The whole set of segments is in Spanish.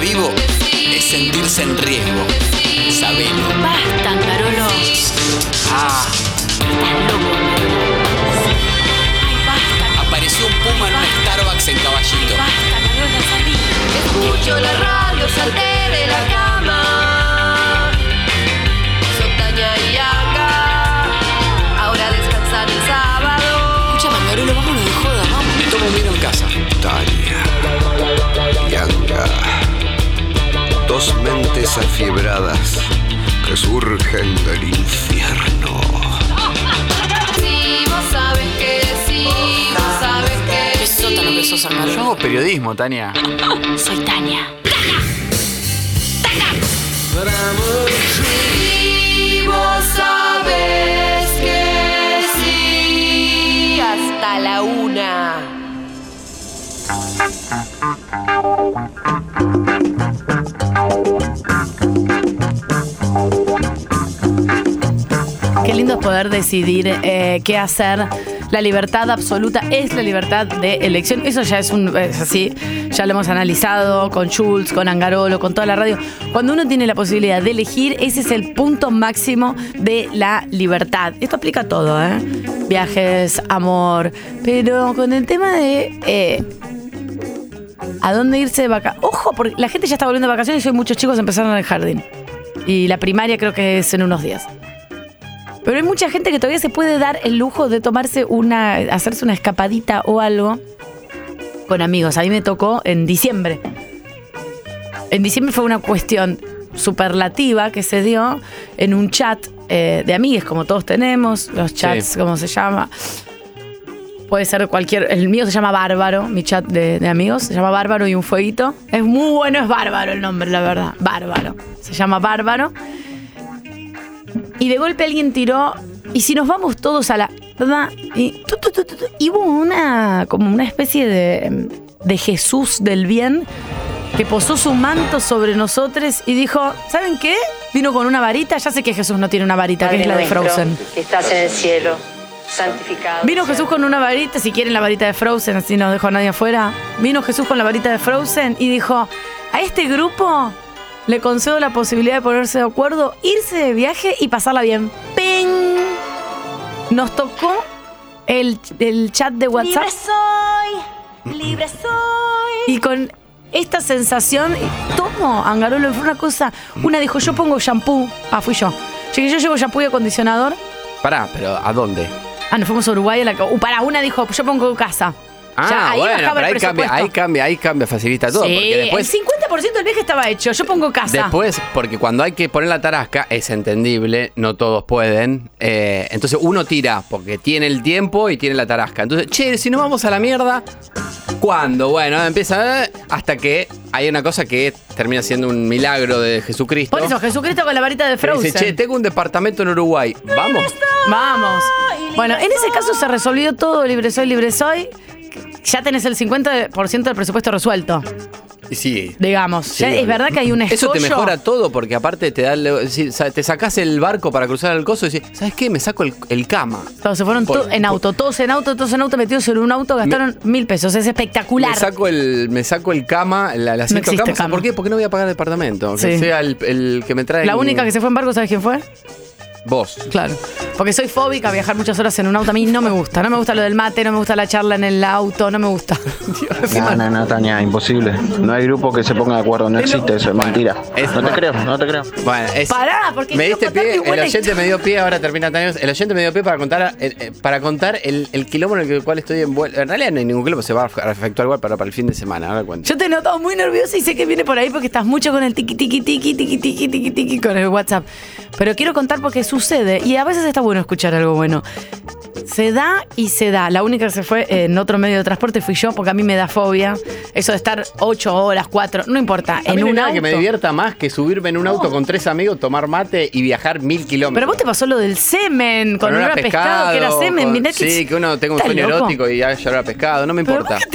vivo es sentirse en riesgo. Sabelo. Basta, Carolo. Ah, Estás loco. Ay, basta. apareció un puma en un Starbucks en Caballito. Basta, Carola, salí. Escucho la radio, salté de la cama. Sotaña y acá. Ahora descansar el sábado. Escucha, Mangarolo, vámonos de joda, vamos. Me tomo un vino en casa. Tania, Yanga, dos mentes afiebradas que surgen del infierno. Si vos sabes que sí, vos sabes que Qué sótano que sos, Yo Mangarolo. hago periodismo, Tania. Soy Tania. sí, vos sabes que sí. Hasta la una. Qué lindo es poder decidir eh, qué hacer. La libertad absoluta es la libertad de elección. Eso ya es un. es así, ya lo hemos analizado con Schultz, con Angarolo, con toda la radio. Cuando uno tiene la posibilidad de elegir, ese es el punto máximo de la libertad. Esto aplica a todo, ¿eh? Viajes, amor. Pero con el tema de. eh, ¿A dónde irse de vacaciones? Ojo, porque la gente ya está volviendo de vacaciones y hoy muchos chicos empezaron en el jardín. Y la primaria creo que es en unos días. Pero hay mucha gente que todavía se puede dar el lujo de tomarse una, hacerse una escapadita o algo con amigos. A mí me tocó en diciembre. En diciembre fue una cuestión superlativa que se dio en un chat eh, de amigues, como todos tenemos, los chats, Sí. como se llama. Puede ser cualquier. El mío se llama Bárbaro, mi chat de, de amigos. Se llama Bárbaro y un fueguito. Es muy bueno, es Bárbaro el nombre, la verdad. Bárbaro. Se llama Bárbaro. Y de golpe alguien tiró. Y si nos vamos todos a la. ¿verdad? Y, tu, tu, tu, tu, tu, y hubo una. como una especie de. de Jesús del bien. que posó su manto sobre nosotros y dijo: ¿Saben qué? Vino con una varita. Ya sé que Jesús no tiene una varita, que es la de Frozen. Que estás en el cielo, santificado. Vino Jesús con una varita, si quieren la varita de Frozen, así no dejo a nadie afuera. Vino Jesús con la varita de Frozen y dijo, a este grupo le concedo la posibilidad de ponerse de acuerdo, irse de viaje y pasarla bien. ¡Ping! Nos tocó el, el chat de WhatsApp soy, libre soy. y con esta sensación, tomo, Angarolo, fue una cosa, una dijo, yo pongo shampoo, ah, fui yo. Llegué, yo llevo shampoo y acondicionador. Pará, pero ¿a dónde? Ah, nos fuimos a Uruguay. A la, uh, pará, una dijo, yo pongo casa. Ya, Ah, ahí bueno, bajaba pero el ahí cambia, ahí presupuesto. cambia, ahí cambia, facilita todo. sí, porque después, el 50% del viaje estaba hecho. Yo pongo casa. después, porque cuando hay que poner la tarasca, es entendible, no todos pueden. eh, entonces uno tira, porque tiene el tiempo y tiene la tarasca. Entonces, che, si nos vamos a la mierda, ¿cuándo? Bueno, empieza eh, hasta que hay una cosa que termina siendo un milagro de Jesucristo. Por eso, Jesucristo con la varita de que Frozen. dice, che, tengo un departamento en Uruguay, vamos. Vamos. Bueno, en ese caso se resolvió todo, libre soy, libre soy. Ya tenés el 50% del presupuesto resuelto, Y sí, digamos. Sí, Ya es obvio. verdad que hay un escollo. Eso te mejora todo porque aparte te da el- si- sa- te sacás el barco para cruzar el coso y decís, ¿sabes qué? Me saco el, el cama. Todos se fueron Por- to- en auto, todos en auto, todos en auto, metidos en un auto, gastaron mil pesos. Es espectacular. Me saco el, me saco el cama, la, la siento existe cama. ¿Sabes cama. ¿Por qué? Porque no voy a pagar el departamento. Que Sí. sea el, el que me trae. La única que se fue en barco, ¿sabes quién fue? Vos. Claro. Porque soy fóbica, viajar muchas horas en un auto a mí no me gusta. No me gusta lo del mate, no me gusta la charla en el auto, no me gusta. No, no, no, Tania, imposible. No hay grupo que se ponga de acuerdo, no existe eso, es mentira. es- No te creo, no te creo. Bueno, es- Pará, porque me quiero diste contar pie, mi buena el oyente me dio pie, ahora termina Tania. El oyente me dio pie para contar eh, eh, para contar el, el quilombo en el cual estoy envuelto. En realidad no hay ningún quilombo, se va a efectuar igual para, para el fin de semana, ahora cuento. Yo te he notado muy nerviosa y sé que viene por ahí porque estás mucho con el tiki tiki tiki tiki tiki tiki tiki con el WhatsApp. Pero quiero contar porque sucede y a veces está bueno escuchar algo bueno. Se da y se da. La única que se fue en otro medio de transporte fui yo porque a mí me da fobia. Eso de estar ocho horas, cuatro, no importa. A en mí no hay un nada auto. que me divierta más que subirme en un auto con tres amigos, tomar mate y viajar mil kilómetros. Pero vos te pasó lo del semen, con, Con un olor olor a a pescado, que era semen. con- mirá que- Sí, que uno tenga un ¿Estás sueño loco? erótico y haya olor a pescado, no me Pero importa. vos que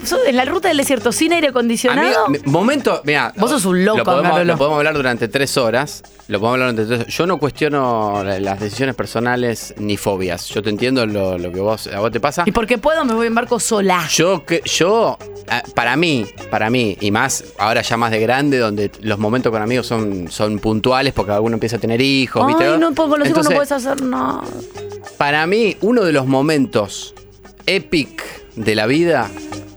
te- sos en la ruta del desierto sin aire A mí, acondicionado. me- momento, mira. Vos sos un loco, Lo podemos, Angarolo. lo podemos hablar durante tres horas. Lo podemos hablar durante tres horas. Yo no cuestiono la- las decisiones personales ni fobias. Yo te entiendo lo, lo que vos, a vos te pasa. Ah. Y porque puedo me voy en barco sola. Yo, que, yo ah, para mí, para mí, y más, ahora ya más de grande, donde los momentos con amigos son, son puntuales porque alguno empieza a tener hijos, ¿viste? Ay, no, puedo- con los hijos no Entonces, puedes hacer nada. Para mí, uno de los momentos epic de la vida,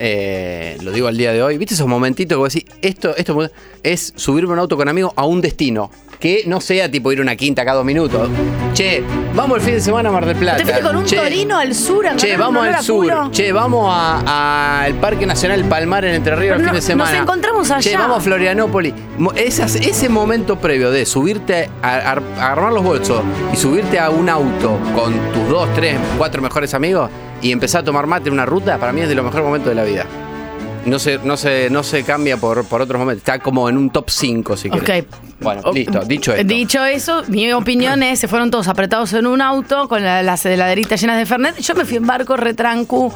eh, lo digo al día de hoy, ¿viste esos momentitos que vos decís, esto, esto es subirme a un auto con amigos a un destino? Que no sea tipo ir a una quinta cada dos minutos. Che, vamos el fin de semana a Mar del Plata. Te fuiste con un Che, torino al sur a Che, ganar un vamos olor a al sur. culo. Che, vamos a- al Parque Nacional Palmar en Entre Pero Ríos el fin no- de semana. nos encontramos Che, allá. vamos a Florianópolis. Mo- esas- ese momento previo de subirte a, a ar- a armar los bolsos y subirte a un auto con tus dos, tres, cuatro mejores amigos y empezar a tomar mate en una ruta, para mí es de los mejores momentos de la vida. No se, no se, no se cambia por, por otros momentos. Está como en un top 5, si querés. Ok. Eh, Bueno, O- listo. Dicho esto. Dicho eso, mi opinión es, se fueron todos apretados en un auto con la- las heladeritas llenas de Fernet. Yo me fui en barco, retrancu,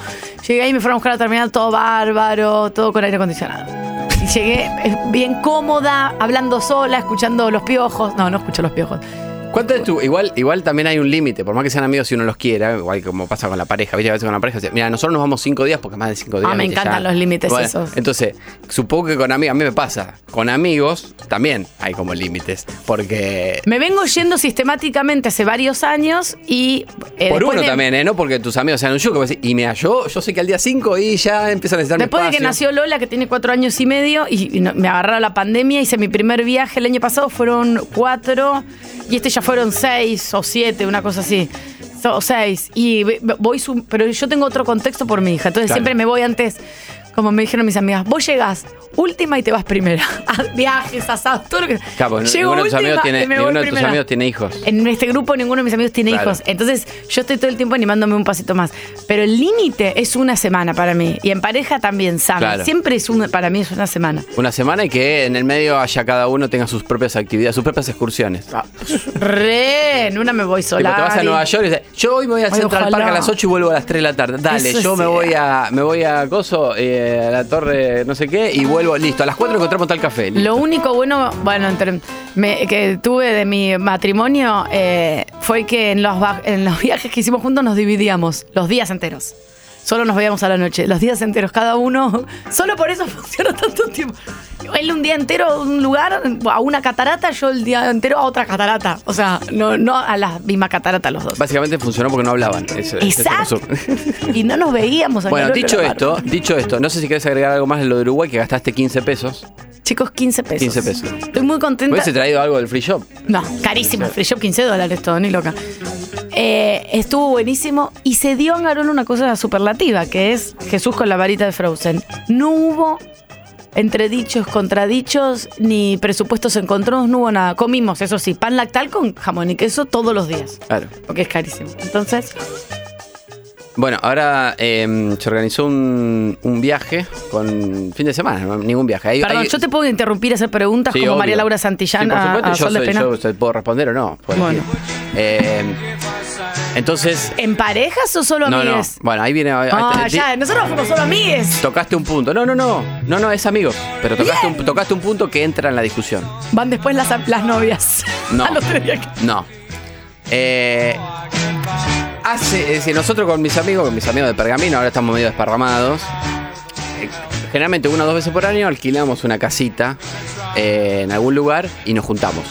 llegué y me fueron a buscar a la terminal todo bárbaro, todo con aire acondicionado. Y llegué eh, bien cómoda, hablando sola, escuchando los piojos. No, no escucho los piojos. ¿Cuánto es tu? Igual, igual también hay un límite, por más que sean amigos si uno los quiera, igual como pasa con la pareja, ¿viste? A veces con la pareja, o sea, mira, nosotros nos vamos cinco días porque más de cinco días. Ah, me ¿viste? encantan los límites esos. Entonces, supongo que con amigos, a mí me pasa, con amigos también hay como límites, porque... Me vengo yendo sistemáticamente hace varios años y... eh, por después uno de- también, ¿eh? No porque tus amigos sean un yuco, vos decís, y me yo, yo sé que al día cinco y ya empiezan a necesitar mi Después de que espacio. nació Lola, que tiene cuatro años y medio, y, y no- me agarraron la pandemia, hice mi primer viaje el año pasado, fueron cuatro, y este ya fueron seis o siete, una cosa así. So- seis. Y ve- ve- voy, sum- pero yo tengo otro contexto por mi hija, entonces Claro. siempre me voy antes. Como me dijeron mis amigas, vos llegás última y te vas primera. A viajes, asados, todo lo que. Claro, porque Llego ninguno de tus amigos última tiene- y me ninguno voy de tus primera. amigos tiene hijos. En este grupo ninguno de mis amigos tiene Claro. hijos. Entonces yo estoy todo el tiempo animándome un pasito más. Pero el límite es una semana para mí. Y en pareja también, Sam. Claro. Siempre es una, para mí es una semana. Una semana y que en el medio haya cada uno tenga sus propias actividades, sus propias excursiones. Re, en una me voy sola. Tipo, te vas a Nueva York y dices, yo hoy me voy a Ay, Central ojalá. Park a las 8 y vuelvo a las 3 de la tarde. Dale, Eso yo es me voy ideal. a me voy a Coso, eh, a la torre no sé qué, y vuelvo, listo, a las 4 encontramos tal café. Lo único bueno, bueno, entre- me- que tuve de mi matrimonio eh, fue que en los, va- en los viajes que hicimos juntos nos dividíamos los días enteros. Solo nos veíamos a la noche, los días enteros, cada uno. Solo por eso funciona tanto tiempo. Él un día entero a un lugar, a una catarata, yo el día entero a otra catarata. O sea, no, no a la misma catarata los dos. Básicamente funcionó porque no hablaban. Eso- eso Exacto. resume. Y no nos veíamos. Bueno, Angarola, dicho era esto, bárbaro. dicho esto, no sé si querés agregar algo más de lo de Uruguay que gastaste 15 pesos. Chicos, 15 pesos. 15 pesos. Estoy muy ¿Me contenta. hubiese traído algo del free shop? No, carísimo. El free shop 15 dólares todo, ni loca. Eh, estuvo buenísimo y se dio en Garón una cosa superlativa, que es Jesús con la varita de Frozen. No hubo entredichos, contradichos, ni presupuestos encontrados, no hubo nada. Comimos, eso sí, pan lactal con jamón y queso todos los días, Claro. porque es carísimo. Entonces, Bueno, ahora eh, se organizó un, un viaje con fin de semana, no, ningún viaje. Hay- perdón, hay- yo te puedo interrumpir y hacer preguntas Sí, como obvio. María Laura Santillán Sí, por a- supuesto, a yo Sol de soy- Pena. yo soy- puedo responder o no. Puedo Bueno. elegir. Eh, entonces. ¿En parejas o solo No, no. amigues? Bueno, ahí viene. ahí- Ah, ahí- ya, nosotros fuimos solo amigues. Tocaste un punto. No, no, no. No, no, es amigos. Pero tocaste un, tocaste un punto que entra en la discusión. Van después las, las novias. No. A los tres días que- No. Eh, hace, es decir, nosotros con mis amigos, con mis amigos de pergamino, ahora estamos medio desparramados. eh, Generalmente una o dos veces por año alquilamos una casita eh, en algún lugar y nos juntamos.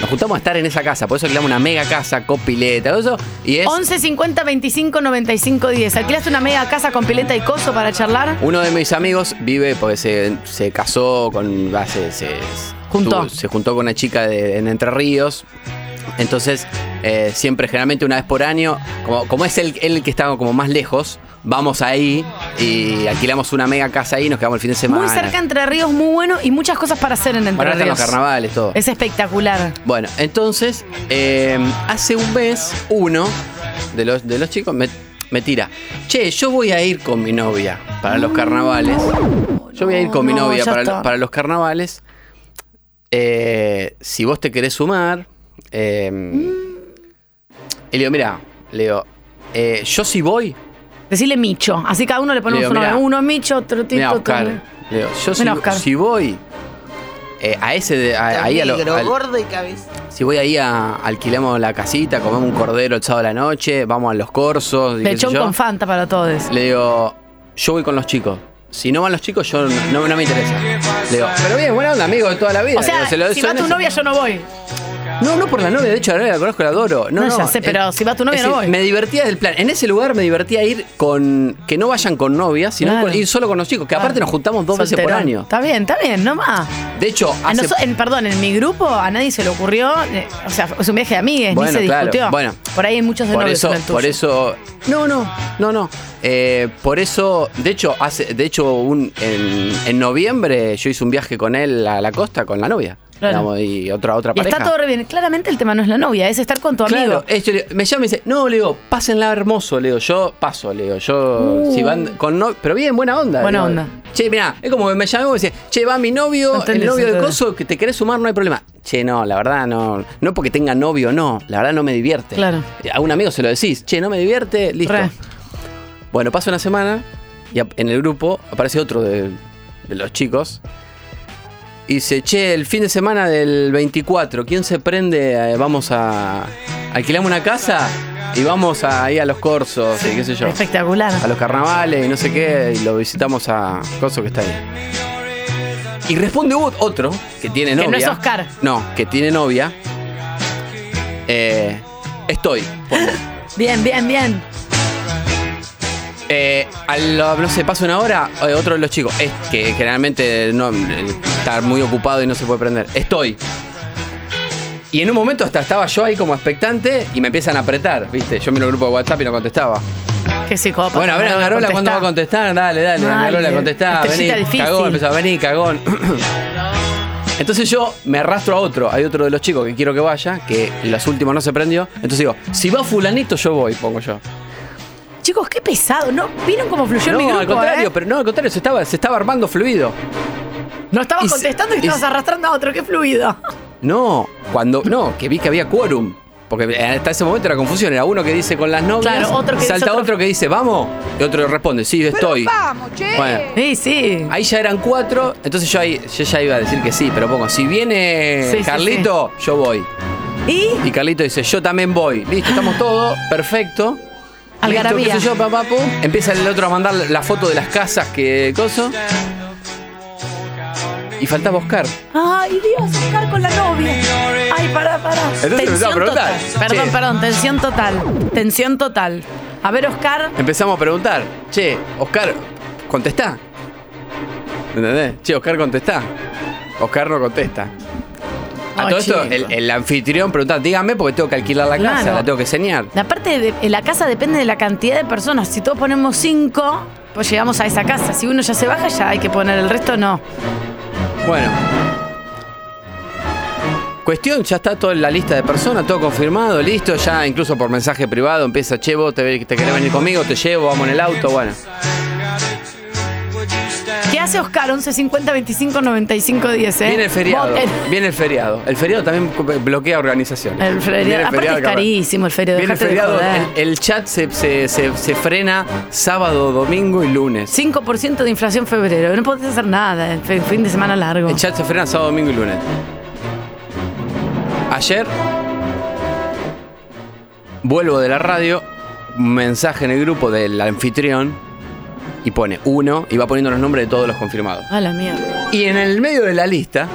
Nos juntamos a estar en esa casa, por eso alquilamos una mega casa, copileta, todo eso. Y es 11 50 25 95 10. ¿Alquilaste una mega casa con pileta y coso para charlar? Uno de mis amigos vive porque se, se casó con. va, Se, se- Juntó. se juntó con una chica de- en Entre Ríos. Entonces, eh, siempre, generalmente una vez por año, como, como es el, el que está como más lejos, vamos ahí y alquilamos una mega casa ahí y nos quedamos el fin de semana. Muy cerca Entre Ríos, muy bueno y muchas cosas para hacer en Entre Ahora están Ríos. los carnavales, todo. Es espectacular. Bueno, entonces, eh, hace un mes, uno de los, de los chicos me, me tira. Che, yo voy a ir con mi novia para los carnavales. Yo voy a ir con mi No, ya novia para, está. para los carnavales. Eh, si vos te querés sumar. eh, y le digo, mira, le digo, eh, yo sí voy. Decirle Micho. Así cada uno le ponemos Leo, un mirá. nombre. Uno es Micho, otro Tito. Mira, otro- Oscar. Le digo, yo si, Mirá, Oscar. si voy eh, a ese. de- a- ahí a lo- al- gordo y cabeza. Si voy ahí a alquilamos la casita, comemos un cordero el sábado a la noche, vamos a los corsos. y qué sé Lechón yo. con Fanta para todos. Le digo, yo voy con los chicos. si no van los chicos, yo no, no- no me interesa. Le digo, pero bien, buena onda, amigo de toda la vida. O sea, Digo, se lo- si son va tu esas- novia, yo no voy. No, no por la novia, de hecho, ahora la conozco, la adoro. No, No, no, eh, ya sé, pero si va tu novia, es no decir, voy. Me divertía del plan. En ese lugar me divertía ir con. que no vayan con novias, sino Claro. con- ir solo con los chicos, que aparte nos juntamos dos veces por Solterón. año. Está bien, está bien, no más. De hecho, A hace. noso- en, perdón, en mi grupo a nadie se le ocurrió, eh, o sea, es un viaje de amigues, Bueno, ni se claro, discutió. bueno. por ahí hay muchos de por novios eso, en el tuyo. por eso. No, no, no, no. Eh, por eso, de hecho, hace, de hecho, un, en, en noviembre yo hice un viaje con él a la costa con la novia. Claro. digamos, y otra, otra y pareja. está todo re bien. Claramente el tema no es la novia, es estar con tu Claro, amigo. esto, le- me llama y me dice, no, le digo, pásenla hermoso, le digo, yo paso, le digo, yo, Uh. si van con no, pero bien, buena onda. Buena digo. onda. Che, mirá, es como que me llamó y me dice, che, va mi novio, No el tenés novio de idea. Coso, que te querés sumar, no hay problema. Che, no, la verdad no, no porque tenga novio, no, la verdad no me divierte. Claro. A un amigo se lo decís, che, no me divierte, listo. Re. Bueno, pasa una semana y ap- en el grupo aparece otro de, de los chicos. Y dice, che, el fin de semana del 24, ¿quién se prende? Eh, vamos a. Alquilamos una casa y vamos a, ahí a los corsos y qué sé yo. Espectacular. A los carnavales y no sé qué. Y lo visitamos a Coso que está ahí. Y responde u- otro que tiene Que novia. no es Oscar. No, que tiene novia. Eh, estoy. pone. Bien, bien, bien. Eh, a lo- no sé, pasa una hora, eh, otro de los chicos, es que generalmente no, eh, está muy ocupado y no se puede prender. Estoy. Y en un momento hasta estaba yo ahí como expectante y me empiezan a apretar, ¿viste? Yo miro el grupo de WhatsApp y no contestaba. Qué psicópata. bueno, a ver, no va a Angarola, ¿cuándo va a contestar. contestar? Dale, dale, Dale. Angarola, contestá. Vení, Estrellita Este difícil. cagón, empezó, vení, cagón. Entonces yo me arrastro a otro, hay otro de los chicos que quiero que vaya, que los últimos no se prendió. Entonces digo, si va fulanito, yo voy, pongo yo. Chicos, qué pesado, ¿no? ¿Vieron cómo fluyó No, en mi grupo? al contrario, eh? pero no, al contrario, se estaba, se estaba armando fluido. No estabas y se- contestando y, y se- estabas arrastrando a otro, qué fluido. No, cuando, no, que vi que había quórum. Porque hasta ese momento era confusión, era uno que dice con las novias, Claro, otro que salta dice otro- otro... que dice, vamos, y otro responde, sí, estoy. Bueno, Sí, sí. ahí ya eran cuatro, entonces yo ahí, yo ya iba a decir que sí, pero pongo, si viene Sí, sí, Carlito, yo voy. Y Y Carlito dice, yo también voy. Listo, estamos todos, perfecto. Listo, Algarabía. qué sé yo, papá, pum. Empieza el otro a mandar la foto de las casas que coso. Y faltaba Oscar. Ay, Dios, Oscar con la novia. Ay, pará, pará. Entonces empezaba a preguntar. total. Perdón, Sí. perdón, tensión total. Tensión total. A ver, Oscar. Empezamos a preguntar, che, Oscar, contestá. ¿Entendés? Che, Oscar contestá. Oscar no contesta. A Ay, todo esto, chico. el, el anfitrión pregunta, dígame porque tengo que alquilar la casa, Claro. la tengo que señar. La parte de en la casa depende de la cantidad de personas. Si todos ponemos cinco, pues llegamos a esa casa. Si uno ya se baja, ya hay que poner el resto, no. Bueno. Cuestión, ya está toda la lista de personas, todo confirmado, listo, ya incluso por mensaje privado empieza, che, vos te, te querés venir conmigo, te llevo, vamos en el auto, bueno. ¿Qué hace Oscar? 11 50 25 95 10, ¿eh? Viene el feriado, Voten. viene el feriado. El feriado también bloquea organizaciones. El feriado. Viene Aparte es cabrón. carísimo el feriado, Viene el dejate de feriado, joder. el, el chat se, se- se- se frena sábado, domingo y lunes. 5% de inflación febrero. No podés hacer nada. El fe- fin de semana largo. El chat se frena sábado, domingo y lunes. Ayer vuelvo de la radio, un mensaje en el grupo del anfitrión y pone uno y va poniendo los nombres de todos los confirmados. A la mierda. Y en el medio de la lista,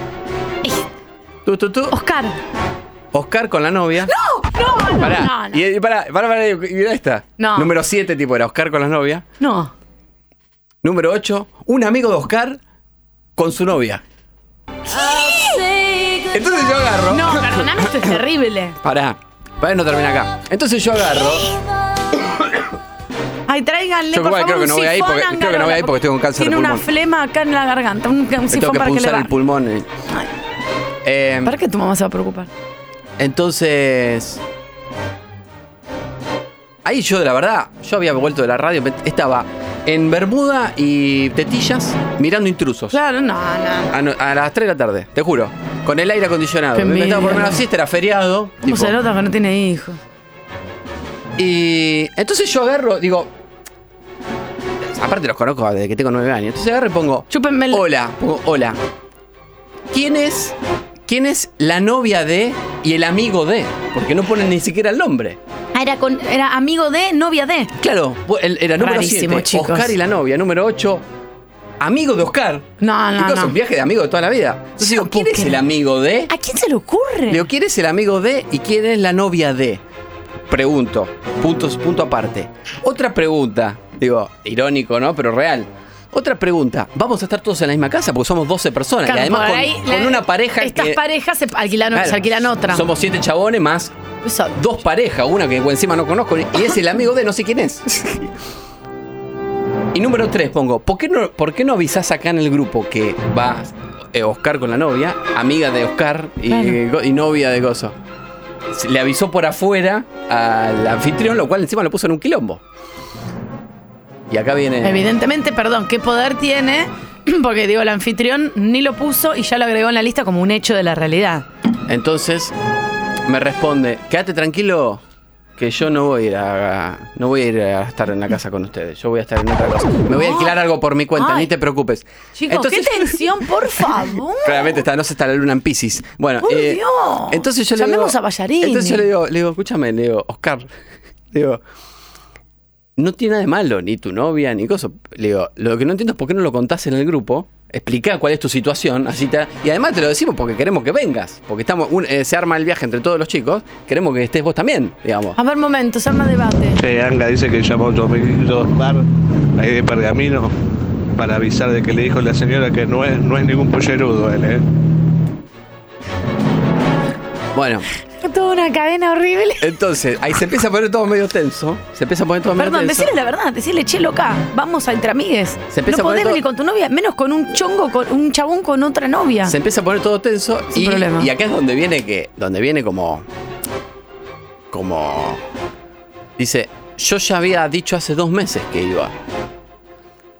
tú, tú, tú, Oscar. Oscar con la novia. No, no, Pará, no, no. Y, y pará, pará, pará, y mirá esta. No. Número 7, tipo, era Oscar con las novias. No. Número 8, un amigo de Oscar con su novia. Entonces yo agarro. No, perdóname, esto es terrible. Pará, pará, no termina acá. Entonces yo agarro. Ay, tráiganle, Yo por igual favor, creo que un no voy ahí sifón, porque- creo que no Angarola, voy ahí porque tengo un cáncer de Tiene una pulmón. flema acá en la garganta, un, un Tengo sifón que para que le pulsar va. el pulmón. eh. Eh, ¿Para qué tu mamá se va a preocupar? entonces. Ahí yo, la verdad, yo había vuelto de la radio, estaba en Bermuda y tetillas mirando intrusos. Claro, no, no. A, no- a las 3 de la tarde, te juro. Con el aire acondicionado. Qué Me envidia, estaba por una ¿no? siesta, era feriado. ¿Cómo tipo. se nota que no tiene hijos? Y entonces yo agarro, digo. Aparte los conozco desde que tengo 9 años. Entonces agarro y pongo. Chúpenme el... Hola, pongo hola. ¿Quién es? ¿Quién es la novia de y el amigo de? Porque no ponen ni siquiera el nombre. Ah, era, con, era amigo de, novia de. Claro, el- era número Rarísimo, 7, chicos. Oscar y la novia, número 8, amigo de Oscar. No, Ah, no, Y cosa, no. Un viaje de amigo de toda la vida. Entonces digo, No ¿quién puedo es el creer. amigo de? ¿A quién se le ocurre? Digo, ¿quién es el amigo de y quién es la novia de? Pregunto, puntos, punto aparte. Otra pregunta, digo, irónico, ¿no? Pero real. Otra pregunta, ¿vamos a estar todos en la misma casa? Porque somos 12 personas. Claro, y además por con, ahí con la- una pareja Estas que- parejas se alquilan, Claro, se alquilan otra. Somos 7 chabones más Eso- dos parejas, una que encima no conozco, y es el amigo de no sé quién es. Y número tres, pongo, ¿por qué no, por qué no avisás acá en el grupo que va eh, Oscar con la novia, amiga de Oscar y, eh, Claro. y novia de Gozo? Se- Le avisó por afuera al anfitrión, lo cual encima lo puso en un quilombo. Y acá viene... Evidentemente, perdón, ¿qué poder tiene? Porque digo, el anfitrión ni lo puso y ya lo agregó en la lista como un hecho de la realidad. Entonces me responde, quédate tranquilo que yo no voy a ir a, a- no voy a ir a estar en la casa con ustedes, yo voy a estar en otra cosa. Me voy a No. alquilar algo por mi cuenta, Ay. ni te preocupes. Chicos, qué tensión, por favor. Claramente está, no se está la luna en Pisces. Bueno, eh, Por Dios. entonces yo le Llamemos digo- a Ballarini. Entonces yo le digo, le digo, escúchame, le digo, Oscar, le digo, no tiene nada de malo, ni tu novia, ni cosa. Le digo, lo que no entiendo es por qué no lo contás en el grupo. Explica cuál es tu situación, así te- Y además te lo decimos porque queremos que vengas. Porque estamos un- eh, se arma el viaje entre todos los chicos. Queremos que estés vos también, digamos. A ver, momento, se arma debate. Che, Anga Eh, dice que llamó a tu amiguito Oscar, ahí de Pergamino, para avisar de que le dijo la señora que no es, no es ningún pollerudo él, ¿eh? Bueno, Toda una cadena horrible. entonces ahí se empieza a poner todo medio tenso. Se empieza a poner todo medio Perdón, tenso. decirle la verdad, decirle, che, loca, vamos a entre amigues. Se no empieza a poner podés todo- venir con tu novia, menos con un chongo, con un chabón con otra novia. Se empieza a poner todo tenso Es un y, problema. y acá es donde viene que donde viene como como dice, yo ya había dicho hace dos meses que iba.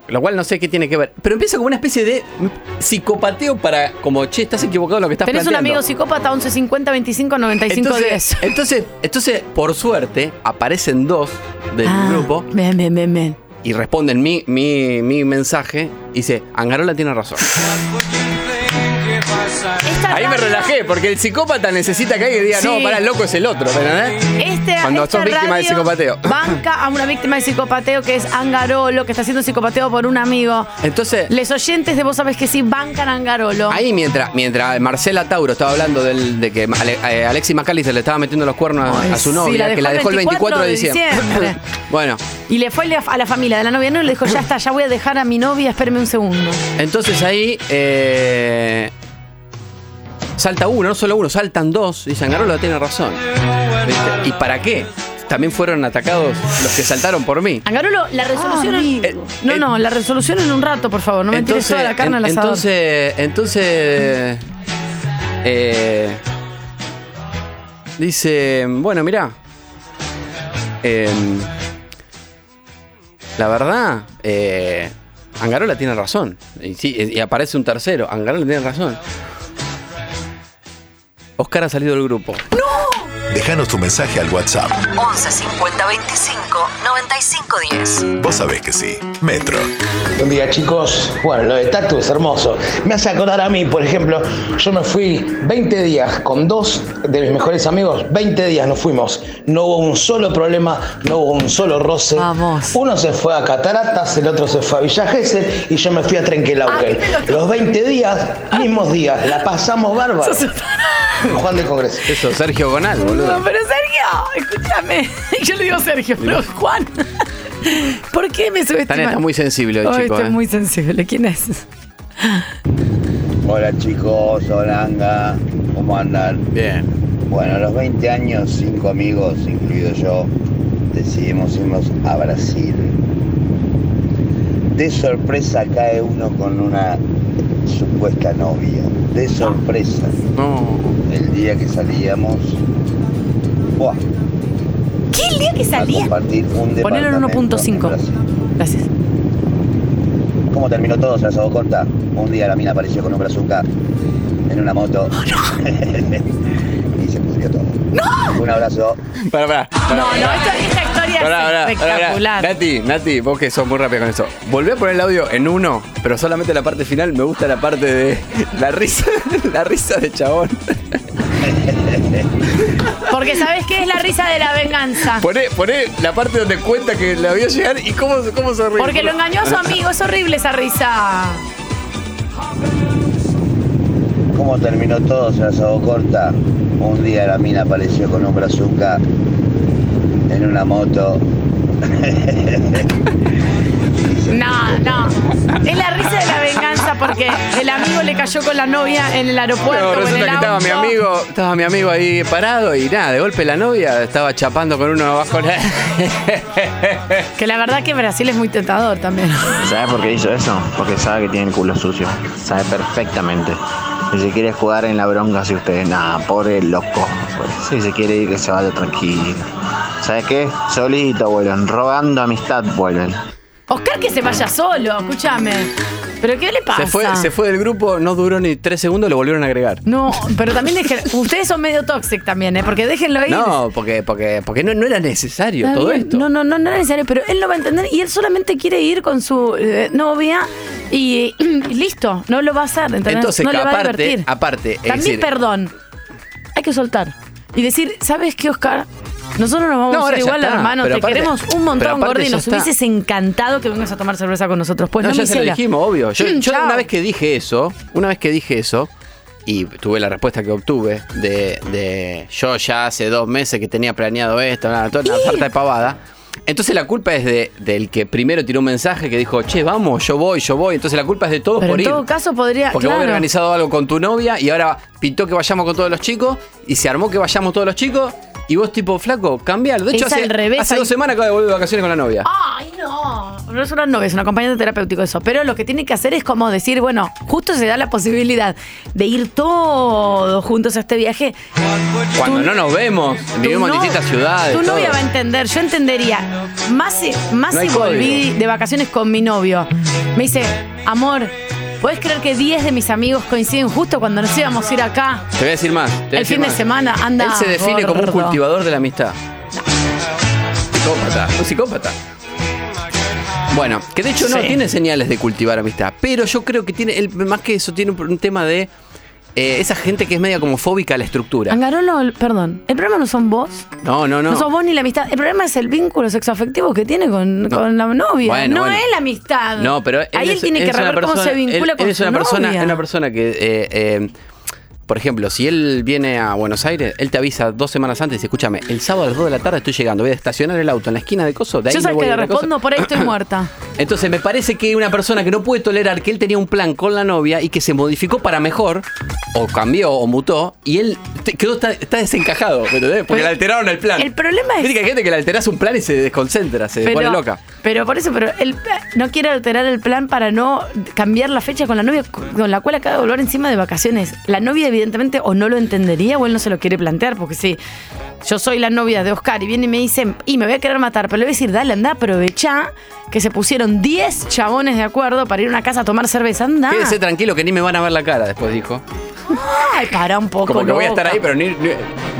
Lo cual no sé qué tiene que ver. Pero empieza como una especie de psicopateo para como, che, estás equivocado en lo que estás Tenés un planteando. amigo psicópata 11 50 25 95 entonces, 10. entonces, entonces, por suerte, aparecen dos del Ah, grupo Bien, bien, bien, bien. y responden mi, mi, mi mensaje. Y dice, Angarola tiene razón. Esta Ahí me radio- relajé, porque el psicópata necesita que alguien diga, no, Sí. para el loco es el otro, ¿verdad? Este, Cuando esta sos víctima de radio psicopateo. Banca a una víctima de psicopateo que es Angarolo, que está siendo psicopateo por un amigo. Entonces, Les oyentes de vos sabés que sí, bancan a Angarolo. ahí mientras, mientras Marcela Tauro estaba hablando del- de que Ale- eh, Alexis McAllister le estaba metiendo los cuernos a- Ay, a su sí, novia, la que la dejó el 24 de 24 de diciembre. diciembre. bueno, Y le fue a la- a la familia de la novia, no, y le dijo, ya está, ya voy a dejar a mi novia, espéreme un segundo. entonces ahí eh, salta uno, no solo uno, saltan dos, y Sangarola tiene razón. ¿Viste? ¿Y para qué? También fueron atacados los que saltaron por mí. Angarolo, la resolución... en- amigo. no, Eh, no, la resolución en un rato, por favor, no me tires toda la carne al en- asador. Entonces, entonces, eh, dice, bueno, mirá, em, la verdad, eh, Angarola tiene razón. Y, sí, y aparece un tercero, Angarola tiene razón. Oscar ha salido del grupo. Déjanos tu mensaje al WhatsApp. 11 50 25 95 10. Vos sabés que sí. Metro. Buen día chicos. Bueno, lo de Tatu es hermoso. Me hace acordar a mí, por ejemplo, yo me fui 20 días con dos de mis mejores amigos, 20 días nos fuimos. No hubo un solo problema, no hubo un solo roce. Vamos. Uno se fue a Cataratas, el otro se fue a Villa Gesell y yo me fui a Trenquelauquen. Ah, Los 20 días, mismos días, la pasamos bárbaro. Juan del Congreso. Eso, Sergio Gonal, boludo. No, pero Sergio, escúchame. Yo le digo Sergio, pero Juan. ¿Por qué me Están, subestimas? está muy sensible Ay, hoy, chico. estoy eh. muy sensible. ¿Quién es? Hola chicos, hola Anga, ¿cómo andan? Bien. Bueno, a los 20 años, cinco amigos, incluido yo, decidimos irnos a Brasil. De sorpresa cae uno con una supuesta novia. De sorpresa. No. El día que salíamos, ¡buah! ¿Qué el día que a salía? compartir un Este, Ponelo en departamento 1.5. Brasil. Gracias. ¿Cómo terminó todo? Se las hago corta. Un día la mina apareció con un brazuca en una Oh, moto. y se pudrió todo. Un abrazo. Para, para. No, no, esta, esta historia Pará, pará, es pará, pará. espectacular. Nati, Nati, vos que sos muy rápida con eso. Volví a poner el audio en uno, pero solamente la parte final. Me gusta la parte de la risa, la risa de chabón. Porque ¿sabés qué es la risa de la venganza? Poné, poné la parte donde cuenta que la vio llegar y cómo, cómo se ríe. Porque lo engañó a su amigo, es horrible esa risa. ¿Cómo terminó todo? Se las hago corta. Un día la mina apareció con un brazuca en una moto. No, no. Es la risa de la venganza porque el amigo le cayó con la novia en el aeropuerto. No, o en resulta el que estaba mi auto. amigo, estaba mi amigo ahí parado y nada, de golpe la novia estaba chapando con uno abajo. Que la verdad que Brasil es muy tentador también. ¿Sabe por qué hizo eso? Porque sabe que tiene el culo sucio. Sabe perfectamente. Y se quiere jugar en la bronca si ustedes, nada, pobre loco. Pues, Si se quiere ir, que se vaya tranquilo. ¿Sabe qué? Solito vuelven, rogando amistad vuelven. Oscar que se vaya solo, escúchame. ¿Pero qué le pasa? Se fue, se fue del grupo, no duró ni tres segundos, lo volvieron a agregar. No, pero también dejen, ustedes son medio toxic también, ¿eh? Porque déjenlo ir. No, porque, porque, porque no, no era necesario Está todo bien. esto. No, no, no, no era necesario, pero él lo va a entender y él solamente quiere ir con su eh, novia y, y listo, no lo va a hacer, ¿entendés? Entonces, no que le va a aparte, divertir. aparte, es También decir, perdón, hay que soltar y decir, ¿sabes qué, Oscar? Nosotros nos vamos No, a ahora hacer ya igual, está, hermano, pero te aparte- queremos un pero montón, aparte Gordi, ya nos está. hubieses encantado que vengas a tomar cerveza con nosotros. Pues no, no, ya me se lo hicieras. dijimos, obvio. Yo, Mm, yo chao. una vez que dije eso, una vez que dije eso, y tuve la respuesta que obtuve de, de yo ya hace dos meses que tenía planeado esto, nada, toda una tarta de pavada. Entonces la culpa es de, del que primero tiró un mensaje que dijo, che, vamos, yo voy, yo voy. Entonces la culpa es de todos Pero por en ir. todo caso podría, Porque vos claro. habías organizado algo con tu novia y ahora pintó que vayamos con todos los chicos y se armó que vayamos todos los chicos y vos tipo flaco, cambialo. De hecho, Es hace, al revés, hace hay- Ah, dos semanas acabo de volver de vacaciones con la novia. Ay, no. No es una novia, es un acompañante terapéutico eso. Pero lo que tiene que hacer es como decir, bueno, justo se da la posibilidad de ir todos juntos a este viaje. Cuando Tu- no nos vemos, vivimos en no- distintas ciudades. Tu todo. novia va a entender, yo entendería. Más si, más No hay si volví código. de vacaciones con mi novio. Me dice, amor, ¿podés creer que 10 de mis amigos coinciden justo cuando nos íbamos a ir acá? Te voy a decir más. te voy a El decir fin de más. semana, anda, Él se define como un gordo. cultivador de la amistad. Psicópata, un psicópata. Bueno, que de hecho no Sí. tiene señales de cultivar amistad, pero yo creo que tiene, él, más que eso, tiene un, un tema de eh, esa gente que es media como fóbica a la estructura. Angarolo, perdón, el problema no son vos. No, no, No. no. sos vos ni la amistad. El problema es el vínculo sexoafectivo que tiene con, con la novia. Bueno, no bueno. es la amistad. No, pero él Ahí él es- tiene es que una rever cómo se persona- vincula él- con él es su una persona, novia. es una persona que, eh, eh, por ejemplo, si él viene a Buenos Aires, él te avisa dos semanas antes y dice, escúchame, el sábado a las 2 de la tarde estoy llegando, voy a estacionar el auto en la esquina de Coso, de ahí Yo me sabes voy que a le otra cosa". respondo, por ahí estoy muerta. Entonces me parece que una persona que no puede tolerar que él tenía un plan con la novia y que se modificó para mejor, o cambió, o mutó, y él te- quedó, está, está desencajado, ¿me entendés? Porque le alteraron el plan. El problema es- Viste que hay gente que le alterás un plan y se desconcentra, se pone loca. Pero por eso, pero él no quiere alterar el plan para no cambiar la fecha con la novia con la cual acaba de volver encima de vacaciones. La novia, evidentemente, o no lo entendería o él no se lo quiere plantear, porque si yo soy la novia de Oscar y viene y me dice, y me voy a querer matar, pero le voy a decir, dale, anda, aprovechá que se pusieron 10 chabones de acuerdo para ir a una casa a tomar cerveza, anda. Quédese tranquilo que ni me van a ver la cara, después dijo. Ay, para un poco. Como que voy a loca. estar ahí, pero ni,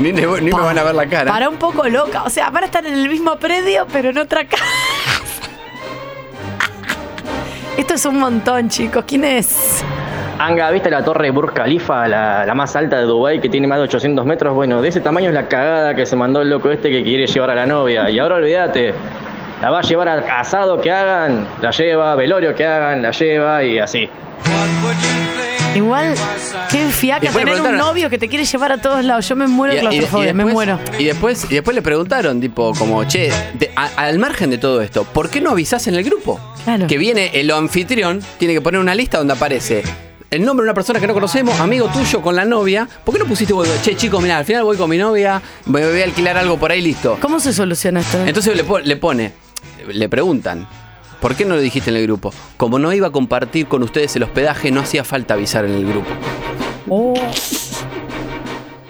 ni, ni- ni me van a ver la cara. Para un poco loca. O sea, van a estar en el mismo predio, pero en otra casa. Esto es un montón, chicos. ¿Quién es? Anga, ¿viste la torre Burj Khalifa, la, la más alta de Dubái, que tiene más de 800 metros? Bueno, de ese tamaño es la cagada que se mandó el loco este que quiere llevar a la novia. Y ahora olvídate, la va a llevar a asado que hagan, la lleva, velorio que hagan, la lleva y así. Igual, qué fiaca Después le tener un preguntaron- novia que te quiere llevar a todos lados. Yo me muero de Y- y- y claustrofobia, me después- muero. Y después, y después le preguntaron, tipo, como, che, de- a- al margen de todo esto, ¿por qué no avisás en el grupo? Claro. Que viene el anfitrión, tiene que poner una lista donde aparece el nombre de una persona que no conocemos, amigo tuyo con la novia. ¿Por qué no pusiste, vos, che, chicos, mirá, al final voy con mi novia, me voy a alquilar algo por ahí, listo? ¿Cómo se soluciona esto? Entonces le, po- le pone, le preguntan, ¿por qué no lo dijiste en el grupo? Como no iba a compartir con ustedes el hospedaje, no hacía falta avisar en el grupo. Oh.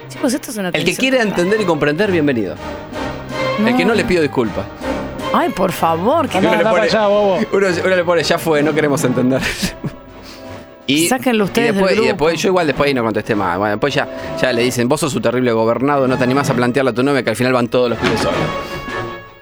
Chicos, esto es una El que quiera entender y comprender, bienvenido. El que no le pido disculpas. Ay, por favor, que Uno le pone- Uno, uno le pone, ya fue, no queremos entender. Y, Sáquenlo ustedes y después, del y después- yo igual después ahí no contesté más. Bueno, después ya, ya le dicen, vos sos su terrible gobernado, no te animás a plantearle a tu novia que al final van todos los pibes solos.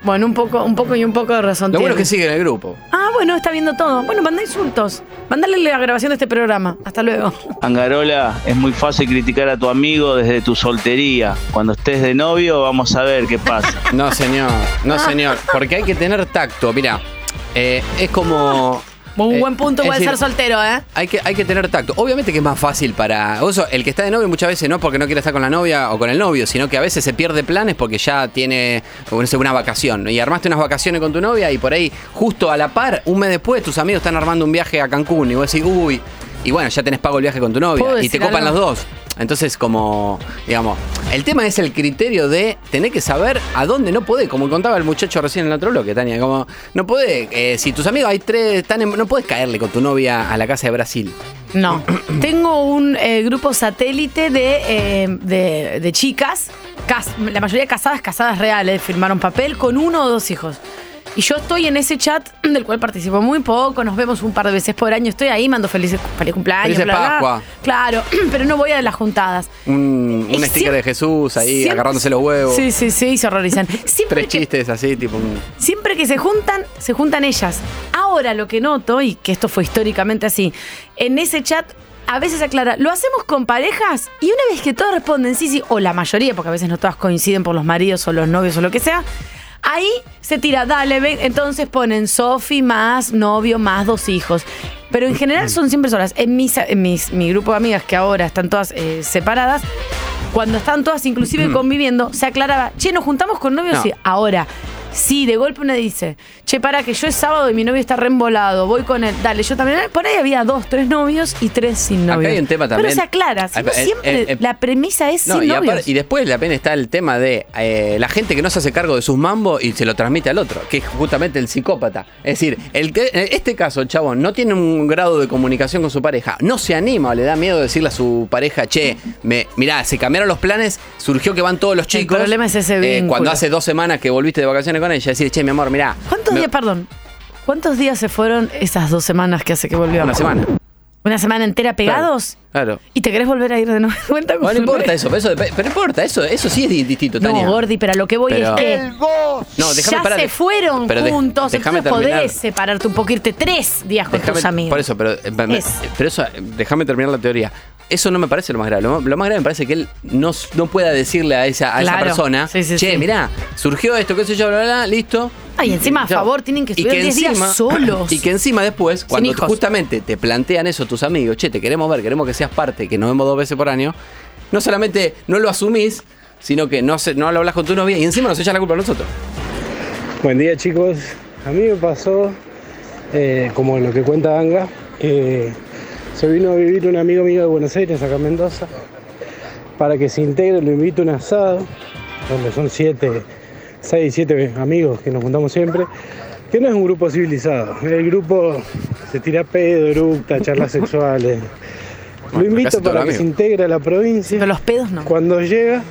Bueno, un poco, un poco y un poco de razón. Lo bueno es tiene. que sigue en el grupo. Ah, bueno, está viendo todo. Bueno, manda insultos. Mándale la grabación de este programa. Hasta luego. Angarola, es muy fácil criticar a tu amigo desde tu soltería. Cuando estés de novio, vamos a ver qué pasa. No, señor. No, señor. Porque hay que tener tacto. Mira, es como. eh, Un buen punto puede ser soltero, ¿eh? Hay que, hay que tener tacto. Obviamente que es más fácil para. o eso, el que está de novio muchas veces no porque no quiere estar con la novia o con el novio, sino que a veces se pierde planes porque ya tiene o no sé, una vacación. ¿no? Y armaste unas vacaciones con tu novia y por ahí, justo a la par, un mes después, tus amigos están armando un viaje a Cancún y vos decís, uy. Y bueno, ya tenés pago el viaje con tu ¿Puedo novia. Y te decir copan algo? los dos. Entonces, como, digamos, el tema es el criterio de tener que saber a dónde no podés, como contaba el muchacho recién en el otro bloque, Tania, como no podés, eh, si tus amigos hay tres, están en- no podés caerle con tu novia a la casa de Brasil. No. Tengo un eh, grupo satélite de, eh, de- de chicas, cas- la mayoría casadas, casadas reales, firmaron papel con uno o dos hijos. Y yo estoy en ese chat del cual participo muy poco, nos vemos un par de veces por año, estoy ahí, mando felices feliz cumpleaños. Felices bla, bla, bla. Pascua. Claro, pero no voy a las juntadas. Un, un Y sticker de Jesús ahí siempre- agarrándose los huevos. Sí, sí, sí, se horrorizan. Siempre Tres chistes así, tipo un- Siempre que se juntan, se juntan ellas. Ahora lo que noto, y que esto fue históricamente así, en ese chat a veces aclara, ¿lo hacemos con parejas? Y una vez que todas responden sí, sí, o la mayoría, porque a veces no todas coinciden por los maridos o los novios o lo que sea, ahí se tira, dale, ven. Entonces ponen Sofi más novio más dos hijos. Pero en general son siempre solas. En, mis, en mis, mi grupo de amigas que ahora están todas eh, separadas, cuando están todas inclusive Mm. conviviendo, se aclaraba, che, nos juntamos con novios No. y Ahora, si de golpe una dice, che, para que yo es sábado y mi novio está reembolado, voy con él, dale, yo también. Por ahí había dos, tres novios y tres sin Acá novios. hay un tema también. Pero se aclara, si no Ah, eh, siempre eh, eh, la premisa es No, sin y, novios. aparte- y después también está el tema de eh, la gente que no se hace cargo de sus mambos y se lo transmite al otro, que es justamente el psicópata. Es decir, el que, en este caso, el chabón no tiene un grado de comunicación con su pareja, no se anima o le da miedo decirle a su pareja, che, me, mirá, se cambiaron los planes, surgió que van todos los chicos. eh, problema es ese vínculo. cuando hace dos semanas que volviste de vacaciones con ella, decir, che, mi amor, mirá. ¿Cuántos días, perdón? ¿Cuántos días se fueron esas dos semanas que hace que volvió? Una semana. ¿Una semana entera pegados? Claro. ¿Y te querés volver a ir de nuevo? Cuenta con No, no tu importa novio. eso, pero eso, dep- pero importa, eso, eso sí es di- distinto, No, Tania. Gordi, pero a lo que voy Pero- es que El no, No, déjame ya parar, se de- fueron pero de- juntos, déjame entonces terminar. podés separarte un poco, irte tres días con Déjame- tus amigos. Por eso, pero, eh, pa- me- Es. pero eso, eh, déjame terminar la teoría. Eso no me parece lo más grave. Lo, ma- lo más grave me parece que él no, s- no pueda decirle a esa, a esa Claro. persona, che, mirá, surgió esto, qué sé yo, bla, bla, bla, listo. Ay, encima, a Chao. favor, tienen que Y subir 10 días solos. Y que encima después, cuando hijos. justamente te plantean eso tus amigos, che, te queremos ver, queremos que seas parte, que nos vemos dos veces por año, no solamente no lo asumís, sino que no, se, no lo hablas con tu novia y encima nos echas la culpa a nosotros. Buen día chicos, a mí me pasó, eh, como lo que cuenta Anga, eh, se vino a vivir un amigo mío de Buenos Aires, acá en Mendoza, para que se integre, lo invito a un asado, donde son siete, seis, siete amigos que nos juntamos siempre, que no es un grupo civilizado, el grupo se tira pedo, eructa, charlas sexuales. Lo invito casi todo para el que se amigo. integre a la provincia. Pero los pedos no. Cuando llega,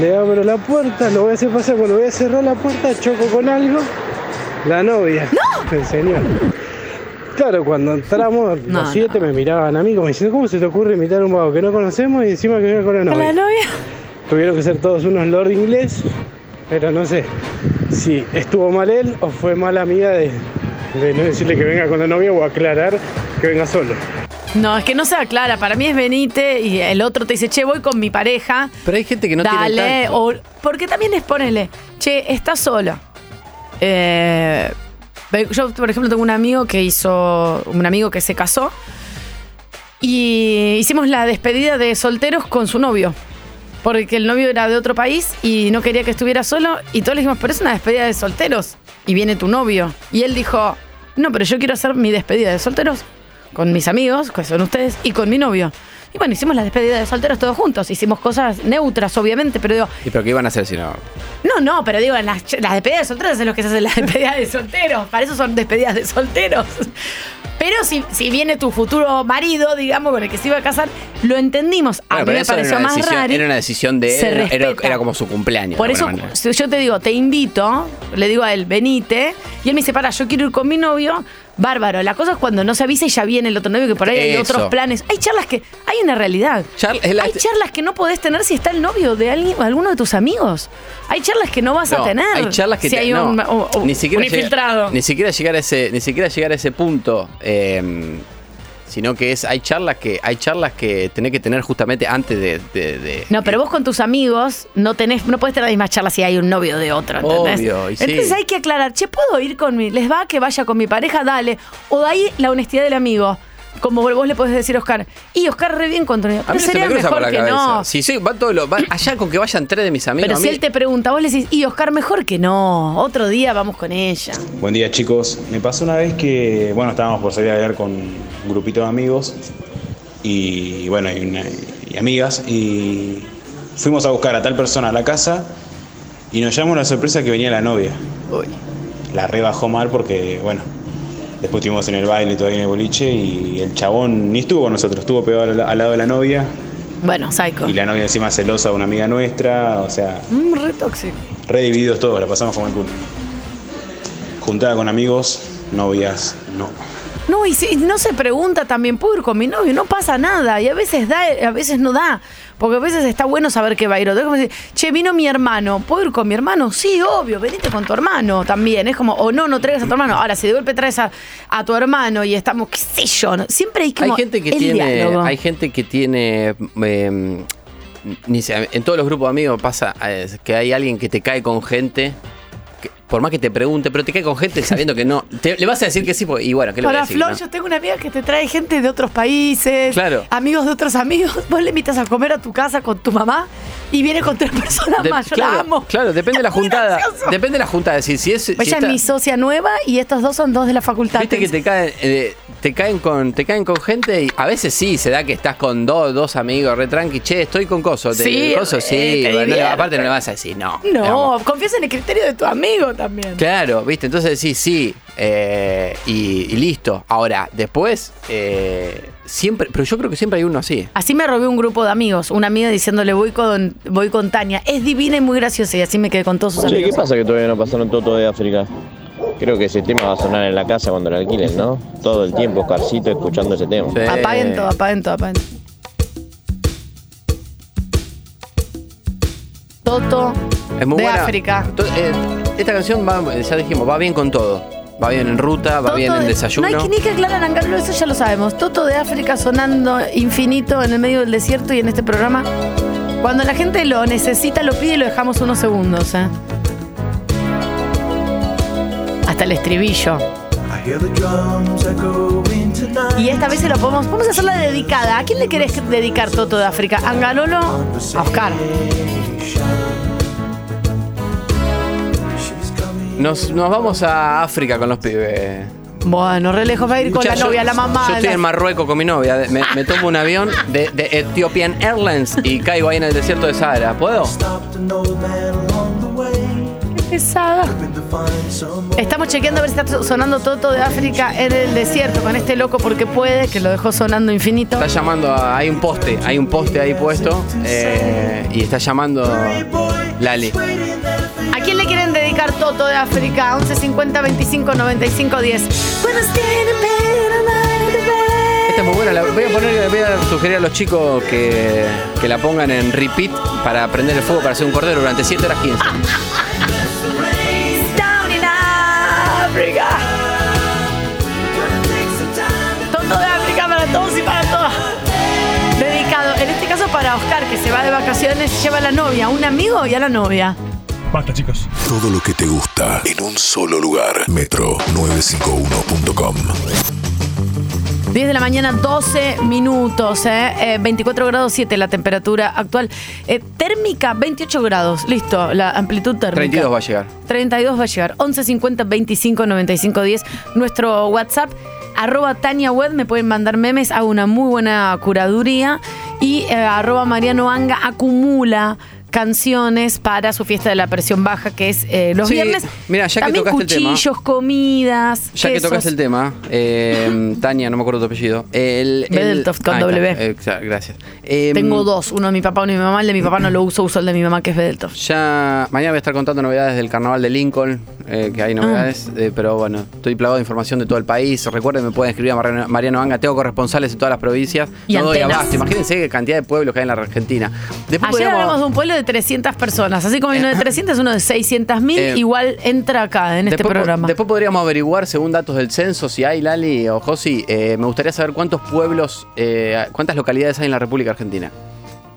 le abro la puerta, lo voy a hacer pasar, cuando voy a cerrar la puerta, choco con algo, la novia, el señor. Claro, cuando entramos, No, los siete me miraban a mí como diciendo, ¿cómo se te ocurre invitar a un vago que no conocemos y encima que viene con la ¿Con novia? la novia? Tuvieron que ser todos unos lord inglés, pero no sé si estuvo mal él o fue mala amiga de, de no decirle que venga con la novia o aclarar que venga solo. No, es que no se aclara. Para mí es venite y el otro te dice, che, voy con mi pareja. Pero hay gente que no tiene dale, tacto. o- porque también es ponele, che, estás sola. Eh, ve- yo, por ejemplo, tengo un amigo que hizo, un amigo que se casó y hicimos la despedida de solteros con su novio. Porque el novio era de otro país y no quería que estuviera solo. Y todos le dijimos, pero es una despedida de solteros. Y viene tu novio. Y él dijo, no, pero yo quiero hacer mi despedida de solteros con mis amigos, que son ustedes, y con mi novio. Y bueno, hicimos la despedida de solteros todos juntos. Hicimos cosas neutras, obviamente, pero digo, ¿Y pero qué iban a hacer si no? no, no, pero digo, las, ch- las despedidas de solteros es lo que se hacen las despedidas de solteros. Para eso son despedidas de solteros. Pero si, si viene tu futuro marido, digamos, con el que se iba a casar, Lo entendimos. A Bueno, mí pero me eso era pareció una, más decisión, raro. era una decisión de Se él, era- era, respeta. como su cumpleaños. Por de eso alguna manera. si yo te digo, te invito, le digo a él, venite, y él me dice, para, yo quiero ir con mi novio. Bárbaro, la cosa es cuando no se avisa y ya viene el otro novio, que por ahí hay Eso. otros planes. Hay charlas que, hay una realidad. hay charlas que no podés tener si está el novio de alguien, alguno de tus amigos. Hay charlas que no vas a No, tener. Hay charlas que si te- hay no, un, o- o- ni siquiera un llega- infiltrado. ni siquiera llegar a ese, ni siquiera llegar a ese punto. eh, sino que es, hay charlas que, hay charlas que tenés que tener justamente antes de. de- de- No, pero vos con tus amigos no tenés, no podés tener las mismas charlas si hay un novio de otro, ¿entendés? Obvio, y sí. Entonces hay que aclarar, che, ¿puedo ir con mi? ¿Les va que vaya con mi pareja? Dale. O de ahí la honestidad del amigo. Como vos le podés decir a Oscar. Y Oscar re bien con tu novio. a mí Pero se sería me cruza por mejor la que cabeza. no. Sí, sí, van todos los- van- allá con que vayan tres de mis amigos. Pero a si mí- él te pregunta, vos le decís, y Oscar, mejor que no. Otro día vamos con ella. Buen día chicos, me pasó una vez que, bueno, estábamos por salir a ver con un grupito de amigos y, bueno, y, una- y amigas y fuimos a buscar a tal persona a la casa y nos llamó una sorpresa que venía la novia. La rebajó mal porque, bueno, después estuvimos en el baile todavía en el boliche y el chabón ni estuvo con nosotros, estuvo pegado al, al lado de la novia Bueno, psycho. y la novia encima celosa de una amiga nuestra, o sea, Mm, re tóxico. Redivididos todos, la pasamos como el culo. Juntada con amigos, novias, no. No, y si- y no se pregunta también, ¿puedo ir con mi novio? No pasa nada. Y a veces da, eh, a veces no da. Porque a veces está bueno saber que va a ir otro. Es como decir, che, vino mi hermano, ¿puedo ir con mi hermano? Sí, obvio, venite con tu hermano también. Es como, o no, no traigas a tu hermano. Ahora, si de golpe traes a, a tu hermano y estamos, qué sé yo, ¿no? siempre hay como hay gente que el tiene diálogo. hay gente que tiene eh, ni sé, en todos los grupos de amigos pasa eh, que hay alguien que te cae con gente que, por más que te pregunte pero te cae con gente sabiendo que no Te- le vas a decir que sí porque- y bueno qué le voy a Ahora, decir Flor, no? yo tengo una amiga que te trae gente de otros países, Claro. amigos de otros amigos. Vos le invitas a comer a tu casa con tu mamá y viene con tres personas De- más. Yo claro, la amo. claro, depende de la juntada. Depende de la juntada. Si, si es, si Ella está- es mi socia nueva y estos dos son dos de la facultad. Viste que te caen, eh, te caen con, te caen con gente y a veces sí, se da que estás con dos, dos amigos, re tranqui, che, estoy con coso, te- Sí, coso, eh, sí, te bueno, no le- divierte. aparte no le vas a decir no. No, confías en el criterio de tu amigo también. Claro, viste, entonces decís sí, eh, y, y listo. Ahora, después, eh, siempre, pero yo creo que siempre hay uno así. Así me robé un grupo de amigos, una amiga diciéndole voy con voy con Tania, es divina y muy graciosa y así me quedé con todos sus Che, ¿qué amigos. pasa que todavía no pasaron todo de África? Creo que ese tema va a sonar en la casa cuando lo alquilen, ¿no? Todo el tiempo, Oscarcito, escuchando ese tema. Apaguen todo, apaguen todo, apaguen todo. Toto Es muy de buena. África. To- eh, esta canción va, eh, ya dijimos, va bien con todo. Va bien en ruta, va bien Toto en de- desayuno. No hay que ni que aclarar, Angelo, eso ya lo sabemos. Toto de África sonando infinito en el medio del desierto y en este programa. Cuando la gente lo necesita, lo pide y lo dejamos unos segundos. ¿eh? Hasta el estribillo. Y esta vez se lo podemos. Vamos a hacerla dedicada. ¿A quién le querés dedicar Toto de África? ¿Angalolo? A Oscar. Nos, nos vamos a África con los pibes. Bueno, re lejos va a ir con la Escuchá, yo- novia, la mamá. Yo estoy la- en Marruecos con mi novia. de- Me, me tomo un avión de, de Ethiopian Airlines y caigo ahí en el desierto de Sahara. ¿Puedo? Qué pesada. Estamos chequeando a ver si está sonando Toto de África en el desierto con este loco porque puede, que lo dejó sonando infinito. Está llamando, a- hay un poste, hay un poste ahí puesto eh, y está llamando Lali. ¿A quién le quieren dedicar Toto de África? 11 50 25 95 10. Esta es muy buena, la voy a poner, voy a sugerir a los chicos que, que la pongan en repeat para prender el fuego para hacer un cordero durante 7 horas 15. Ah, Down in África. Toto de África para todos y para todas. Dedicado, en este caso para Oscar, que se va de vacaciones, lleva a la novia, a un amigo y a la novia. Basta, chicos. Todo lo que te gusta en un solo lugar. Metro951.com. 10 de la mañana, 12 minutos, ¿eh? Eh, 24 grados 7 la temperatura actual. Eh, térmica, 28 grados, listo, la amplitud térmica. 32 va a llegar. 32 va a llegar. 11 50 25 95 10. Nuestro WhatsApp, arroba Tania Web, me pueden mandar memes, hago una muy buena curaduría. Y eh, arroba Mariano Anga acumula canciones para su fiesta de la presión baja, que es eh, los Sí, viernes. mira, ya que También tocaste el tema. cuchillos, comidas. Ya que quesos. tocas el tema, eh, Tania, no me acuerdo tu apellido. El, el- Bedeltoft, con ahí está, W. exa- gracias. Em, Tengo dos, uno de mi papá, uno de mi mamá. El de mi papá no lo uso, uso el de mi mamá, que es Bedeltoft. Ya mañana voy a estar contando novedades del carnaval de Lincoln, Ah. eh, que hay novedades, eh, pero bueno, estoy plagado de información de todo el país. Recuerden, me pueden escribir a Mariano, Mariano Anga, tengo corresponsales en todas las provincias. Y no doy antenas. abasto. Imagínense qué cantidad de pueblos que hay en la Argentina. Después Ayer podríamos- hablamos de un pueblo de 300 personas, así como hay uno de 300, uno de 600 mil, Eh, igual entra acá en este Después, po- programa. después podríamos averiguar, según datos del censo, si hay, Lali o Josi, eh, me gustaría saber cuántos pueblos, eh, cuántas localidades hay en la República Argentina.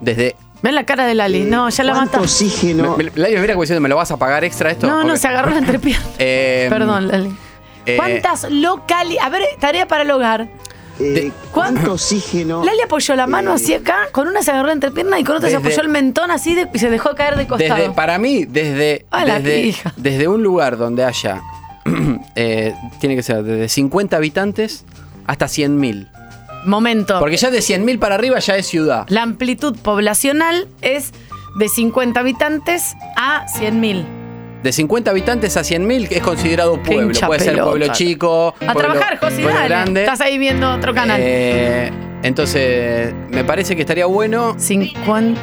Desde... Ven la cara de Lali, no, ya la mata. oxígeno? Lali me mira como diciendo, ¿me lo vas a pagar extra esto? No, no, Ok. se agarró la entrepierna. Eh, Perdón, Lali. eh, ¿Cuántas localidades? A ver, tarea para el hogar. ¿Cuánto oxígeno? Lali apoyó la mano así acá, con una se agarró la entrepierna y con otra se Eh, Desde- apoyó el mentón así de- y se dejó caer de costado. Desde, para mí, desde, A la desde, pija. desde un lugar donde haya, eh, tiene que ser desde 50 habitantes hasta 100.000. Momento. Porque ya de 100.000 para arriba ya es ciudad. La amplitud poblacional es de 50 habitantes a 100.000. De 50 habitantes a 100.000 que es considerado pueblo. hincha Puede ser pelota. pueblo chico, A pueblo- trabajar, José, pueblo dale. grande. Estás ahí viendo otro canal. Eh, entonces, me parece que estaría bueno... 50...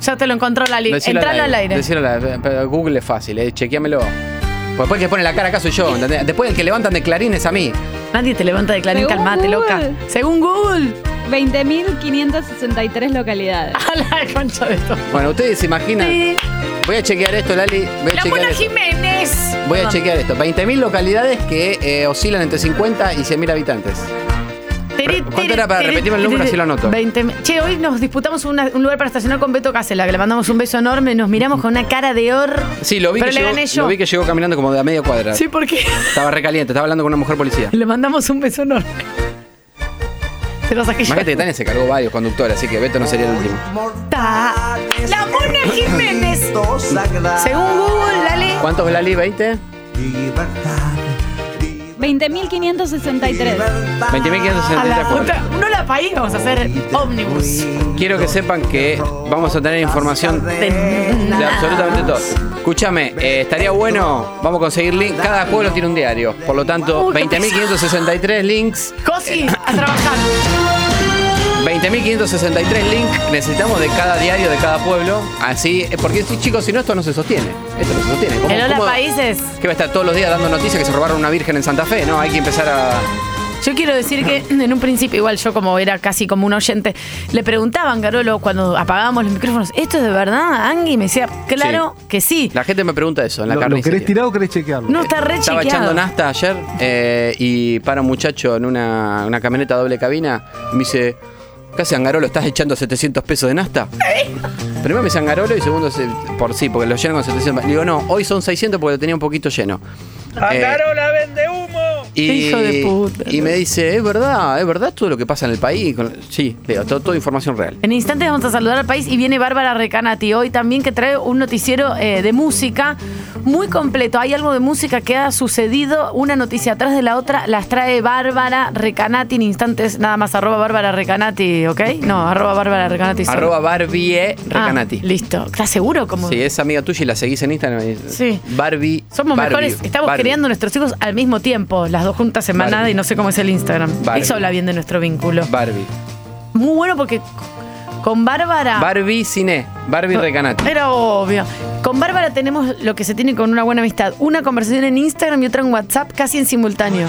Ya te lo encontró Lali. Decirlo Entralo al aire. decirlo al aire. Pero Google es fácil, eh, chequeamelo. Pues después el que pone la cara acá soy yo, ¿entendés? Después el que levantan de clarín es a mí. Eh. Nadie te levanta de clarín, Según calmate, loca. Google. Según Google. 20.563 localidades. A la concha de todo. Bueno, ustedes se imaginan. Voy a chequear esto, Lali. Voy a La chequear Mona esto. Jiménez. Voy a Perdón. chequear esto. 20.000 localidades que eh, oscilan entre 50 y 100.000 habitantes. Tiri, ¿Cuánto tiri, era para tiri, repetirme el número? tiri, Así lo anoto. 20.000. Che, hoy nos disputamos una- un lugar para estacionar con Beto Casela, que le mandamos un beso enorme, nos miramos con una cara de or. Sí, lo vi, Pero que le llegó, gané yo. lo vi que llegó caminando como de a media cuadra. Sí, porque Estaba recaliente, estaba hablando con una mujer policía. le mandamos un beso enorme. Se lo saqué yo. Imagínate que Tania se cargó varios conductores, así que Beto no sería el último. Ta- La Mona Jiménez. Según Google, Lali. ¿Cuántos Lali? ¿20? 20.563. 20.563 pueblos. No la país, vamos a hacer ómnibus. Quiero que sepan que vamos a tener información de absolutamente todo. Escúchame, eh, estaría bueno, vamos a conseguir link. Cada pueblo tiene un diario, por lo tanto, Uy, qué 20.563 links. Cosi, a trabajar. 20.563 links necesitamos de cada diario, de cada pueblo. Así, eh, porque sí, chicos, si no, esto no se sostiene. Esto no se sostiene. ¿Cómo- En Hola cómo- Países, ¿Qué va a estar todos los días dando noticias que se robaron una virgen en Santa Fe? No, hay que empezar a. yo quiero decir que en un principio, igual yo como era casi como un oyente, le preguntaban, Garolo, cuando apagábamos los micrófonos, ¿esto es de verdad, Angie? Y me decía, claro que sí. La gente me pregunta eso en la ¿Lo, lo carnicería. querés tirar o querés chequearlo? No, está re Eh, Estaba chequeado. echando nasta ayer eh, y para un muchacho en una, una camioneta doble cabina y me dice, ¿qué hace Angarolo? ¿Estás echando 700 pesos de nasta? Primero me dice Angarolo y segundo se- por sí, porque lo llenan con 700. Le digo, no, hoy son 600 porque lo tenía un poquito lleno. Eh, Angarola vende humo. Y, Y me dice, es verdad, es verdad todo lo que pasa en el país. Con- Sí, digo, todo, toda información real. En instantes vamos a saludar al país y viene Bárbara Recanati hoy también que trae un noticiero eh, de música muy completo. Hay algo de música que ha sucedido, una noticia atrás de la otra, las trae Bárbara Recanati en instantes, nada más arroba Bárbara Recanati, ¿ok? No, arroba Bárbara Recanati. solo. Arroba Barbie E, Ah, Recanati. listo, ¿estás seguro? Como... Sí, es amiga tuya y la seguís en Instagram. y- Sí. Barbie. Somos Barbie, mejores, estamos Barbie. criando nuestros hijos al mismo tiempo, las dos juntas en manada Barbie. y no sé cómo es el Instagram. Barbie. Eso habla bien de nuestro vínculo. Barbie. Muy bueno porque con Bárbara... Barbie Cine. Barbie Recanati. Era obvio. Con Bárbara tenemos lo que se tiene con una buena amistad. Una conversación en Instagram y otra en WhatsApp casi en simultáneo.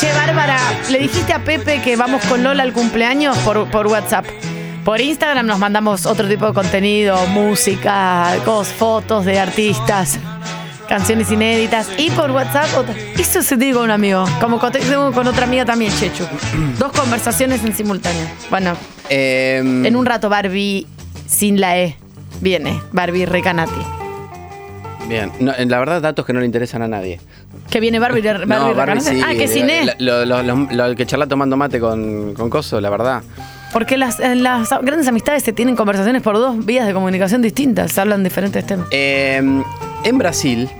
Che, Bárbara, le dijiste a Pepe que vamos con Lola al cumpleaños por, por WhatsApp. Por Instagram nos mandamos otro tipo de contenido, música, cos, fotos de artistas, canciones inéditas. Y por WhatsApp, otra- eso se digo con un amigo. Como conté- tengo con otra amiga también, Chechu. Dos conversaciones en simultáneo. Bueno, Em, en un rato Barbie sin la E viene. Barbie Recanati. Bien, No, eh, la verdad, datos que no le interesan a nadie. Que viene Barbie, Barbie no, Barbie Recanati. sí. ah, que sin E. eh, Lo, lo- lo- lo- el que charla tomando mate con, con Coso, la verdad. Porque las, eh, las grandes amistades se tienen conversaciones por dos vías de comunicación distintas. Se hablan diferentes temas. eh, Em, en Brasil,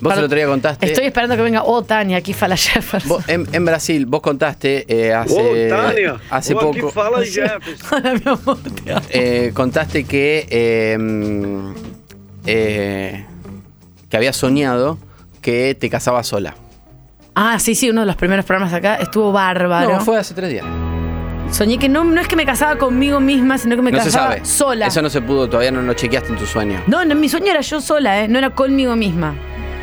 Vos el otro día contaste. Estoy esperando que venga, oh, Tania, aquí Fala Jefferson. Vos, en, en Brasil, vos contaste eh, hace, Oh, Tania. Eh, hace Oh, aquí poco. fala Hola, mi amor. Eh, contaste que. eh, eh, que habías soñado que te casabas sola. Ah, sí, sí, uno de los primeros programas acá estuvo bárbaro. No, fue hace tres días. Soñé que no, no es que me casaba conmigo misma, sino que me no se casaba sabe. sola. Eso no se pudo, todavía no lo chequeaste en tu sueño. No, no, mi sueño era yo sola, ¿eh? No era conmigo misma.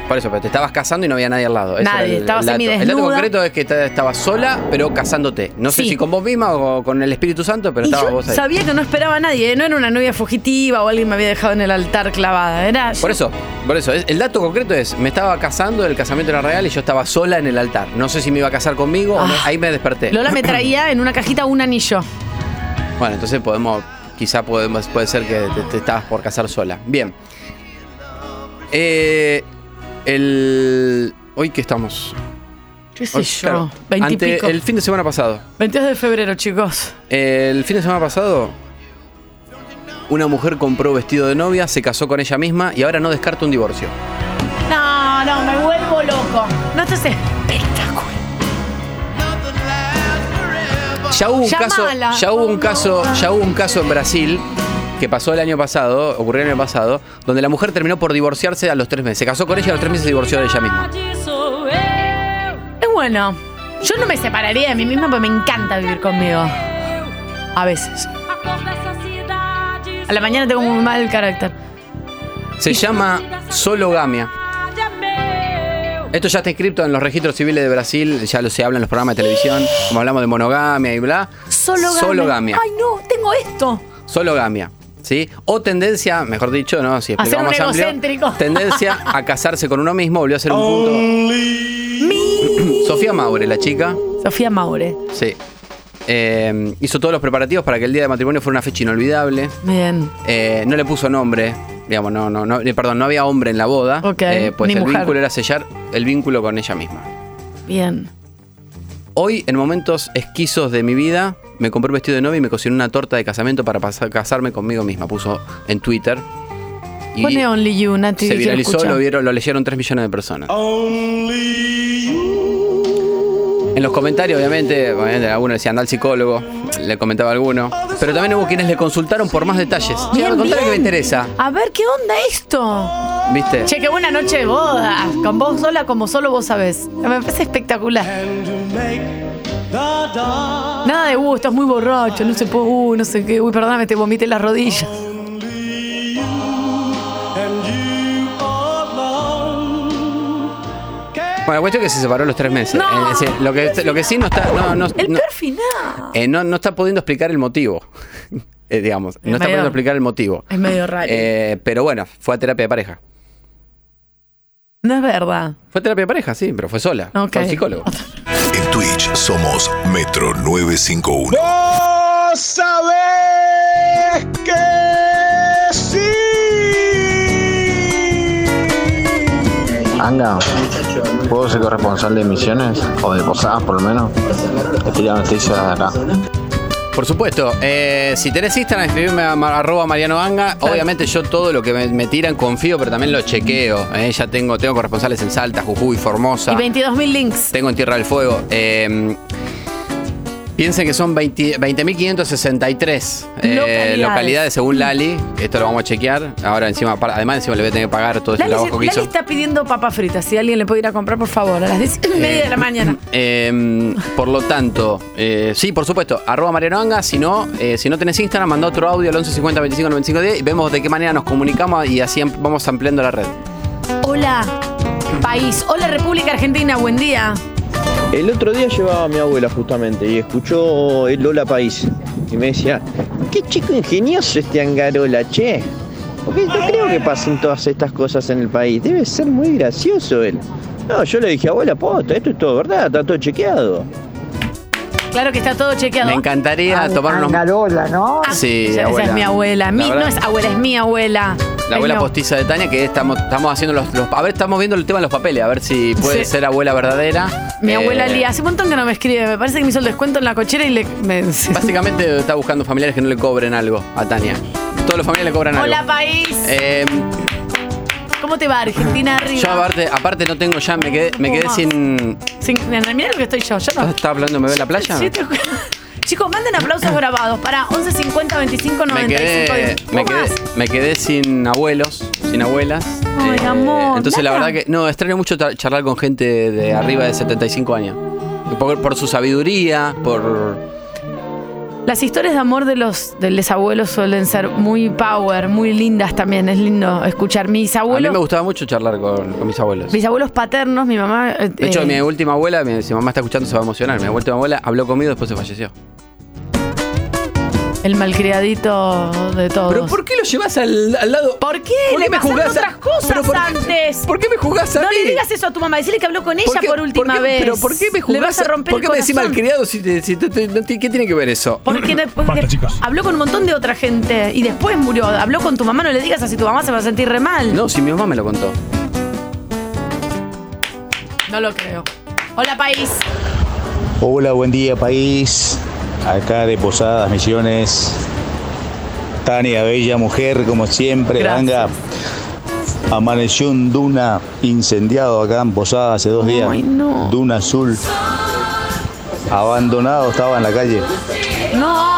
Por eso, pero te estabas casando y no había nadie al lado. Ese Nadie, era el- el estaba dato. El dato semidesnuda. concreto es que te- estabas sola, pero casándote. No sé Sí. si con vos misma o con el Espíritu Santo, pero Y estabas yo vos ahí. sabía que no esperaba a nadie, ¿eh? no era una novia fugitiva o alguien me había dejado en el altar clavada. Era Por eso, por eso, es- el dato concreto es, me estaba casando, el casamiento era real y yo estaba sola en el altar. No sé si me iba a casar conmigo o no, ahí me desperté. Ah. Lola me traía en una cajita un anillo. Bueno, entonces podemos, quizá podemos, puede ser que te, te estabas por casar sola. Bien. Eh, el. Hoy que estamos. ¿Qué sé Hoy, yo? claro, ante Veintipico. el fin de semana pasado. 22 de febrero, chicos. El fin de semana pasado, una mujer compró vestido de novia, se casó con ella misma y ahora no descarta un divorcio. No, no, me vuelvo loco. No, esto es espectacular. Ya hubo un caso, Llamala. ya hubo un caso, ya hubo un caso en Brasil que pasó el año pasado, ocurrió el año pasado, donde la mujer terminó por divorciarse a los tres meses. Se casó con ella y a los tres meses se divorció de ella misma. Es bueno. Yo no me separaría de mí misma porque me encanta vivir conmigo. A veces. A la mañana tengo un mal carácter. Se llama sologamia. Esto ya está inscrito en los registros civiles de Brasil, ya lo se habla en los programas de televisión, como hablamos de monogamia y bla. Sologamia. Sologamia. Ay, no, tengo esto. Sologamia. ¿Sí? O tendencia, mejor dicho, ¿no? Si Hacer un explicamos más amplio, egocéntrico. tendencia a casarse con uno mismo, volvió a ser un punto. Sofía Maure, la chica. Sofía Maure. Sí. Eh, hizo todos los preparativos para que el día de matrimonio fuera una fecha inolvidable. Bien. Eh, no le puso nombre, digamos, no, no, no, eh, perdón, no había hombre en la boda. Ok, Eh, pues ni el mujer. vínculo era sellar el vínculo con ella misma. Bien. Hoy, en momentos esquizos de mi vida, me compré un vestido de novia y me cociné una torta de casamiento para pasar- casarme conmigo misma. Puso en Twitter. Y Pone Only You, Nati. se quiero viralizó, escuchar. lo, vieron, lo leyeron 3 millones de personas. En los comentarios, obviamente, obviamente, algunos decían, anda al psicólogo, le comentaba alguno. Pero también hubo quienes le consultaron por más detalles. Che, Bien, contame que me bien. interesa, A ver, ¿qué onda esto? ¿viste? Che, qué buena noche de boda. Con vos sola como solo vos sabés. Me parece espectacular. Nada de gusto, es muy borracho, no se puede, uh, no sé qué. Uy, perdóname, te vomité las rodillas. Bueno, la cuestión es que se separó a los tres meses. No. Eh, sí, lo, que, lo que sí no está. No, no, El no- peor final. eh, no- no está pudiendo explicar el motivo. eh, digamos, no Es medio- está pudiendo explicar el motivo. Es medio raro. Eh, pero bueno, fue a terapia de pareja. No es verdad. Fue a terapia de pareja, sí, pero fue sola. Ok. Fue al psicólogo. En Twitch somos Metro 951. ¡Vos sabés que sí! Anga, ¿puedo ser corresponsal de emisiones? O de posadas, por lo menos. Te tiro noticias de acá. Por supuesto, eh, si tenés Instagram, escribime a ma- arroba Mariano Ganga. Obviamente yo todo lo que me, me tiran confío, pero también lo chequeo. eh. Ya tengo, tengo corresponsales en Salta, Jujuy, Formosa. Y 22.000 links. Tengo en Tierra del Fuego. Eh, piensen que son 20 20.563 eh, Localidades. localidades según Lali. Esto lo vamos a chequear. Ahora encima, apar- además encima le voy a tener que pagar todo ese Lali, trabajo que Lali hizo. está pidiendo papas fritas. Si alguien le puede ir a comprar, por favor, a las 10 y media de la mañana. Eh, por lo tantanto, eh, sí, por supuesto, arroba Mariano Anga, si no, eh, si no tenés Instagram, manda otro audio al 11 50 25 95 10 y vemos de qué manera nos comunicamos y así am- vamos ampliando la red. Hola, país. Hola, República Argentina. Buen día. El otro día llevaba a mi abuela justamente y escuchó el Lola País y me decía, qué chico ingenioso este Angarola, che. Porque no creo que pasen todas estas cosas en el país, debe ser muy gracioso él. No, yo le dije, abuela, posta, esto es todo verdad, está todo chequeado. Claro que está todo chequeado. Ah, Me encantaría tomar unos. Angarola, ¿no? Sí, esa abuela. es mi abuela. Mi- La no verdad- es abuela, es mi abuela. La Es abuela mi abu- postiza de Tania, que estamos, estamos haciendo los, los- A ver, estamos viendo el tema de los papeles, a ver si puede Sí. ser abuela verdadera. Mi Eh, abuela Lía. Hace un montón que no me escribe. Me parece que me hizo el descuento en la cochera y le. me- Básicamente está buscando familiares que no le cobren algo a Tania. Todos los familiares le cobran algo. Hola, país. Eh, ¿Cómo te va Argentina arriba? Em, Yo aparte, aparte no tengo ya, me quedé, me quedé sin. Sin- Mirá lo que estoy yo. yo no- ¿Estaba hablando? ¿Me ve la playa? Sí, te- Chicos, manden aplausos grabados para 1150 25 Me 95 quedé, diez. me, ¿Cómo quedé, vas? me quedé sin abuelos, sin abuelas. Ay, amor. Eh, Entonces la nada. verdad que no, extraño mucho tra- charlar con gente de arriba de 75 años. Por, por su sabiduría, por... Las historias de amor de los, de los abuelos suelen ser muy power, muy lindas también. Es lindo escuchar. Mis A mí me abuelos, gustaba mucho charlar con, con mis abuelos. mis abuelos paternos, mi mamá. eh, De hecho, eh, mi última abuela, mi, si mamá está escuchando se va a emocionar, mi última abuela habló conmigo y después se falleció. El malcriadito de todos. ¿Pero por qué lo llevas al, lado? ¿Por qué? ¿Por qué Le me pasaron juzgás a- otras cosas pero por qué- antes. ¿Por qué me juzgás a No mí? le digas eso a tu mamá. Decirle que habló con ella ¿Por por, qué- última por qué- vez. ¿Pero por qué me juzgás? Le vas a romper ¿Por qué el me decís corazón. malcriado si, te- si te- te- no tiene- qué tiene que ver eso? Porque después Basta, de- chicos. habló con un montón de otra gente y después murió. Habló con tu mamá, no le digas así, tu mamá se va a sentir re mal. No, si mi mamá me lo contó. No lo creo. Hola, país. Hola, buen día país. Acá de Posadas, Misiones. Tania, bella mujer, como siempre, ganga. Amaneció un duna incendiado acá en Posadas hace dos días. Duna azul. Abandonado estaba en la calle. ¡No!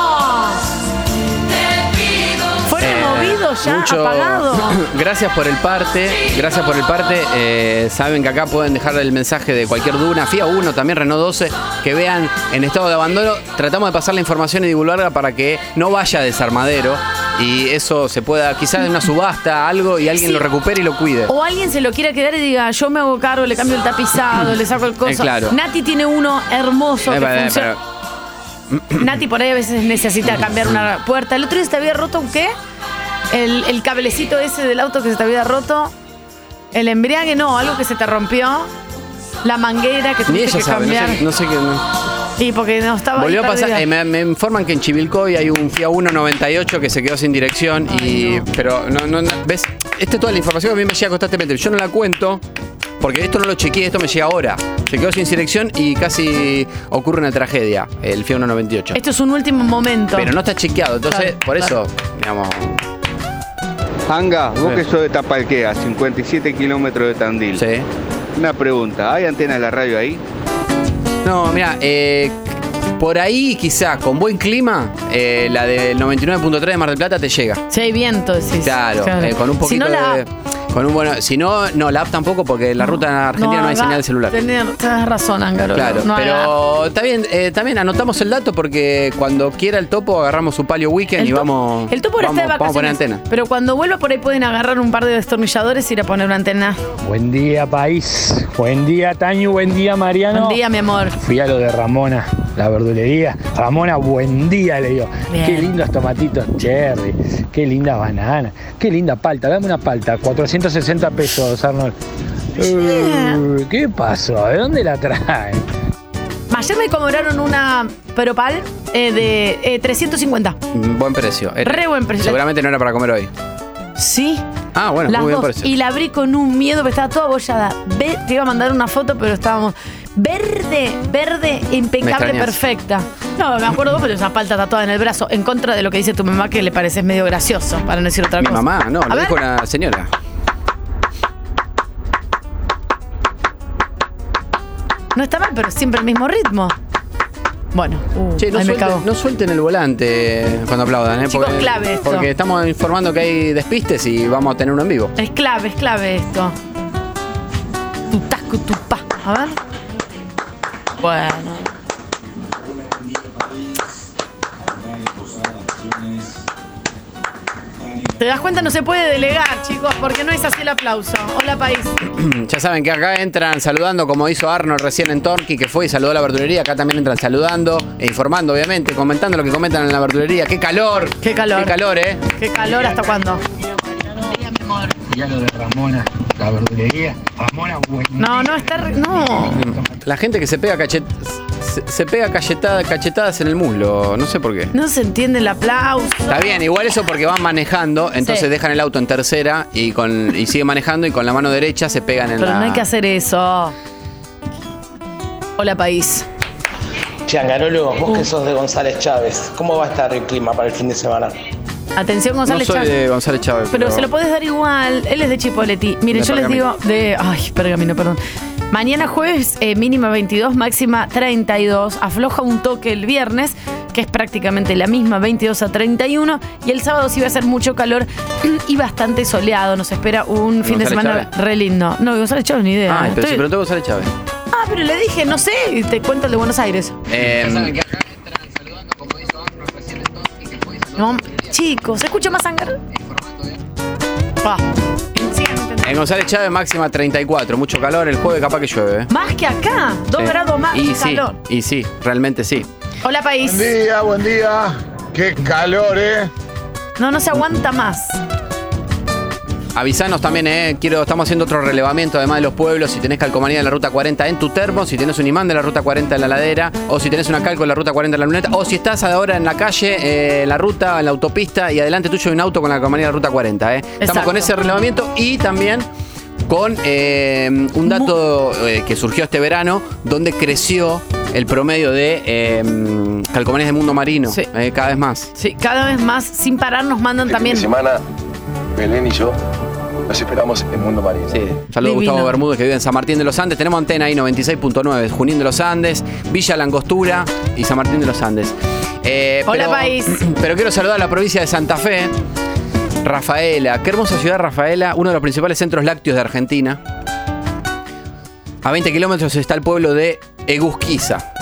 Fue Eh, removido ya, mucho- apagado. gracias por el parte, gracias por el parte. Eh, saben que acá pueden dejar el mensaje de cualquier duna, FIA 1, también Renault 12, que vean en estado de abandono. Tratamos de pasar la información y divulgarla para que no vaya a desarmadero y eso se pueda, quizás de una subasta, algo, y alguien Sí. lo recupere y lo cuide. O alguien se lo quiera quedar y diga, yo me hago cargo, le cambio el tapizado, le saco el coso. Eh, claro. Nati tiene uno hermoso Eh, que para- funciona. para- Nati por ahí a veces necesita cambiar una puerta. El otro día se te había roto un qué? El, el cablecito ese del auto que se te había roto. El embriague, no, algo que se te rompió. La manguera que Ni tuviste ella que sabe, no cambiar. sé, no sé qué. no. Y porque no estaba. ahí Volvió a pasar, perdida. eh, me, me informan que en Chivilcoy hay un FIA 198 que se quedó sin dirección y pero no, no, no- ves, esta es toda la información que a mí me llega constantemente, yo no la cuento porque esto no lo chequeé, esto me llega ahora. Se quedó sin dirección y casi ocurre una tragedia, el FIA 198. Esto es un último momento. Pero no está chequeado, entonces Eh, Claro, por eso, claro. digamos, Anga, vos que sos de Tapalquea, 57 kilómetros de Tandil. Sí. Una pregunta, ¿hay antena de la radio ahí? No, mira, eh, por ahí quizá con buen clima eh, la del 99.3 de Mar del Plata te llega. Si hay viento, decís. Claro, eh, con un poquito Si no la de. Con un bueno, si no, no, la app tampoco, porque en la ruta en Argentina no, hay haga- señal celular. Tener, tenés razón, Ángaro. Claro, no haga- pero está bien, eh, también anotamos el dato porque cuando quiera el topo agarramos su palio weekend y vamos. El topo ahora vamos, está este de vacaciones. vamos a poner antena. Pero cuando vuelva por ahí pueden agarrar un par de destornilladores y ir a poner una antena. Buen día, país. Buen día, Tañu. Buen día, Mariano. Buen día, mi amor. Fui a lo de Ramona, la verdulería. Ramona, buen día, le digo. Bien. Qué lindos tomatitos cherry. Qué linda banana. Qué linda palta. Dame una palta. 460 pesos, Arnold. Eh, ¿Qué pasó? ¿De dónde la traen? Ayer me cobraron una Propal eh, de eh, 350. Mm, Buen precio. Era- Re buen precio. Seguramente no era para comer hoy. Sí. Ah, bueno, Las muy buen dos. precio. Y la abrí con un miedo, que estaba toda abollada. Ve- te iba a mandar una foto, pero estábamos verde, verde, impecable, extrañas. perfecta. No, me acuerdo vos, pero esa palta tatuada en el brazo, en contra de lo que dice tu mamá, que le pareces medio gracioso, para no decir otra Mi cosa. mamá, no, A lo ver. dijo una señora. No está mal, pero siempre el mismo ritmo. Bueno, uh, Che, no, ahí me cago. suelten, no suelten el volante cuando aplaudan, ¿eh? Chicos, clave esto. porque estamos informando que hay despistes y vamos a tener uno en vivo. Es clave, es clave esto. Tu tasco, tu pa. A ver. Bueno. ¿Te das cuenta? No se puede delegar, chicos, porque no es así el aplauso. Hola, país. Ya saben que acá entran saludando, como hizo Arnold recién en Torqui, que fue y saludó a la verdulería. Acá también entran saludando e informando, obviamente, comentando lo que comentan en la verdulería. ¡Qué calor! ¡Qué calor! ¡Qué calor, eh! Qué calor, ¿hasta cuándo? Fui a lo de Ramona, la verdulería. Ramona, buen No, no, está... re- No. La gente que se pega cachet- se, se pega cachetada- cachetadas en el muslo, no sé por qué. No se entiende el aplauso. Está bien, igual eso porque van manejando, entonces Sí. dejan el auto en tercera y con y siguen manejando y con la mano derecha se pegan en Pero la. no hay que hacer eso. Hola, país. Che, Angarolo, vos que sos de González Chávez, ¿cómo va a estar el clima para el fin de semana? Atención, No González soy Chávez. de González Chávez. Pero se lo podés dar igual. Él es de Chipoletti. Miren, De yo les digo Pergamino. de. Ay, pergamino, perdón. Mañana jueves, eh, mínima 22, máxima 32. Afloja un toque el viernes, que es prácticamente la misma, 22 a 31. Y el sábado sí va a ser mucho calor y bastante soleado. Nos espera un fin de González semana Chávez. re lindo. No, González Chávez ni idea. Ah, pero Estoy- se preguntó González Chávez. Ah, pero le dije, no sé, te cuento el de Buenos Aires. Eh, No, chicos, ¿se escucha más sangre? Ah, en González Chávez máxima 34, mucho calor, el jueves capaz que llueve. ¿eh? más que acá, dos Sí. grados más y de sí, calor. Y sí, realmente sí. Hola, país. Buen día, buen día. Qué calor, eh. No, no se aguanta más. Avisanos también, eh. Quiero, estamos haciendo otro relevamiento además de los pueblos. Si tenés calcomanía de la ruta 40 en tu termo, si tenés un imán de la ruta 40 en la ladera, o si tenés una calco de la ruta 40 en la luneta, o si estás ahora en la calle, eh, en la ruta, en la autopista y adelante tuyo hay un auto con la calcomanía de la ruta 40. Eh. Estamos Exacto. con ese relevamiento y también con eh, un dato eh, que surgió este verano donde creció el promedio de eh, calcomanías del mundo marino eh, cada vez más. Sí, cada vez más, sin parar, nos mandan Este Este Fin de también. semana, Belén y yo los esperamos en Mundo Marino. Saludos a Divino. Gustavo Bermúdez que vive en San Martín de los Andes. Tenemos antena ahí 96.9, Junín de los Andes, Villa Langostura y San Martín de los Andes. Eh, Hola, pero- país. Pero quiero saludar a la provincia de Santa Fe. Rafaela, qué hermosa ciudad Rafaela, uno de los principales centros lácteos de Argentina. A 20 kilómetros está el pueblo de Egusquiza,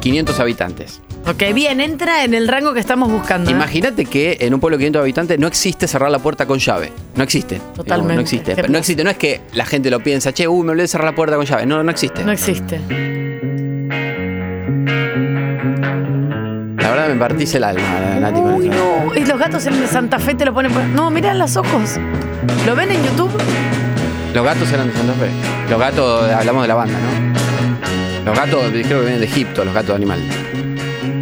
500 habitantes. Ok, bien, entra en el rango que estamos buscando. ¿eh? Imagínate que en un pueblo de 500 habitantes no existe cerrar la puerta con llave. No existe. Digo, Totalmente. No existe. Pero No existe. No es que la gente lo piensa, che, uy, me olvidé de cerrar la puerta con llave. No, no existe. No existe. La verdad me partís el alma, Nati. con Uy, esto. no. Y los gatos en Santa Fe te lo ponen por. No, mirá los ojos. ¿Lo ven en YouTube? Los gatos eran de Santa Fe. Los gatos, hablamos de la banda, ¿no? Los gatos, creo que vienen de Egipto, los gatos de animal.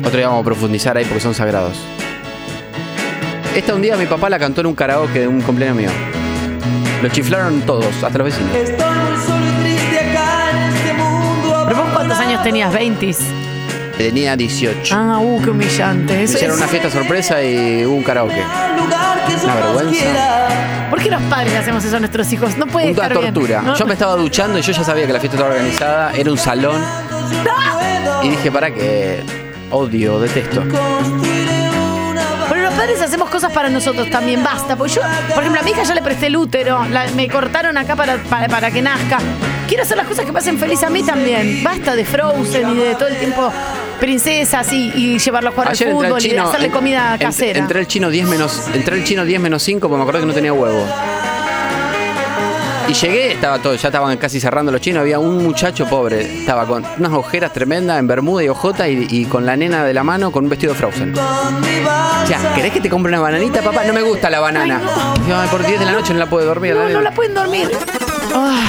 Otro día vamos a profundizar ahí porque son sagrados. Esta un día mi papá la cantó en un karaoke de un cumpleaños mío. Lo chiflaron todos, hasta los vecinos. Estoy muy solo y triste acá en este mundo. ¿Pero vos cuántos años tenías? ¿20? Tenía 18. Ah, uh, qué humillante. Me Eso hicieron es- una fiesta sorpresa y hubo un karaoke. Una vergüenza. ¿Por qué los padres le hacemos eso a nuestros hijos? No puede Una estar bien. tortura. No, Yo me estaba duchando y yo ya sabía que la fiesta estaba organizada, era un salón. Y dije, para que odio, detesto. Pero los padres hacemos cosas para nosotros también, basta. Porque yo, por ejemplo, a mi hija yo le presté el útero, la- me cortaron acá para, para, para que nazca. Quiero hacer las cosas que pasen feliz a mí también. Basta de Frozen y de todo el tiempo princesas y, y llevarlo a jugar al Ayer entré fútbol al y de chino. hacerle en- comida en- casera. Entré al chino 10 menos. Entré al chino 10 menos 5 porque me acordé que no tenía huevo. Y llegué, estaba todo, ya estaban casi cerrando los chinos, había un muchacho pobre, estaba con unas ojeras tremendas en bermuda y ojota y, y con la nena de la mano con un vestido de Frozen. Ya, ¿querés que te compre una bananita, papá? No me gusta la banana. Dije, "Ay, por 10 de la noche no la puedo dormir. No, nena". no la pueden dormir. Ah.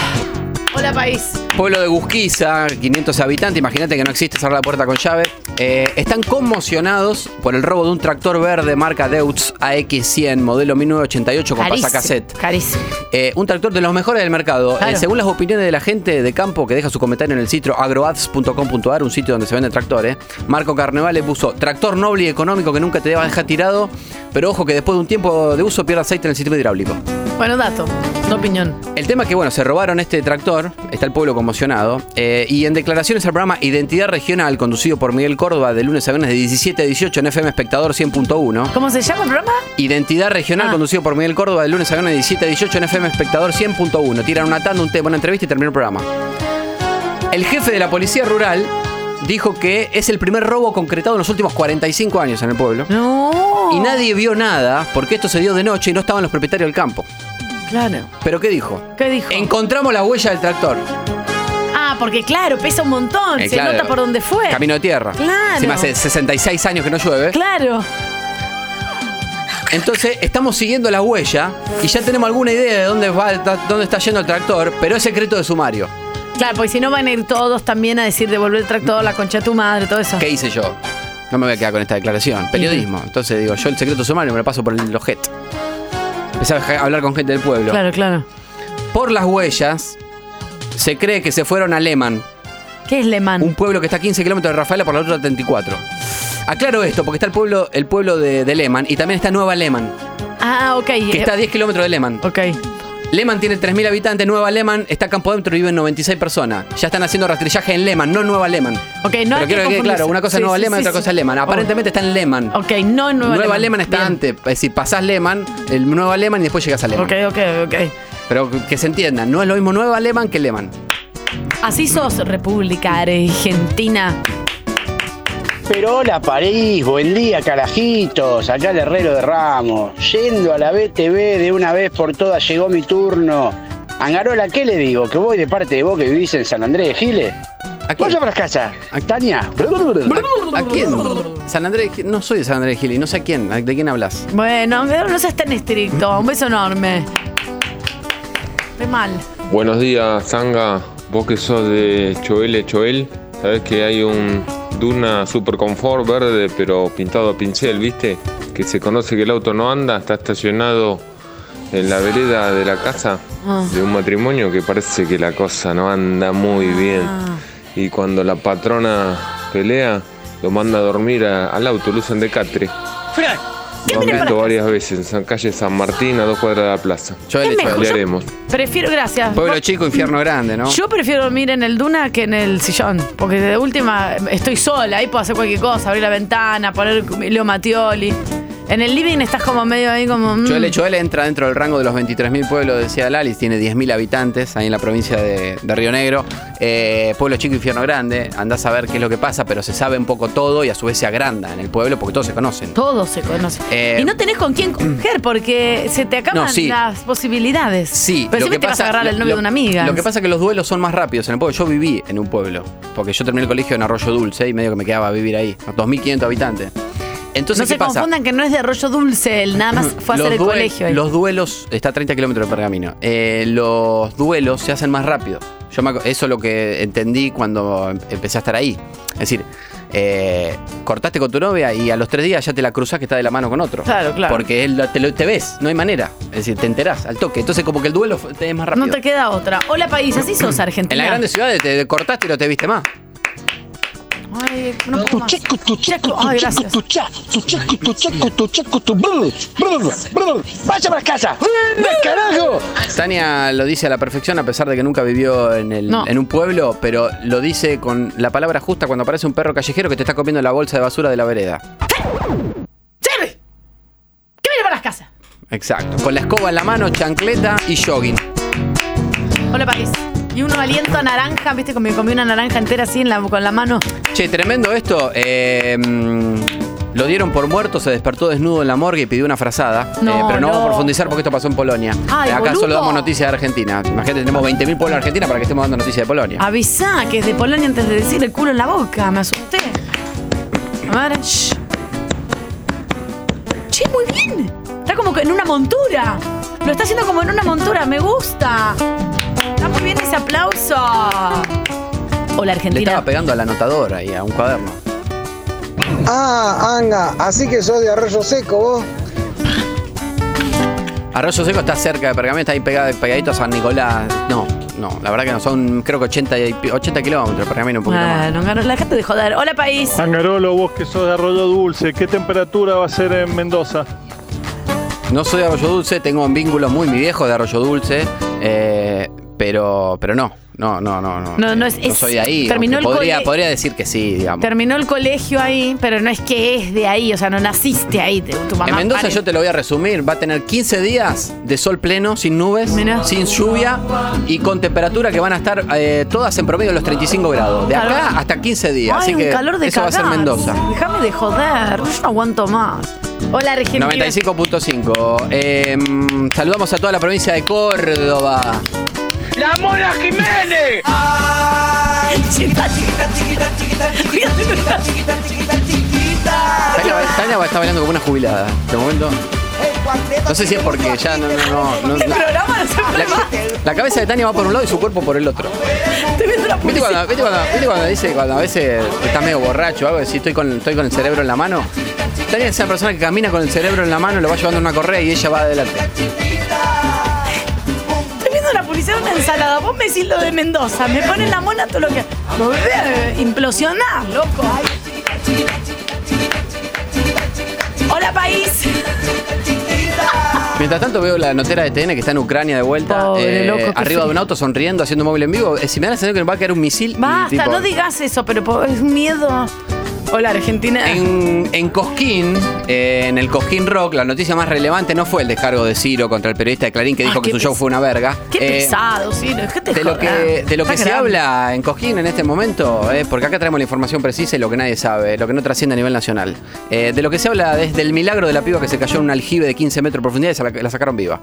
Hola, país. Pueblo de Gusquiza, 500 habitantes, imagínate que no existe cerrar la puerta con llave. Eh, están conmocionados por el robo de un tractor verde marca Deutz AX100, modelo 1988 con Carísimo, pasacassette. Carísimo. Eh, un tractor de los mejores del mercado. Claro. Eh, según las opiniones de la gente de campo que deja su comentario en el sitio agroads.com.ar, un sitio donde se venden tractores, Marco Carnevale puso tractor noble y económico que nunca te va a dejar tirado, pero ojo que después de un tiempo de uso pierde aceite en el sistema hidráulico. Bueno, dato, no opinión. El tema es que, bueno, se robaron este tractor, está el pueblo conmocionado, eh, y en declaraciones al programa Identidad Regional, conducido por Miguel Córdoba, de lunes a viernes de 17 a 18 en FM Espectador 100.1. ¿Cómo se llama el programa? Ah. Identidad Regional, conducido por Miguel Córdoba, de lunes a viernes de 17 a 18 en FM Espectador 100.1. Tiran una tanda, un tema, una entrevista y termina el programa. El jefe de la policía rural dijo que es el primer robo concretado en los últimos 45 años en el pueblo. No. Y nadie vio nada porque esto se dio de noche y no estaban los propietarios del campo. Claro. ¿Pero qué dijo? ¿Qué dijo? Encontramos la huella del tractor. Ah, porque claro, pesa un montón. Eh, se claro. nota por dónde fue. Camino de tierra. Claro. Encima hace 66 años que no llueve. Claro. Entonces estamos siguiendo la huella y ya tenemos alguna idea de dónde, va, dónde está yendo el tractor, pero es secreto de sumario. Claro, porque si no van a ir todos también a decir devolver el tractor, la concha de tu madre, todo eso. ¿Qué hice yo? No me voy a quedar con esta declaración. Periodismo. Entonces digo, yo el secreto sumario me lo paso por el ojete. Empecé a ja- hablar con gente del pueblo. Claro, claro. Por las huellas, se cree que se fueron a Lehman, ¿Qué es Lehman? un pueblo que está a 15 kilómetros de Rafaela por la ruta 34. Aclaro esto, porque está el pueblo, el pueblo de, de Lehman y también está Nueva Lehman, Ah, ok. que está a 10 kilómetros de Lehman. Ok. Lehman tiene 3.000 habitantes, Nueva Lehman está campo adentro y viven 96 personas. Ya están haciendo rastrillaje en Lehman, no en Nueva Lehman. Ok, Eh, no hay Pero que quiero que quede confundirse. claro, una Sí, cosa es Nueva sí, Lehman sí, otra sí. cosa es Lehman. Aparentemente está en Lehman. Ok, no en Nueva, Nueva, Lehman está antes, es decir, pasás Lehman, el Nueva Lehman y después llegas a Lehman. Ok, ok, ok. Pero que se entienda, no es lo mismo Nueva Lehman que Lehman. Oh, Así sos, República Argentina. Pero hola París, buen día carajitos, acá el herrero de Ramos. Yendo a la BTV de una vez por todas llegó mi turno. Angarola, ¿qué le digo? ¿Que voy de parte de vos que vivís en San Andrés de Giles? ¿Vos para casa? ¿Tania? ¿A quién? San Andrés, de Gil- no soy de San Andrés de Gil y no sé a quién, ¿de quién hablas? Bueno, pero no seas tan estricto. Un beso enorme. Ve mal. Buenos días, Zanga. Vos que sos de Choel, Choel, sabés que hay un Duna Super Confort verde, pero pintado a pincel, ¿viste? Que se conoce que el auto no anda, está estacionado en la vereda de la casa Ah. de un matrimonio que parece que la cosa no anda muy bien. Y cuando la patrona pelea, lo manda a dormir a- al auto, lo usan de catre. Lo han visto varias veces en San- calle San Martín, a dos cuadras de la plaza. Choel, Es Choel. mejor. Le haremos. Prefiero, gracias. Pueblo chico, infierno grande, ¿no? Yo prefiero dormir en el duna que en el sillón, porque de última estoy sola, ahí puedo hacer cualquier cosa, abrir la ventana, poner Leo Matioli. En el living estás como medio ahí como... mm. Choel, Choel entra dentro del rango de los 23.000 pueblos, decía Lalis, tiene 10.000 habitantes ahí en la provincia de, de Río Negro. Eh, pueblo chico, infierno grande, andás a ver qué es lo que pasa, pero se sabe un poco todo y a su vez se agranda en el pueblo porque todos se conocen. Todos se conocen. Eh, y no tenés con quién coger porque se te acaban No, sí. las posibilidades. Sí, Pero lo siempre que te vas a pasa- agarrar lo- al novio lo- de una amiga. Lo que pasa es que los duelos son más rápidos en el pueblo. Yo viví en un pueblo, porque yo terminé el colegio en Arroyo Dulce y medio que me quedaba a vivir ahí, 2.500 habitantes. Entonces, no ¿qué se pasa? confundan que no es de Arroyo Dulce, él nada más fue a hacer el due- colegio. ahí. Los duelos, está a 30 kilómetros de Pergamino, Eh, los duelos se hacen más rápido. Yo me acu- eso es lo que entendí cuando em- empecé a estar ahí. Es decir, eh, cortaste con tu novia y a los tres días ya te la cruzas que está de la mano con otro. Claro, claro. Porque él lo- te, lo- te ves, no hay manera. Es decir, te enterás al toque. Entonces como que el duelo fue- te es más rápido. no te queda otra. Hola país, así sos en Argentina. las grandes ciudades te cortaste y no te viste más. Ay, no puedo más. Ay, gracias. ¡Vaya para casa! ¡Anda, carajo! Tania lo dice a la perfección a pesar de que nunca vivió en, el- No. en un pueblo, pero lo dice con la palabra justa cuando aparece un perro callejero que te está comiendo la bolsa de basura de la vereda. ¿Qué viene para las casas? Exacto. Con la escoba en la mano, chancleta y jogging. Hola país. Y uno aliento a naranja, viste, como me comí una naranja entera así en la- con la mano. Che, tremendo esto. Eh, mm, lo dieron por muerto, se despertó desnudo en la morgue y pidió una frazada. No, Eh, pero no, vamos no. a profundizar porque esto pasó en Polonia. Ay, Eh, Acá solo boludo. damos noticias de Argentina. Imagínate, tenemos 20.000 pueblos en Argentina para que estemos dando noticias de Polonia. Avisá que es de Polonia antes de decir el culo en la boca. Me asusté. A ver. shh. Che, muy bien. Está como que en una montura. Lo está haciendo como en una montura. Me gusta. Está muy bien ese aplauso. Hola Le Argentina. estaba pegando al anotador ahí, a un cuaderno. Ah, Anga, así que sos de arroyo seco vos. Arroyo Seco está cerca de Pergamino, está ahí pegado, pegadito a San Nicolás. No, no, la verdad que no, son creo que 80, y pi- 80 kilómetros, Pergamino un poquito más. Bueno, Garo, la gente de joder. Hola país. Angarolo, vos que sos de Arroyo Dulce, ¿qué temperatura va a ser en Mendoza? No soy de Arroyo Dulce, tengo un vínculo muy mi viejo de Arroyo Dulce, eh, pero, pero no, no, no, no, no. No, no es- No soy de ahí. es- terminó aunque el podría, cole- podría decir que sí, digamos. Terminó el colegio ahí, pero no es que es de ahí, o sea, no naciste ahí. te- Tu mamá En Mendoza pare- yo te lo voy a resumir, va a tener 15 días de sol pleno, sin nubes, sin lluvia y con temperatura que van a estar eh, todas en promedio los 35 grados. De acá Calor. hasta 15 días, Ay, así que un calor de eso va a ser cagar. Mendoza. Déjame de joder, yo no aguanto más. Hola Argentina. 95.5. Eh, mm, saludamos a toda la provincia de Córdoba. ¡La Mona Jiménez! ¡Ay! Chiquita, chiquita, chiquita, chiquita, chiquita, chiquita, chiquita, chiquita, chiquita. Tania, va- Tania va- está bailando como una jubilada. De momento. No sé si es porque ya no. no, no, no- la, la cabeza de Tania va por un lado y su cuerpo por el otro. ¿Viste cuando, viste cuando- viste cuando dice cuando a veces está medio borracho o algo? Si estoy con, estoy con el cerebro en la mano. Tania es esa persona que camina con el cerebro en la mano, lo va llevando en una correa y ella va adelante. Estoy viendo una publicidad de una ensalada. Vos me decís lo de Mendoza. Me ponen la mona todo lo que. Volvé a implosionar, loco. Mientras tanto veo la notera de TN que está en Ucrania de vuelta, Pobre, eh, loco, qué arriba de feo. un auto sonriendo, haciendo móvil en vivo. Eh, Si me da la sensación que va a caer un misil. y, Basta, tipo, no digas eso, pero po- es miedo. Hola, Argentina. En, en Cosquín, eh, en el Cosquín Rock, la noticia más relevante no fue el descargo de Ciro contra el periodista de Clarín que dijo que Ah, qué su show pes- fue una verga. Qué Eh, pesado, sí, no, déjate De lo que, joder. de lo que Está se grande. habla en Cosquín en este momento, eh, porque acá traemos la información precisa y lo que nadie sabe, lo que no trasciende a nivel nacional. Eh, de lo que se habla desde el milagro de la piba que se cayó en un aljibe de 15 metros de profundidad y se la, la sacaron viva.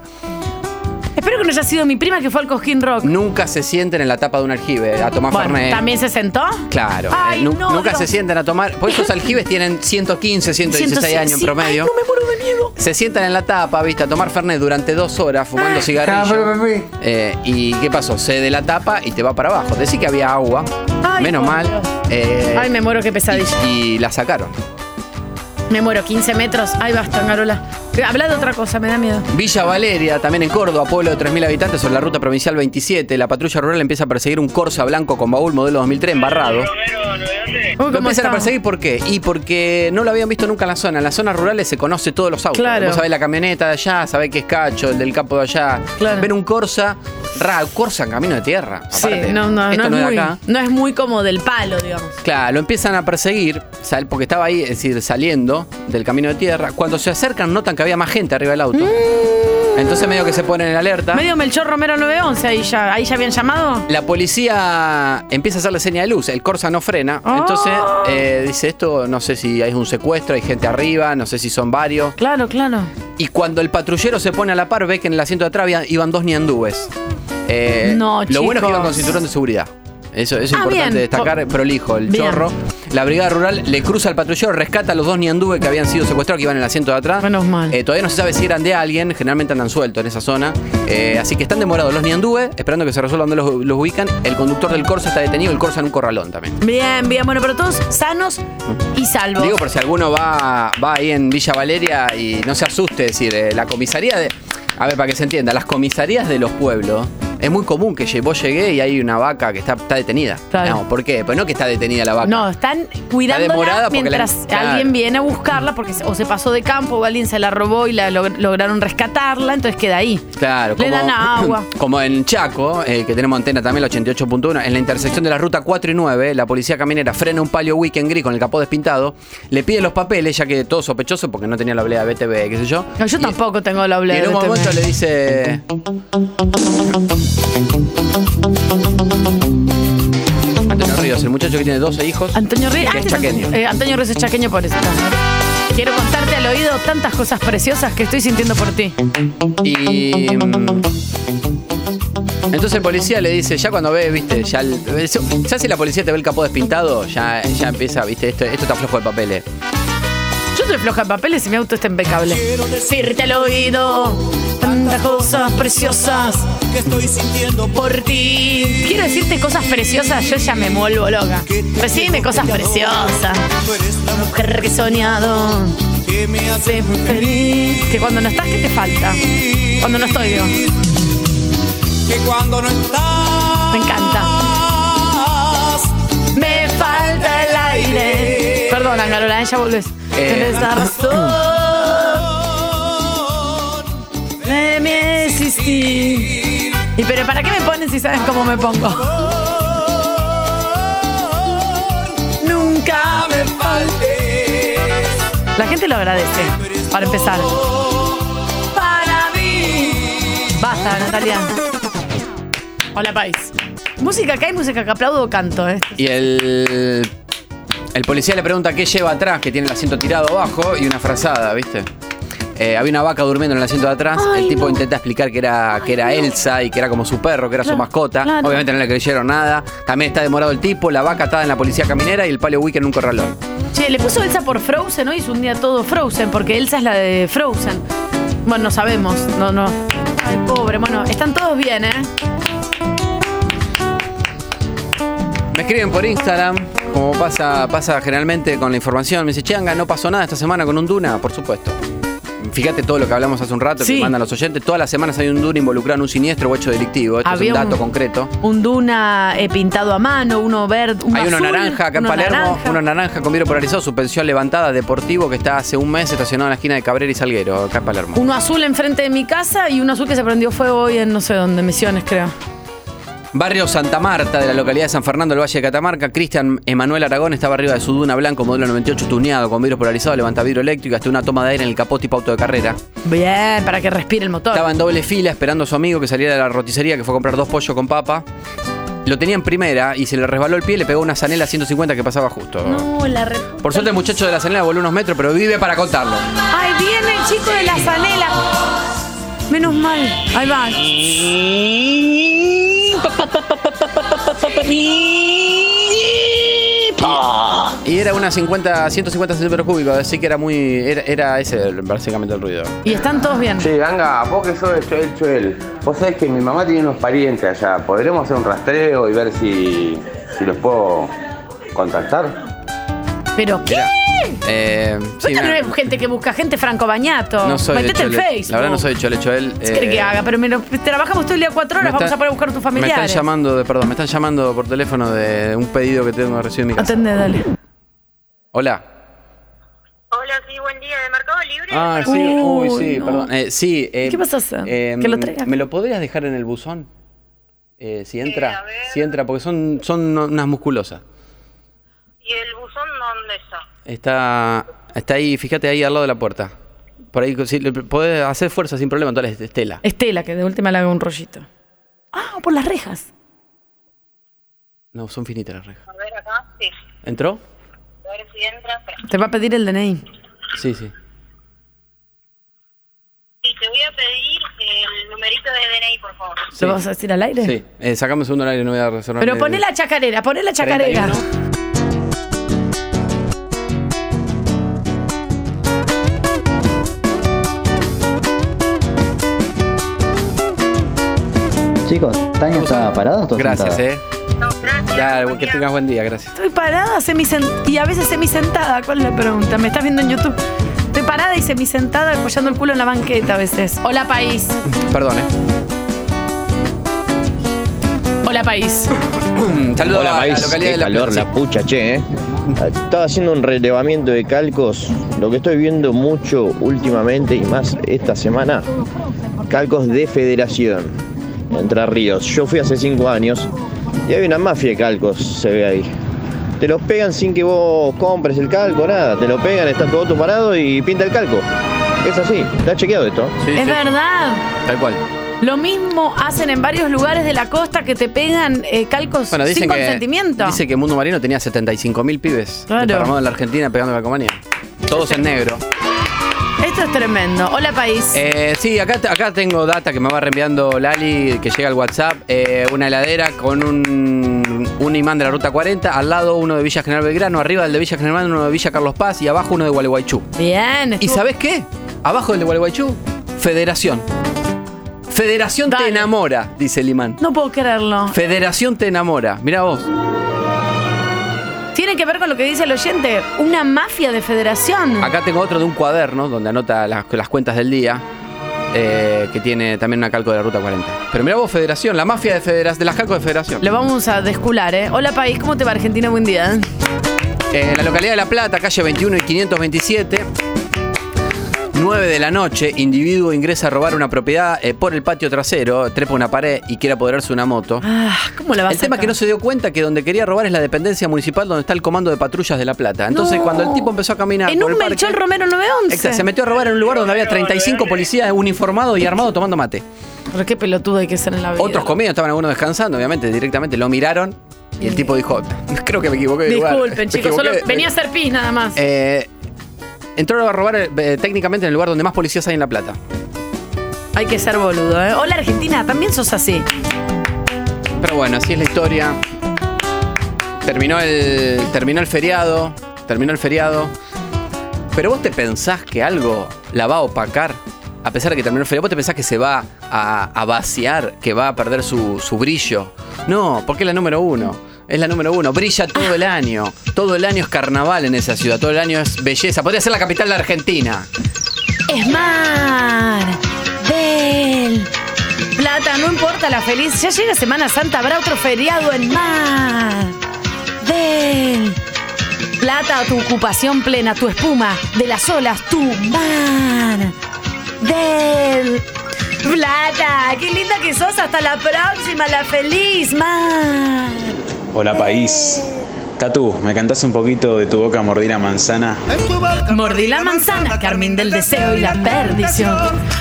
Espero que no haya sido mi prima que fue al Cosquín Rock. Nunca se sienten en la tapa de un aljibe a tomar Bueno, Fernet. ¿también se sentó? Claro, eh, Ay, nu- no, nunca Dios. se sientan a tomar. Por eso los aljibes tienen 115, 116 116, años sí. en promedio. Ay, no me muero de miedo. Se sientan en la tapa, viste, a tomar Fernet durante dos horas Ah, fumando cigarrillos. Eh, ¿Y qué pasó? Cede la tapa y te va para abajo. Decí que había agua, Ay, menos por mal. Dios. eh, Ay, me muero, qué pesadilla. y, y la sacaron. Me muero, 15 metros. Ay, basta, Carola. Habla de otra cosa, me da miedo. Villa Valeria, también en Córdoba, pueblo de 3.000 habitantes sobre la ruta provincial 27. La patrulla rural empieza a perseguir un Corsa blanco con baúl modelo 2003 embarrado. Lo empiezan a perseguir por qué? Y porque no lo habían visto nunca en la zona. En las zonas rurales se conoce todos los autos. Claro. Vos sabés la camioneta de allá, sabés que es Cacho, el del campo de allá. Ven un Corsa, ra, Corsa en camino de tierra. Sí, Aparte, no, no, esto no, no es es de muy, acá. no es muy como del palo, digamos. Claro, lo empiezan a perseguir, sal- porque estaba ahí, es decir, saliendo del camino de tierra. Cuando se acercan, notan que había más gente arriba del auto. Mm. Entonces medio que se ponen en alerta. Medio Melchor Romero 911, ahí ya, ahí ya habían llamado. La policía empieza a hacerle señal de luz, el Corsa no frena, entonces Ah. eh, dice esto, no sé si hay un secuestro, hay gente arriba, no sé si son varios. Claro, claro. Y cuando el patrullero se pone a la par, ve que en el asiento de atrás había- iban dos niandúes. Eh, No, Lo bueno es que iban con chicos. cinturón de seguridad. Eso, eso es Ah, importante bien. destacar, prolijo, el Bien. chorro. La brigada rural le cruza al patrullero, rescata a los dos niandúes que habían sido secuestrados, que iban en el asiento de atrás. Eh, Menos mal. todavía no se sabe si eran de alguien, generalmente andan sueltos en esa zona. Eh, así que están demorados los niandúes, esperando que se resuelvan dónde los, los ubican. El conductor del Corsa está detenido, el Corsa en un corralón también. Bien, bien, bueno, pero todos sanos y salvos. Digo por si alguno va, va ahí en Villa Valeria y no se asuste, es decir, eh, la comisaría de. A ver, para que se entienda, las comisarías de los pueblos. Es muy común que lle- vos llegué y hay una vaca que está, está detenida. No, ¿por qué? Pues no que está detenida la vaca. No, están demorada cuidándola porque la- mientras claro. alguien viene a buscarla porque se- o se pasó de campo o alguien se la robó y la log- lograron rescatarla, entonces queda ahí. Claro, Le dan agua. Como en Chaco, eh, que tenemos antena también, la 88.1, en la intersección de la ruta 4 y 9, la policía caminera frena un palio weekend gris con el capó despintado, le pide los papeles, ya que todo sospechoso porque no tenía la oblea de BTV, qué sé yo. No, yo tampoco tengo la Y oblea. en un de momento temer. le dice. Antonio Ríos, el muchacho que tiene 12 hijos. Antonio Ríos. que es chaqueño. Eh, Antonio Ruiz es chaqueño por eso. Quiero contarte al oído tantas cosas preciosas que estoy sintiendo por ti. Y. mm, Entonces el policía le dice, ya cuando ve, viste, ya, el- eh, ya si la policía te ve el capó despintado, ya, ya empieza, viste, esto, esto está flojo de papeles. Yo estoy floja en papeles y mi auto está impecable. Quiero decirte al oído tantas cosas preciosas que estoy sintiendo por ti. Quiero decirte cosas preciosas, yo ya me vuelvo loca. Recibime cosas preciosas. Una mujer que he soñado. Que me hace muy feliz. Que cuando no estás, ¿qué te falta? Cuando no estoy, digo. Que cuando no estás. Me encanta. Me falta el aire. Perdón, Angarola, ya volvés. Eh. Tenés la razón. De mi existir. ¿Y pero para qué me ponen si saben cómo me pongo? Nunca me falte. La gente lo agradece, para empezar. Para mí. Basta, Natalia. Hola, país. Música acá hay música que aplaudo o canto, ¿eh? Y el. El policía le pregunta qué lleva atrás, que tiene el asiento tirado abajo, y una frazada, ¿viste? Eh, había una vaca durmiendo en el asiento de atrás. el tipo intenta explicar que era, que era Elsa y que era como su perro, que era su mascota. claro. Obviamente no le creyeron nada. También está demorado el tipo, la vaca atada en la policía caminera y el palio weekend en un corralón. Che, le puso Elsa por Frozen hoy, es un día todo Frozen, porque Elsa es la de Frozen. Bueno, no sabemos, no, no. Ay, pobre, bueno, están todos bien, ¿eh? Me escriben por Instagram, como pasa, pasa generalmente con la información. Me dice, Changa, no pasó nada esta semana con un Duna, por supuesto. Fíjate todo lo que hablamos hace un rato, que mandan los oyentes. Todas las semanas hay un duro involucrado en un siniestro o hecho delictivo. Esto Había es un dato un- concreto. Un duna eh, pintado a mano, uno verde, uno Hay uno azul, naranja acá en uno Palermo, naranja. uno naranja con vidrio polarizado, suspensión levantada, deportivo, que está hace un mes estacionado en la esquina de Cabrera y Salguero, acá en Palermo. Uno azul enfrente de mi casa y uno azul que se prendió fuego hoy en no sé dónde, Misiones, creo. Barrio Santa Marta, de la localidad de San Fernando del Valle de Catamarca. Cristian Emanuel Aragón estaba arriba de su duna blanco, modelo 98, tuneado, con vidrio polarizado, levanta vidrio eléctrico, hasta una toma de aire en el capó tipo auto de carrera. Bien, para que respire el motor. Estaba en doble fila esperando a su amigo que saliera de la roticería, que fue a comprar dos pollos con papa. Lo tenía en primera y se le resbaló el pie y le pegó una zanela 150 que pasaba justo. No, la re- Por suerte el muchacho de la zanela voló unos metros, pero vive para contarlo. Ay, viene el chico de la zanela. Menos mal. Ahí va. Y era unas 50, 150 centímetros cúbicos, así que era muy. Era, era ese básicamente el ruido. Y están todos bien. Sí, Ganga, vos que sos de Choel Choel, vos sabés que mi mamá tiene unos parientes allá. ¿Podremos hacer un rastreo y ver si, si los puedo contactar? ¿Pero qué? Eh, Vos sí, también mirá, eres gente que busca gente Franco Bañato. no soy de Metete en Chole- Facebook. La verdad no soy de Chole Choel. ¿Qué querés que haga? Pero me lo- trabajamos todo el día cuatro horas, me vamos está- a poder buscar a tus Me están familiares. llamando, de, perdón, me están llamando por teléfono de un pedido que tengo recién en mi casa. Atende, dale. Hola. Hola, sí, buen día de Mercado Uy, Libre. Ah, sí, uy, sí, no. perdón. Eh, sí, eh, ¿Qué vas a hacer? eh, ¿Que lo traigan? ¿Me lo podrías dejar en el buzón? Eh, si entra, si entra, porque son, son unas musculosas. ¿Y el buzón dónde está? Está, está ahí, fíjate ahí al lado de la puerta. Por ahí, si le- podés hacer fuerza sin problema, entonces Estela. Estela, que de última le haga un rollito. Ah, por las rejas. No, son finitas las rejas. A ver acá, sí. ¿Entró? A ver si entra. Espera. Te va a pedir el DNI. Sí, sí. Y te voy a pedir eh, el numerito de DNI, por favor. Sí. ¿Lo vas a decir al aire? Sí, eh, sacame un segundo al aire, no voy a reservar. Pero mi- poné la chacarera, poné la chacarera. 31. Chicos, ¿Tania está parada o está Gracias, sentada? eh. Ya, Ah, que tengas buen día, gracias. Estoy parada semisent- y a veces semisentada. ¿Cuál es la pregunta? ¿Me estás viendo en YouTube? Estoy parada y semisentada apoyando el culo en la banqueta a veces. Hola, país. Perdón, eh. Hola, país. Saludos Hola, a la país. localidad Qué de La calor, Plata, la pucha, che, eh. Estaba haciendo un relevamiento de calcos. Lo que estoy viendo mucho últimamente y más esta semana, calcos de federación. Entre Ríos. Yo fui hace cinco años y hay una mafia de calcos, se ve ahí. Te los pegan sin que vos compres el calco, nada. Te lo pegan, está todo auto parado y pinta el calco. Es así, está chequeado esto. es verdad. Tal cual. Lo mismo hacen en varios lugares de la costa que te pegan eh, calcos Bueno, dicen sin que, consentimiento. dice que Mundo Marino tenía 75.000 pibes Claro. desparramados en la Argentina pegando la compañía. Todos en negro. Esto es tremendo. Hola, país. Eh, sí, acá, acá tengo data que me va reenviando Lali, que llega al WhatsApp. eh, una heladera con un, un imán de la Ruta 40, al lado uno de Villa General Belgrano, arriba el de Villa General Belgrano, uno de Villa Carlos Paz y abajo uno de Gualeguaychú. Bien. ¿Y sabes qué? Abajo del de Gualeguaychú, Federación. Federación te enamora, dice el imán. No puedo creerlo. Federación te enamora. Mira vos. Tiene que ver con lo que dice el oyente. Una mafia de federación. Acá tengo otro de un cuaderno donde anota las, las cuentas del día. eh, que tiene también una calco de la Ruta 40. Pero mirá vos, Federación, la mafia de, federa- de las calcos de Federación. Lo vamos a descular, ¿eh? Hola, país. ¿Cómo te va, Argentina? Buen día. En Eh, la localidad de La Plata, calle 21 y 527, 9 de la noche, individuo ingresa a robar una propiedad eh, por el patio trasero, trepa una pared y quiere apoderarse una moto. Ah, ¿Cómo la vas eh. el tema es que no se dio cuenta que donde quería robar es la dependencia municipal donde está el comando de patrullas de La Plata. Entonces, No. cuando el tipo empezó a caminar En por un el parque, Melchor Romero 911. Exacto, se metió a robar en un lugar donde había 35 policías uniformados y armados tomando mate. Pero qué pelotudo hay que ser en la vida. Otros comidos, estaban algunos descansando, obviamente, directamente lo miraron y el tipo dijo, creo que me equivoqué de lugar". Disculpen, Me chicos. equivoqué Solo de- venía a hacer pis nada más. Eh, entró a robar eh, técnicamente en el lugar donde más policías hay en La Plata. Hay que ser boludo, ¿eh? Hola, Argentina. También sos así. Pero bueno, así es la historia. Terminó el, terminó el feriado. Terminó el feriado. Pero vos te pensás que algo la va a opacar. A pesar de que terminó el feriado, vos te pensás que se va a, a vaciar, que va a perder su, su brillo. No, porque es la número uno. Es la número uno. Brilla todo el año. Todo el año es carnaval en esa ciudad. Todo el año es belleza. Podría ser la capital de Argentina. Es mar del plata, no importa la feliz. Ya llega Semana Santa, habrá otro feriado en mar del plata, tu ocupación plena, tu espuma de las olas, tu mar del plata. Qué linda que sos, hasta la próxima, la feliz mar. Hola, país. Tatu, ¿me cantás un poquito de tu boca mordida manzana? Mordí la manzana, Carmen del deseo y la perdición.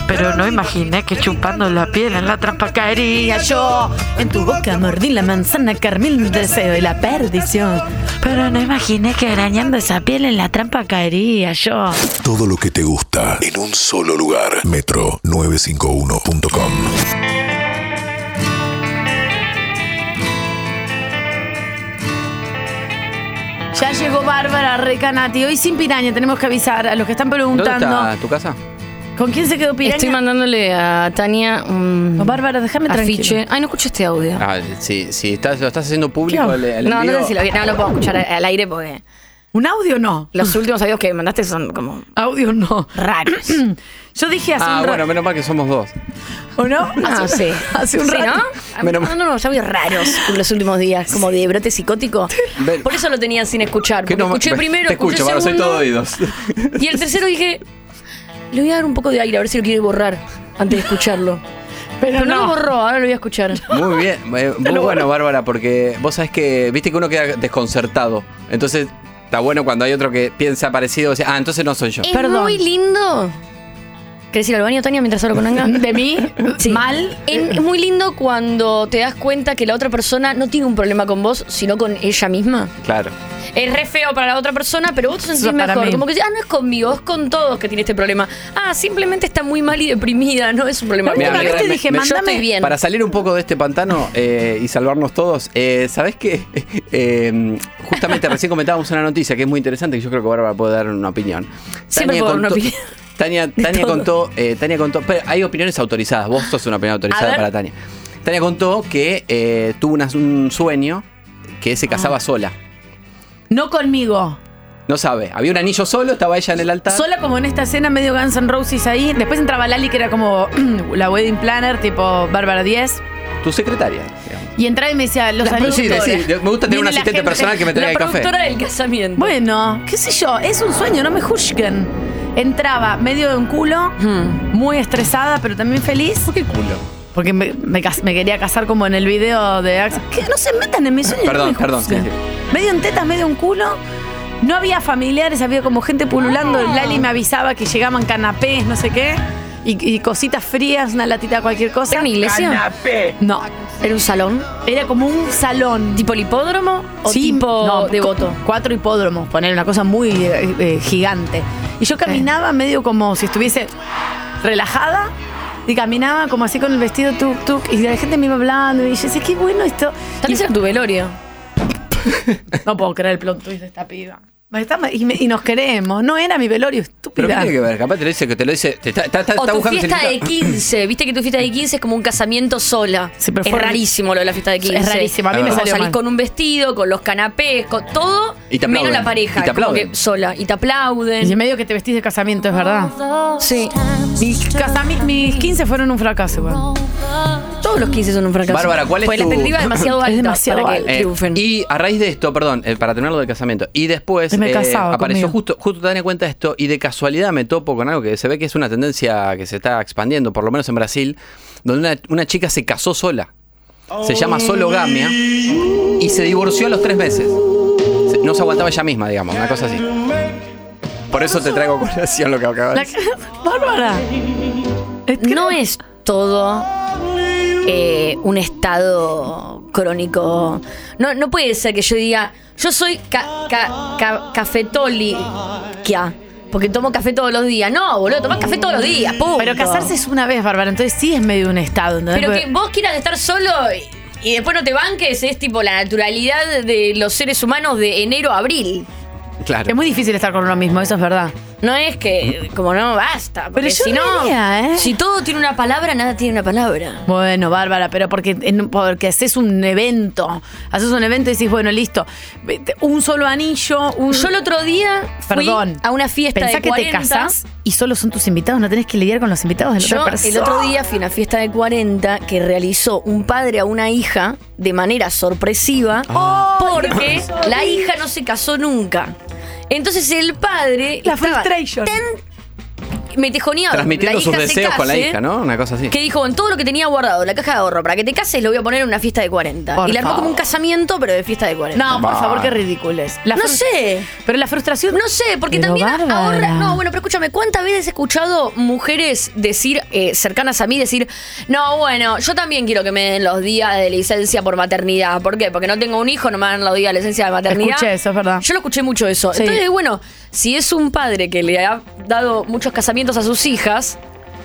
Pero no imaginé que chupando la piel en la trampa caería yo. En tu boca mordí la manzana, Carmen del deseo y la perdición. Pero no imaginé que arañando esa piel en la trampa caería yo. Todo lo que te gusta en un solo lugar. Metro951.com. Ya llegó Bárbara Recanati. Hoy sin piraña, tenemos que avisar a los que están ¿Dónde preguntando. está tu casa? ¿Con quién se quedó piraña? Estoy mandándole a Tania un. Bárbara, déjame afiche. Ay, no escuché este audio. Ah, si, si estás, lo estás haciendo público, No, le- le no, envío- sé si lo, no lo puedo escuchar al aire porque. ¿Un audio no? Los últimos audios que mandaste son como. Audio no. Raros. Yo dije hace Ah, un rato. bueno, menos mal que somos dos. ¿O no? Ah, Hace- sí. Hace un Sí, rato. ¿no? Me mandaron unos audios raros en los últimos días, como de brote psicótico. Por eso lo tenía sin escuchar. Porque no- escuché me- primero, Te escuché escucho, Bárbara, soy segundo. todo oídos. Y el tercero dije, le voy a dar un poco de aire, a ver si lo quiere borrar antes de escucharlo. Pero, no. lo borró, ahora lo voy a escuchar. Muy bien, eh, muy bueno, Bárbara, porque vos sabés que, viste que uno queda desconcertado. Entonces, está bueno cuando hay otro que piensa parecido, o sea, ah, entonces no soy yo. Es muy lindo. ¿Querés ir al baño, Tania, mientras hablo con Anga? ¿De mí? ¿Mal? En- Es muy lindo cuando te das cuenta que la otra persona no tiene un problema con vos, sino con ella misma. Claro. Es re feo para la otra persona, pero vos te sentís Eso para mejor. mí. Como que, ah, no es conmigo, es con todos que tiene este problema. Ah, simplemente está muy mal y deprimida, no es un problema. Mira, mío. me- me- me- yo estoy bien. Para salir un poco de este pantano eh, y salvarnos todos, eh, ¿sabés qué? Eh, justamente recién comentábamos una noticia que es muy interesante y yo creo que Bárbara puede dar una opinión. Siempre puedo dar una contó- opinión. Tania, Tania todo. contó, eh, Tania contó, pero hay opiniones autorizadas, vos sos una opinión autorizada ver. para Tania. Tania contó que eh, tuvo una- un sueño que se Ah. casaba sola. No conmigo. No sabe, había un anillo solo, estaba ella en el altar. Sola como en esta escena, medio Guns N' Roses ahí. Después entraba Lali, que era como la wedding planner, tipo Bárbara 10. Tu secretaria. digamos. Y entraba y me decía, los La anillos. productora. Sí, sí, me gusta tener Viene un la asistente personal que me traiga La el café. productora del casamiento. Bueno, qué sé yo, es un sueño, no me juzguen. Entraba medio de un culo, muy estresada, pero también feliz. ¿Por qué culo? Porque me, me cas- me quería casar como en el video de Axel. Que no se metan en mis sueños. no Perdón, me perdón, juzguen. sí, Medio en tetas, medio en culo. No había familiares, había como gente pululando. Ah. Lali me avisaba que llegaban canapés, no sé qué. Y, y cositas frías, una latita, cualquier cosa. ¿Era una iglesia? No. ¿Era un salón? Era como un salón. ¿Tipo el hipódromo o Sí, tipo no, devoto? Cuatro hipódromos, poner una cosa muy eh, eh, gigante. Y yo caminaba medio como si estuviese relajada. Y caminaba como así con el vestido tuk tuk. Y la gente me iba hablando. Y yo decía, qué bueno esto. Tal vez era tu velorio. No puedo creer el plot twist de esta piba. Está ma- Y, me- y nos queremos. No era mi velorio, Pero ¿qué estúpida. tiene que ver? Capaz te lo dice, que te lo dice, te está, está- está- O está tu buscando fiesta de significado. 15. Viste que tu fiesta de 15 es como un casamiento sola. pero es fue- rarísimo lo de la fiesta de Es 15. rarísimo, a mí me Como salió salís mal. con un vestido, con los canapés, con todo, Y te menos aplauden. la pareja. Y te es como aplauden. que sola. Y te aplauden. Y en medio que te vestís de casamiento, es verdad. Sí. Mis, casami- mis 15 fueron un fracaso, igual. Todos los 15 son un fracaso. Bárbara, ¿cuál es Porque tu- la expectativa es demasiado alta para que Eh, triunfen. y a raíz de esto, perdón, eh, para terminar lo del casamiento, y después Me eh, casaba apareció conmigo. justo, justo te dan cuenta de esto, y de casualidad me topo con algo que se ve que es una tendencia que se está expandiendo, por lo menos en Brasil, donde una, una chica se casó sola. Se llama sologamia y se divorció a los tres meses. Se- No se aguantaba ella misma, digamos, una cosa así. Por eso te traigo a colación lo que acabas de La- decir. Bárbara. No es todo eh, un estado crónico. No, no puede ser que yo diga, yo soy ca- ca- ca- cafetoliquia, porque tomo café todos los días. No, boludo, tomás café todos los días, punto. Pero casarse es una vez, Bárbara. Entonces sí es medio un estado. ¿entendés? Pero Porque- que vos quieras estar solo y, y después no te banques, es tipo la naturalidad de los seres humanos de enero a abril. Claro. Es muy difícil estar con uno mismo, eso es verdad. No es que, como no, basta. Porque yo si no, diría, ¿eh? si todo tiene una palabra, nada tiene una palabra. Bueno, Bárbara, pero porque, en- porque haces un evento. Haces un evento y decís, bueno, listo. Vete, Un solo anillo, un. Yo el otro día fui Perdón. a una fiesta Pensá de que 40. te casás y solo son tus invitados, no tenés que lidiar con los invitados de la Yo otra persona. el otro día fui a una fiesta de 40 que realizó un padre a una hija de manera sorpresiva Ah. porque la hija no se casó nunca. Entonces el padre la frustration me tejoneaba. Transmitiendo La sus hija se deseos con la case, hija, ¿no? Una cosa así. Que dijo, en todo lo que tenía guardado, la caja de ahorro, para que te cases lo voy a poner en una fiesta de 40. Por y la armó favor. como un casamiento, pero de fiesta de 40. No, por favor, qué ridiculez. La no frus- sé. Pero la frustración. No sé, porque Pero también Bárbara. ahorra. No, bueno, pero escúchame, ¿cuántas veces he escuchado mujeres decir, eh, cercanas a mí, decir, no, bueno, yo también quiero que me den los días de licencia por maternidad. ¿Por qué? Porque no tengo un hijo, no me dan los días de licencia de maternidad. Escuché eso, es verdad. Yo lo escuché mucho eso. Sí. Entonces, bueno, si es un padre que le ha dado muchos casamientos a sus hijas,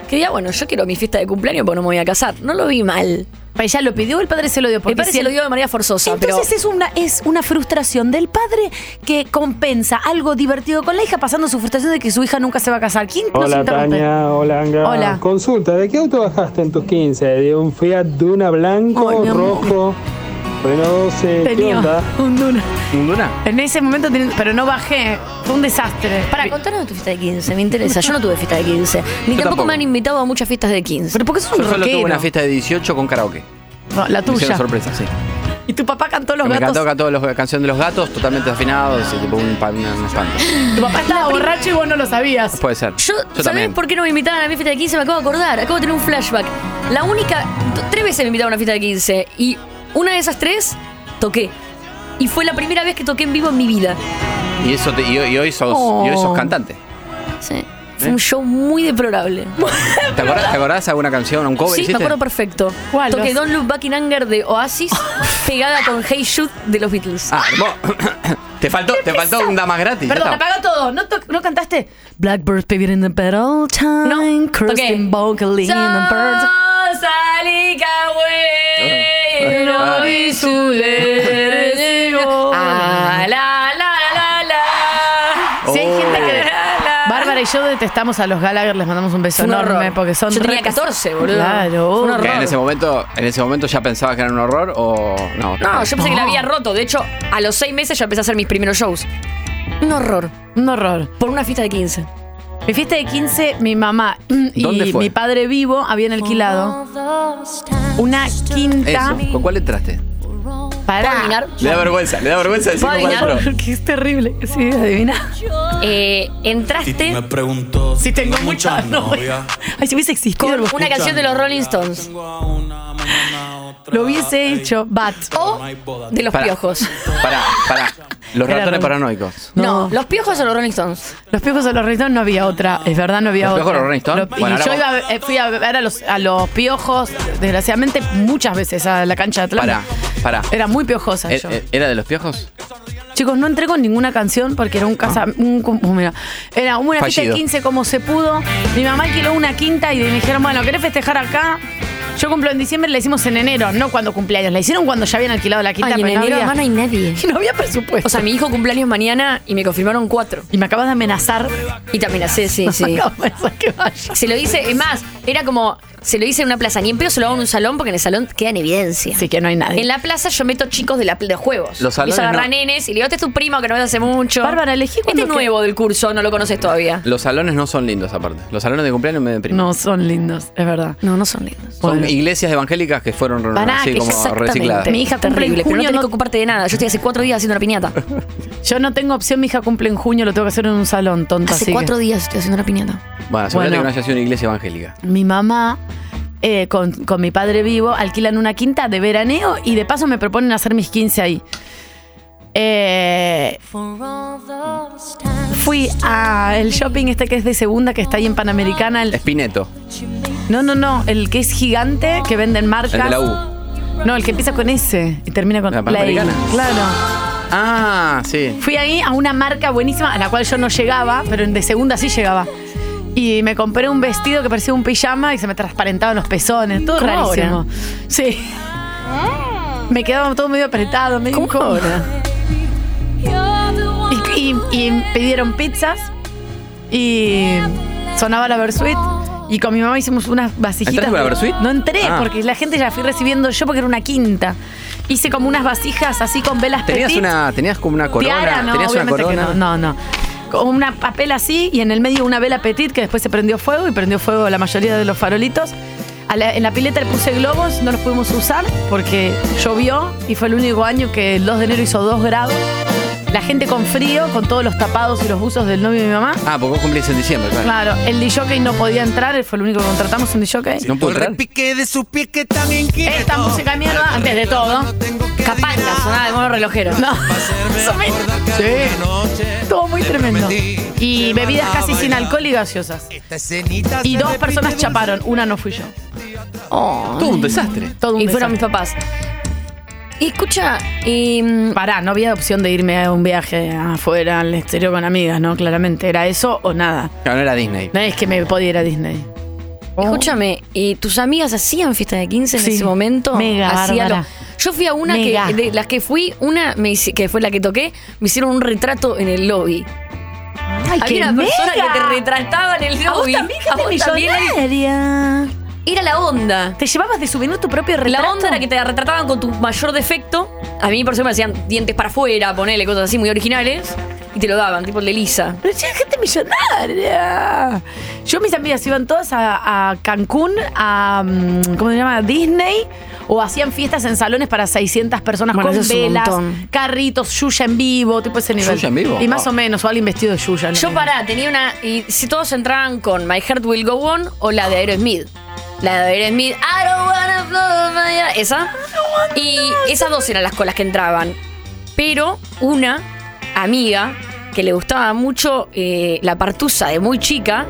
que diga, bueno, yo quiero mi fiesta de cumpleaños porque no me voy a casar. No lo vi mal. Ella lo pidió, el padre se lo dio. El padre si se el- lo dio de manera forzosa. Entonces pero... es una, es una frustración del padre que compensa algo divertido con la hija pasando su frustración de que su hija nunca se va a casar. ¿Quién nos Hola interrumpe? Tania, hola Anga. Hola. Consulta, ¿de qué auto bajaste en tus 15? ¿De un Fiat Duna blanco, Ay, mi amor. rojo, freno 12? ¿Qué Tenía onda? un duna. ¿Un duna? En ese momento, tenía- pero no bajé. Fue un desastre. Para, contanos de tu fiesta de 15, me interesa. Yo no tuve fiesta de 15. Ni tampoco, tampoco. me han invitado a muchas fiestas de 15. Pero porque Yo solo tuve una fiesta de 18 con karaoke. No, la Me hicieron tuya. sorpresa, sí. Y tu papá cantó los me gatos. encantó todos los, la canción de los gatos, totalmente afinados, y tipo un, pan- un espanto. Tu papá estaba borracho y vos no lo sabías. Puede ser. Yo, ¿sabés también. por qué no me invitaban a mi fiesta de 15? Me acabo de acordar, acabo de tener un flashback. La única. t- Tres veces me invitaron a una fiesta de 15 y una de esas tres toqué. Y fue la primera vez que toqué en vivo en mi vida. Y, eso te- y, hoy- y hoy sos, y hoy Oh. sos cantante. ¿Eh? Sí. Fue un show muy deplorable. ¿Te acordás, ¿Te acordás alguna canción, un cover? sí, hiciste? me acuerdo perfecto. ¿Cuál? Toqué Los- Don't Look Back in Anger de Oasis pegada con Hey Shoot de los Beatles. Ah, hermo- te faltó, te faltó un damas gratis. ya Perdón, está. apagó todo. ¿No, to- no cantaste? Blackbirds baby in the bed all time. No. Kristen vocally in the birds. Salí cagüey, Ah. no vi su deseo. Ah, la, la, la, la. Si hay gente Oh. que. Bárbara y yo detestamos a los Gallagher, les mandamos un beso Un horror. enorme porque son. Yo tenía re- 14, boludo. Claro. uh. Fue un horror. Que en ese momento, en ese momento ya pensabas que era un horror o no. No, yo pensé que la había roto. De hecho, a los seis meses yo empecé a hacer mis primeros shows. Un horror. Un horror. Por una fiesta de 15. Mi fiesta de 15, mi mamá y ¿Dónde fue? mi padre vivo habían alquilado una quinta. Eso. ¿Con cuál entraste? para Le da vergüenza, le da vergüenza decir ¿Puedo con adivinar? cuál entró. Porque es terrible. Sí, adivina. Eh, entraste Me preguntó si tengo muchas novias. Ay, si hubiese existido. con una canción de los Rolling Stones. Lo hubiese hecho, Bat. O Oh, de los Pará. piojos. Pará, pará. Los Era ratones Rolling. paranoicos. No, ¿los piojos o los Rolling Stones? Los piojos o los Rolling Stones no había otra. Es verdad, no había ¿Los otra. Piojos o los Rolling Stones? Lo- Bueno, y ahora yo vos- iba a, ver- eh, fui a ver a los, a los piojos, desgraciadamente, muchas veces a la cancha de Atlanta. Pará, pará. Era muy piojosa ¿E- yo. e- ¿Era de los piojos? Chicos, no entré con ninguna canción porque era un casa. un cum- oh, mira. Era una fiesta de Fallido. 15 como se pudo. Mi mamá alquiló una quinta y me dijeron, bueno, ¿querés festejar acá? Yo cumplo en diciembre, la hicimos en enero, no cuando cumpleaños. La hicieron cuando ya habían alquilado la quinta, Ay, en pero no enero, había- además, no hay nadie. no había presupuesto. O sea, mi hijo cumpleaños mañana y me confirmaron cuatro. Y me acabas de amenazar. Y te amenacé, sí, sí. Se lo hice, es más, era como, se lo hice en una plaza. Ni en pedo se lo hago en un salón porque en el salón queda en evidencia. Así que no hay nadie. En la plaza yo meto chicos de, la, de juegos. Los salones Empiezo a agarrar no. nenes y le digo, este es tu primo que no ves hace mucho. Bárbara, elegí Este es nuevo del curso, no lo conoces todavía. Los salones no son lindos aparte. Los salones de cumpleaños me deprimen. No son lindos, es verdad. No, no son lindos. Son iglesias evangélicas que fueron re- Pará, sí, que como exactamente. recicladas. Mi hija cumple en Terrible, pero no junio, tenés no- que ocuparte de nada. Yo estoy hace cuatro días haciendo una piñata. Yo no tengo opción, mi hija cumple en junio, lo tengo que hacer en un salón, tonta. Hace cuatro días estoy haciendo una piñata. Bueno, seguramente Bueno. que no haya sido una iglesia evangélica. Mi mamá, eh, con, con mi padre vivo, alquilan una quinta de veraneo y de paso me proponen hacer mis 15 ahí. Eh, fui al shopping este que es de segunda, que está ahí en Panamericana. el- Espineto, no, no, no, el que es gigante, que venden el marcas. de la U. No, el que empieza con S y termina con La Play. Panamericana. Claro. Ah, sí. Fui ahí a una marca buenísima a la cual yo no llegaba, pero de segunda sí llegaba. Y me compré un vestido que parecía un pijama y se me transparentaban los pezones. Todo ¿Cómo rarísimo. ahora? Ah. Sí. Me quedaba todo medio apretado, medio incómodo. Y, y- y pidieron pizzas Y sonaba la Versuit. Y con mi mamá hicimos unas vasijitas. ¿Entraste por la Versuit? No entré, Ah. porque la gente ya la fui recibiendo yo porque era una quinta. Hice como unas vasijas así con velas Tenías petit. una, tenías como una corona, Tiara, no, tenías una obviamente que corona. no, no, no. Con una papel así y en el medio una vela petit que después se prendió fuego y prendió fuego la mayoría de los farolitos. A la- en la pileta le puse globos, no los pudimos usar porque llovió y fue el único año que el 2 de enero hizo 2 grados. La gente con frío, con todos los tapados y los buzos del novio de mi mamá. Ah, porque vos cumplís en diciembre, claro. Claro, el DJ no podía entrar, él fue el único que contratamos, un DJ. ¿No pudo entrar? pique de su pie que también Esta música de mierda, antes de todo. Capanga, sonaba de mono relojero. No, más o menos. Estuvo muy tremendo. Y bebidas casi sin alcohol y gaseosas. Y dos personas chaparon, una no fui yo. Todo un desastre. Todo un Y fueron desastre. mis papás. Y escucha, y. mm, Pará, no había opción de irme a un viaje afuera, al exterior con amigas, ¿no? Claramente, era eso o nada. Claro, no era Disney. No es que me podía ir a Disney. Escúchame, ¿y tus amigas hacían fiesta de 15 en Sí. ese momento? Mega, Hacía bárbara. Yo fui a una Mega. que, de las que fui, una me hice- que fue la que toqué, me hicieron un retrato en el lobby. Había qué una persona mega. que te retrataba en el A vos lobby. también, gente millonaria. Era la onda. ¿Te llevabas de souvenir tu propio retrato? La onda era que te retrataban con tu mayor defecto. A mí, por ejemplo, me hacían dientes para afuera, ponele cosas así muy originales. Y te lo daban, tipo el de Lisa. Pero che, gente millonaria. Yo, mis amigas iban todas a, a Cancún, a. mm, ¿Cómo se llama? A Disney. O hacían fiestas en salones para 600 personas Bueno, con eso es un velas, montón. carritos, Yuya en vivo, tipo ese nivel. ¿Yuya en vivo? Y más Ah. o menos, o alguien vestido de Yuya. no Yo me- pará, tenía una. Y si todos entraban con My Heart Will Go On o la de Aerosmith. La de Aerosmith, I don't wanna blow my- Esa. Y esas dos eran las colas que entraban. Pero una amiga que le gustaba mucho eh, la partusa de muy chica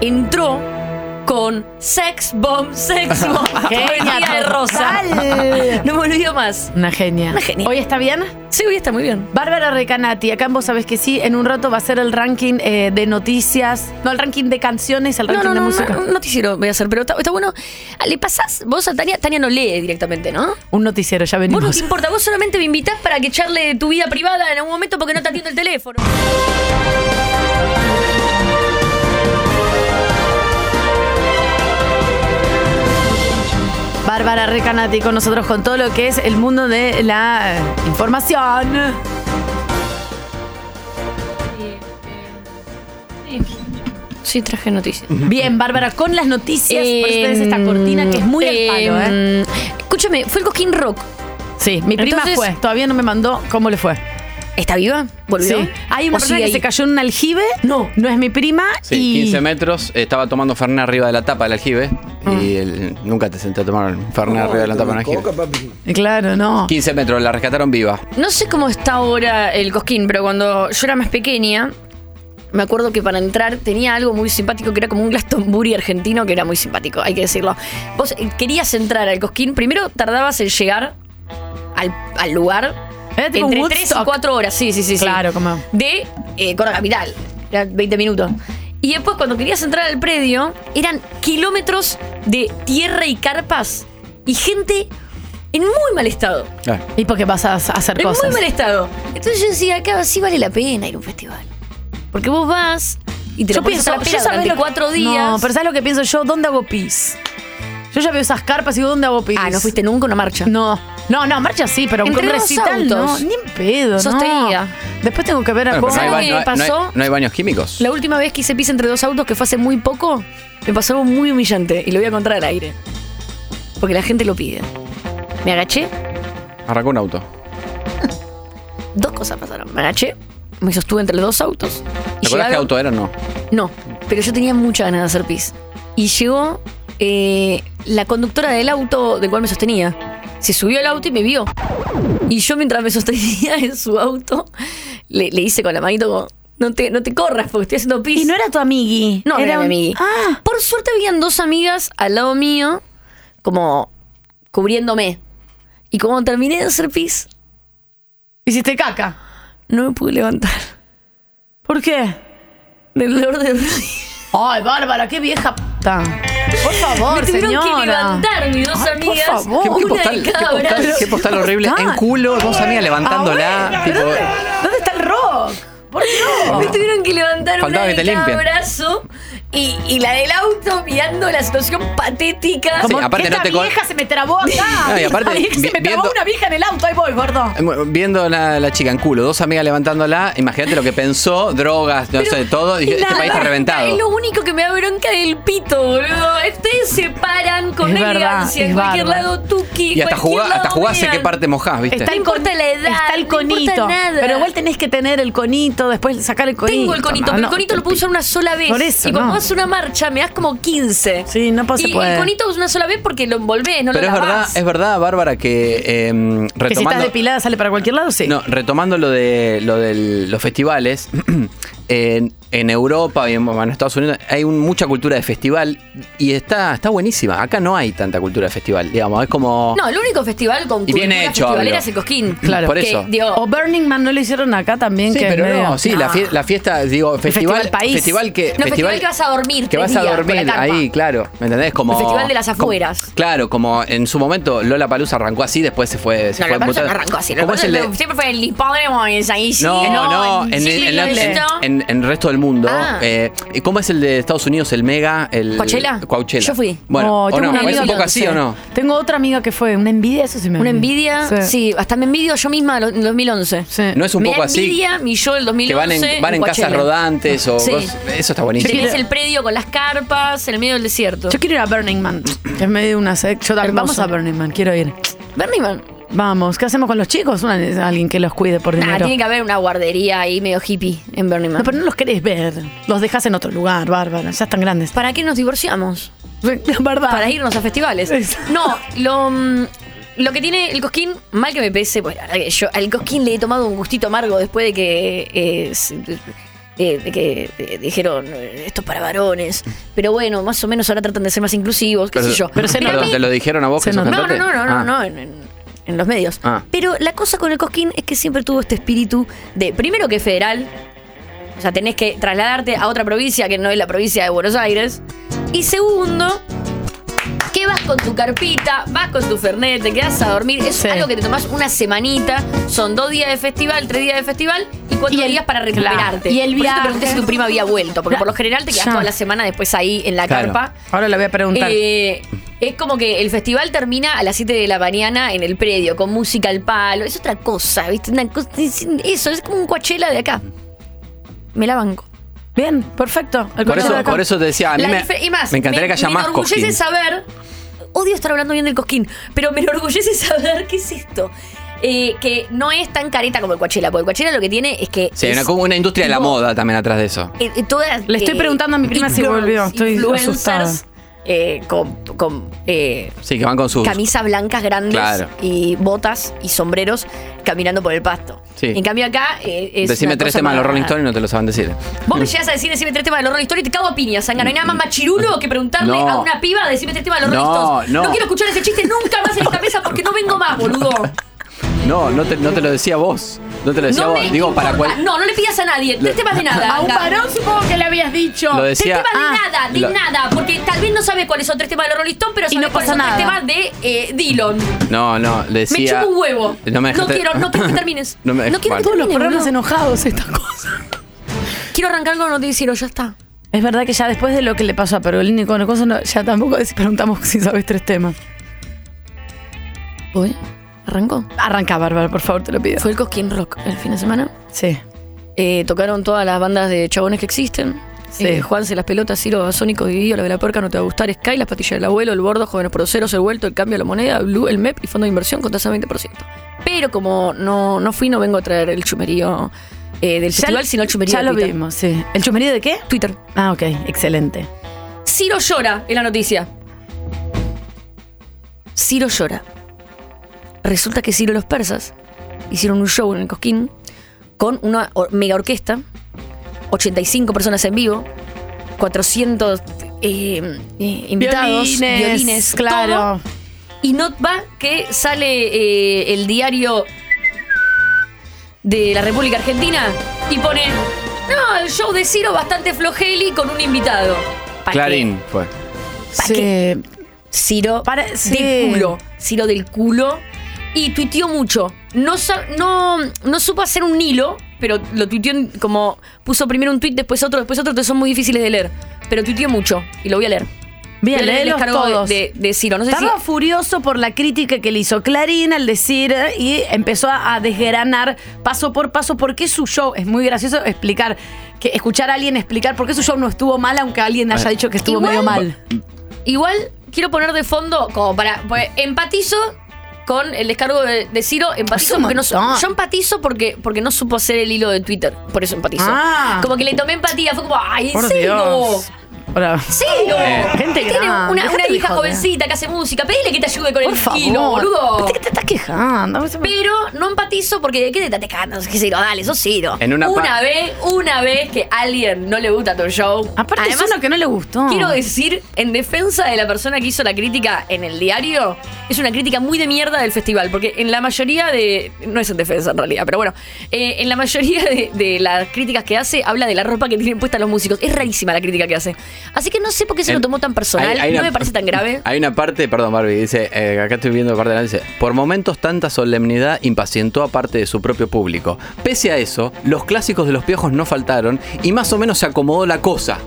entró con Sex Bomb, Sex Bomb. Genia vestida de rosa. total. No me olvido más. Una genia. Una genia. ¿Hoy está bien? Sí, hoy está muy bien. Bárbara Recanati, acá en vos sabés que sí, en un rato va a ser el ranking eh, de noticias. No, el ranking de canciones, el ranking No, no, de no, música. no, no te hicieron, voy a hacer, pero está, está bueno. Ah, Le pasás, vos a Tania, Tania no lee directamente, ¿no? Un noticiero, ya Vos no venimos. te importa, vos solamente me invitás para que charle de tu vida privada en algún momento porque no te atiendo el teléfono. Bárbara Recanati con nosotros con todo lo que es el mundo de la eh, información. eh, Sí, traje noticias. Bien, Bárbara, con las noticias, por eso tenés esta Eh, cortina que es muy al eh, palo, ¿eh? Escúchame, fue el Coquín Rock. Sí, mi prima Entonces- fue, todavía no me mandó cómo le fue. ¿Está viva? ¿Volvió? Sí. Hay una persona ¿O sigue que ahí? se cayó en un aljibe. No. No es mi prima. Sí, y 15 metros, eh, estaba tomando Fernet arriba de la tapa del aljibe. Y Ah. él- nunca te senté a tomar Fernet arriba de la tapa del aljibe. Claro, no. 15 metros, la rescataron viva. No sé cómo está ahora el cosquín, pero cuando yo era más pequeña, me acuerdo que para entrar tenía algo muy simpático que era como un Glastonbury argentino que era muy simpático, hay que decirlo. Vos eh, querías entrar al cosquín, primero tardabas en llegar al, al lugar Era tipo entre un 3 y Woodstock. 4 horas, sí, sí, sí. sí. Claro, como- De eh, Córdoba Capital, eran 20 minutos. Y después cuando querías entrar al predio, eran kilómetros de tierra y carpas y gente en muy mal estado. Y porque vas a hacer En cosas. muy mal estado. Entonces yo decía, acá sí vale la pena ir a un festival. Porque vos vas y te lo pones a la pera sabés durante lo que- cuatro días. No, pero ¿sabes lo que pienso yo? ¿Dónde hago pis? Yo ya veo esas carpas y digo, ¿dónde hago pis? Ah, ¿no fuiste nunca a una marcha? No. No, no, marcha sí, pero un Entre dos recital no. autos. Ni en pedo, no. Sostenida. Después tengo que ver a Bueno, cómo... pero no, hay ba- no hay- no hay- pasó? no hay baños químicos. La última vez que hice pis entre dos autos, que fue hace muy poco, me pasó algo muy humillante y lo voy a contar al aire. Porque la gente lo pide. Me agaché, Arrancó un auto. dos cosas pasaron. Me agaché, me sostuve entre los dos autos. ¿Te acordás qué auto era? No. No, pero yo tenía mucha ganas de hacer pis. Y llegó eh, la conductora del auto del cual me sostenía. Se subió al auto y me vio. Y yo mientras me sostenía en su auto, le, le hice con la manito como, no te, no te corras porque estoy haciendo pis. ¿Y no era tu amigui? No, no Era era, un- Ah. mi amigui. Por suerte habían dos amigas al lado mío, como cubriéndome. Y cuando terminé de hacer pis... Hiciste caca. No me pude levantar. ¿Por qué? Del dolor de rodilla. Ay, Bárbara, qué vieja puta. Por favor, Me tuvieron que señora. levantar mis dos Ay, amigas. Por favor. Qué- qué Una de postal- qué cada postal- brazo. Qué postal horrible. En culo, dos amigas levantándola. tipo, ¿Dónde está el rock? ¿Por qué no? Me tuvieron que levantar Faltaba una que de te cada limpien. brazo y, y la del auto mirando la situación patética. Sí, Como, aparte ¿qué no esta te co- vieja se me trabó acá. No, y aparte, La vieja se me vi- trabó viendo- una vieja en el auto, ahí voy, gordo. Eh, bueno, Viendo la, la chica en culo, dos amigas levantándola, imagínate lo que pensó, drogas, no Pero- sé, todo, y dije, este La país está verdad, Es reventado. lo único que me da bronca del pito, boludo. Ustedes se paran con Es verdad, elegancia. es en cualquier bárbaro. lado tuki. Y hasta cualquier jugá, hasta lado jugás sé mean. qué parte mojás, ¿viste? Está el, con- importa la edad, está el no importa conito. nada. Pero igual tenés que tener el conito, después sacar el conito. Tengo el conito, No, pero no. el conito lo puedo usar una sola vez. Por eso, y cuando no. haces una marcha me das como 15. Sí, no pasa Y el conito es una sola vez porque lo envolvés, no lo Pero es verdad, lavás. es verdad, Bárbara, que eh, retomando. Que si estás depilada sale para cualquier lado, sí. No, retomando lo de lo de los festivales, en, en Europa y en, bueno, en Estados Unidos hay un- mucha cultura de festival y está, está buenísima. Acá no hay tanta cultura de festival, digamos, es como. No, el único festival con Y bien cultura hecho, festivalera hablo. Mm, es el Cosquín. Claro. Por eso. Que, digo, O Burning Man no lo hicieron acá también. Sí, que es pero medio- no, sí, la, Ah. fie- la fiesta, digo, festival. festival país. Festival que. No, festival que vas a dormir Que tres vas a días con la dormir carpa. ahí, claro. ¿Me entendés? Como. El festival de las como- afueras. claro, como en su momento Lola Palusa arrancó así, después se fue. Se No, fue la persona mutando. arrancó así. la ¿Cómo es el persona- de- Siempre fue el hipódromo y es ahí. sí, No, no, en, sí, en- en- ¿no? en- en el resto del mundo. Ah. Eh, ¿Cómo es el de Estados Unidos, el Mega? El, ¿Coachella? Coachella. Yo fui. Bueno, No, Oh, ¿o tengo no? una ¿Es amiga un que poco lo así hizo. o no? Tengo otra amiga que fue. Una envidia, eso sí me Una envidia, sí. Sí. hasta me envidio yo misma lo- en 2011. ¿No es un Me poco da así? envidia mi yo del 2011. Que van en, van en casas Coachella. rodantes o Sí. cosas- Eso está Que buenísimo. Tienes el predio con las carpas en el medio del desierto. Yo quiero ir a Burning Man. Es medio una sec. Yo también. Vamos Hermoso. a Burning Man, quiero ir. Burning Man. Vamos, ¿qué hacemos con los chicos? Una- alguien que los cuide por Nah, dinero. tiene que haber una guardería ahí medio hippie en Burning Man. No, pero no los querés ver. Los dejás en otro lugar, bárbaro. Ya están grandes. ¿Para qué nos divorciamos? verdad. Para irnos a festivales. No, lo, mm, lo que tiene el Cosquín, mal que me pese, pues la verdad que yo al Cosquín le he tomado un gustito amargo después de que. eh, s- eh, de que eh, dijeron eh, esto es para varones. Pero bueno, más o menos ahora tratan de ser más inclusivos, qué sé yo. Pero a Perdón, mí- ¿Te lo dijeron a vos que no, sos no, no, cantante? no, no, Ah. no, en, en- en los medios. Ah. Pero la cosa con el Cosquín es que siempre tuvo este espíritu de, primero que es federal, o sea, tenés que trasladarte a otra provincia que no es la provincia de Buenos Aires. Y segundo, que vas con tu carpita, vas con tu fernet, te quedas a dormir. Es algo que te tomás una semanita. Son dos días de festival, tres días de festival y cuatro días para recuperarte. claro. Y el Por eso te pregunté viaje. si tu prima había vuelto, porque por lo general te quedas Ya. toda la semana después ahí en la Claro. carpa. Ahora le voy a preguntar. Eh, es como que el festival termina a las 7 de la mañana en el predio, con música al palo. Es otra cosa, ¿viste? Una cosa- es- eso, es como un coachela de acá. Me la banco. Bien, perfecto. El Por Coachella de eso, acá. por eso te decía, a mí La me, difer- y más, me encantaría que haya me más enorgullece cosquín. saber, odio estar hablando bien del cosquín, pero me enorgullece saber qué es esto. Eh, que no es tan careta como el Coachella, porque el Coachella lo que tiene es que. Sí, hay es- una, como una industria de la tipo, moda también atrás de eso. eh, eh, todas, Le estoy eh, preguntando a mi prima si influencers- volvió. Estoy influencers, asustada. eh, con, con, eh, Sí, que van con sus. camisas blancas grandes Claro. y botas y sombreros caminando por el pasto. Sí. En cambio acá eh, es Decime una tres cosa temas de los más- Rolling Stones y no te lo saben decir. Vos me llegas a decir, decime tres temas de los Rolling Stones y te cago a piña, Sanga. No hay nada más machirulo que preguntarle No. a una piba, decime tres temas de los No, Rolling Stones. no. quiero escuchar ese chiste nunca más en esta mesa porque no vengo más, boludo. No, no te, no te lo decía vos. No te lo decía No vos. me Digo, para importa. cual. No, no le pidas a nadie. Tres temas de nada. A un Anga. varón supongo que le habías dicho. Lo decía- tres temas de Ah. nada, de Lo- nada. Porque tal vez no sabe cuáles son tres temas de los Rolling Stones, pero Y no sabe cuáles pasa son tres nada. temas de eh, Dylan. No, no, le Me decía. chupo un huevo. No, me dejaste- quiero, no quiero que termines. No me quiero que bueno. Todos los termine, programas boludo. enojados, esta cosa. Quiero arrancar con noticiero, ya está. Es verdad que ya después de lo que le pasó a Perolini con el coso, no- ya tampoco les preguntamos si sabes tres temas. ¿Voy? ¿Arrancó? Arranca, Bárbara, por favor, te lo pido. Fue el Cosquín Rock el fin de semana. Sí. Eh, tocaron todas las bandas de chabones que existen. Sí. Eh, Juanse, Las Pelotas, Ciro, Sónico, Dividido, La Vela Puerca, No Te Va a Gustar, Sky, Las Patillas del Abuelo, El Bordo, Jóvenes Produceros, El Vuelto, El Cambio de la Moneda, Blue, El MEP y Fondo de Inversión con tasa 20%. Pero como no, no fui, no vengo a traer el chumerío eh, del Ya festival, lo- sino el chumerío Ya de lo Twitter. vimos, sí. ¿El chumerío de qué? Twitter. Ah, ok, excelente. Ciro llora, es la noticia. Ciro llora. Resulta que Ciro y los persas hicieron un show en el Cosquín con una or- mega orquesta, 85 personas en vivo, 400 eh, eh, invitados, Violines, claro. todo. Y no va que sale eh, el diario de la República Argentina y pone, no, el show de Ciro bastante flojeli con un invitado. ¿Pa' qué? Clarín fue. ¿Pa' qué? Ciro Para- sí. del culo. Ciro del culo. Y tuiteó mucho. no, sa- no, no supo hacer un hilo, pero lo tuiteó en- como puso primero un tweet, después otro, después otro, entonces son muy difíciles de leer. Pero tuiteó mucho y lo voy a leer. Bien, Voy a leer el léelos descargo de- todos. De, de Ciro. No sé si- Estaba furioso por la crítica que le hizo Clarín al decir eh, y empezó a, a desgranar paso por paso por qué su show es muy gracioso explicar que escuchar a alguien explicar por qué su show no estuvo mal aunque alguien haya Ay. dicho que estuvo Igual- medio mal. Igual quiero poner de fondo, como para. pues, empatizo con el descargo de, de Ciro. Empatizo un porque no su- montón. Yo empatizo porque, porque no supo hacer el hilo de Twitter. Por eso empatizo. Ah. Como que le tomé empatía. Fue como, ¡ay, Por en serio! Dios. Ahora- Ciro, Eh. Gente tiene grande, una, una gente hija joven. jovencita que hace música. Pedile que te ayude con Por el favor. hilo, boludo. Viste que te estás quejando. Pero no empatizo porque ¿de qué te estás quejando? Es que Ciro, dale, sos Ciro. En una pa- una vez, una vez que a alguien no le gusta tu show. Aparte es uno que no le gustó. Quiero decir, en defensa de la persona que hizo la crítica en el diario, es una crítica muy de mierda del festival, porque en la mayoría de. No es en defensa en realidad, pero bueno. eh, en la mayoría de, de las críticas que hace, habla de la ropa que tienen puesta los músicos. Es rarísima la crítica que hace. Así que no sé por qué se lo En- tomó tan personal, Hay- hay no una- me parece tan grave. Hay una parte, perdón Barbie, dice, eh, acá estoy viendo parte de la dice, por momentos tanta solemnidad impacientó a parte de su propio público. Pese a eso, los clásicos de los piojos no faltaron y más o menos se acomodó la cosa.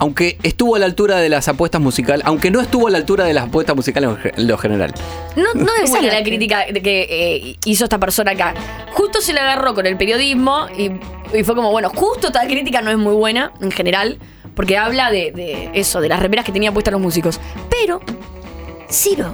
Aunque estuvo a la altura de las apuestas musicales, aunque no estuvo a la altura de las apuestas musicales en ge- en lo general. No, no es buena la crítica de que eh, hizo esta persona acá. Justo se la agarró con el periodismo y, y fue como, bueno, justo esta crítica no es muy buena en general, porque habla de, de eso, de las remeras que tenían puestas los músicos. Pero, Ciro,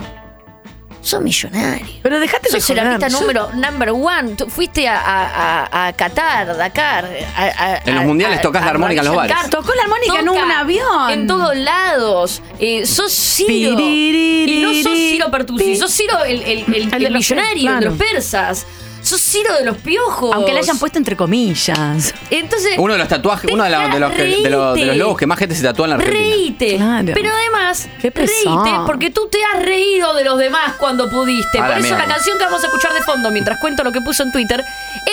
sos millonario. Pero dejate Sos el mejorar. artista Yo- número number one. Tú fuiste a, a- a- a Qatar, Dakar. a- a- En los a- mundiales a- tocás la a armónica en los Ravi bares. Shankar. Tocó la armónica en Toca un avión. En todos lados. Eh, sos Ciro. Y no sos Ciro Pertusi, sos Ciro el, el- el- de el los millonario, pe- de claro. los persas. Sos Ciro de los piojos. Aunque le hayan puesto entre comillas. Entonces, Uno de los tatuajes, uno de, la- de los, que- de los- de los logos que más gente se tatúa en la Argentina. reíte. Claro. Pero además, pesado. reíte porque tú te has reído de los demás cuando pudiste. A la Por eso mierda. la canción que vamos a escuchar de fondo mientras cuento lo que puso en Twitter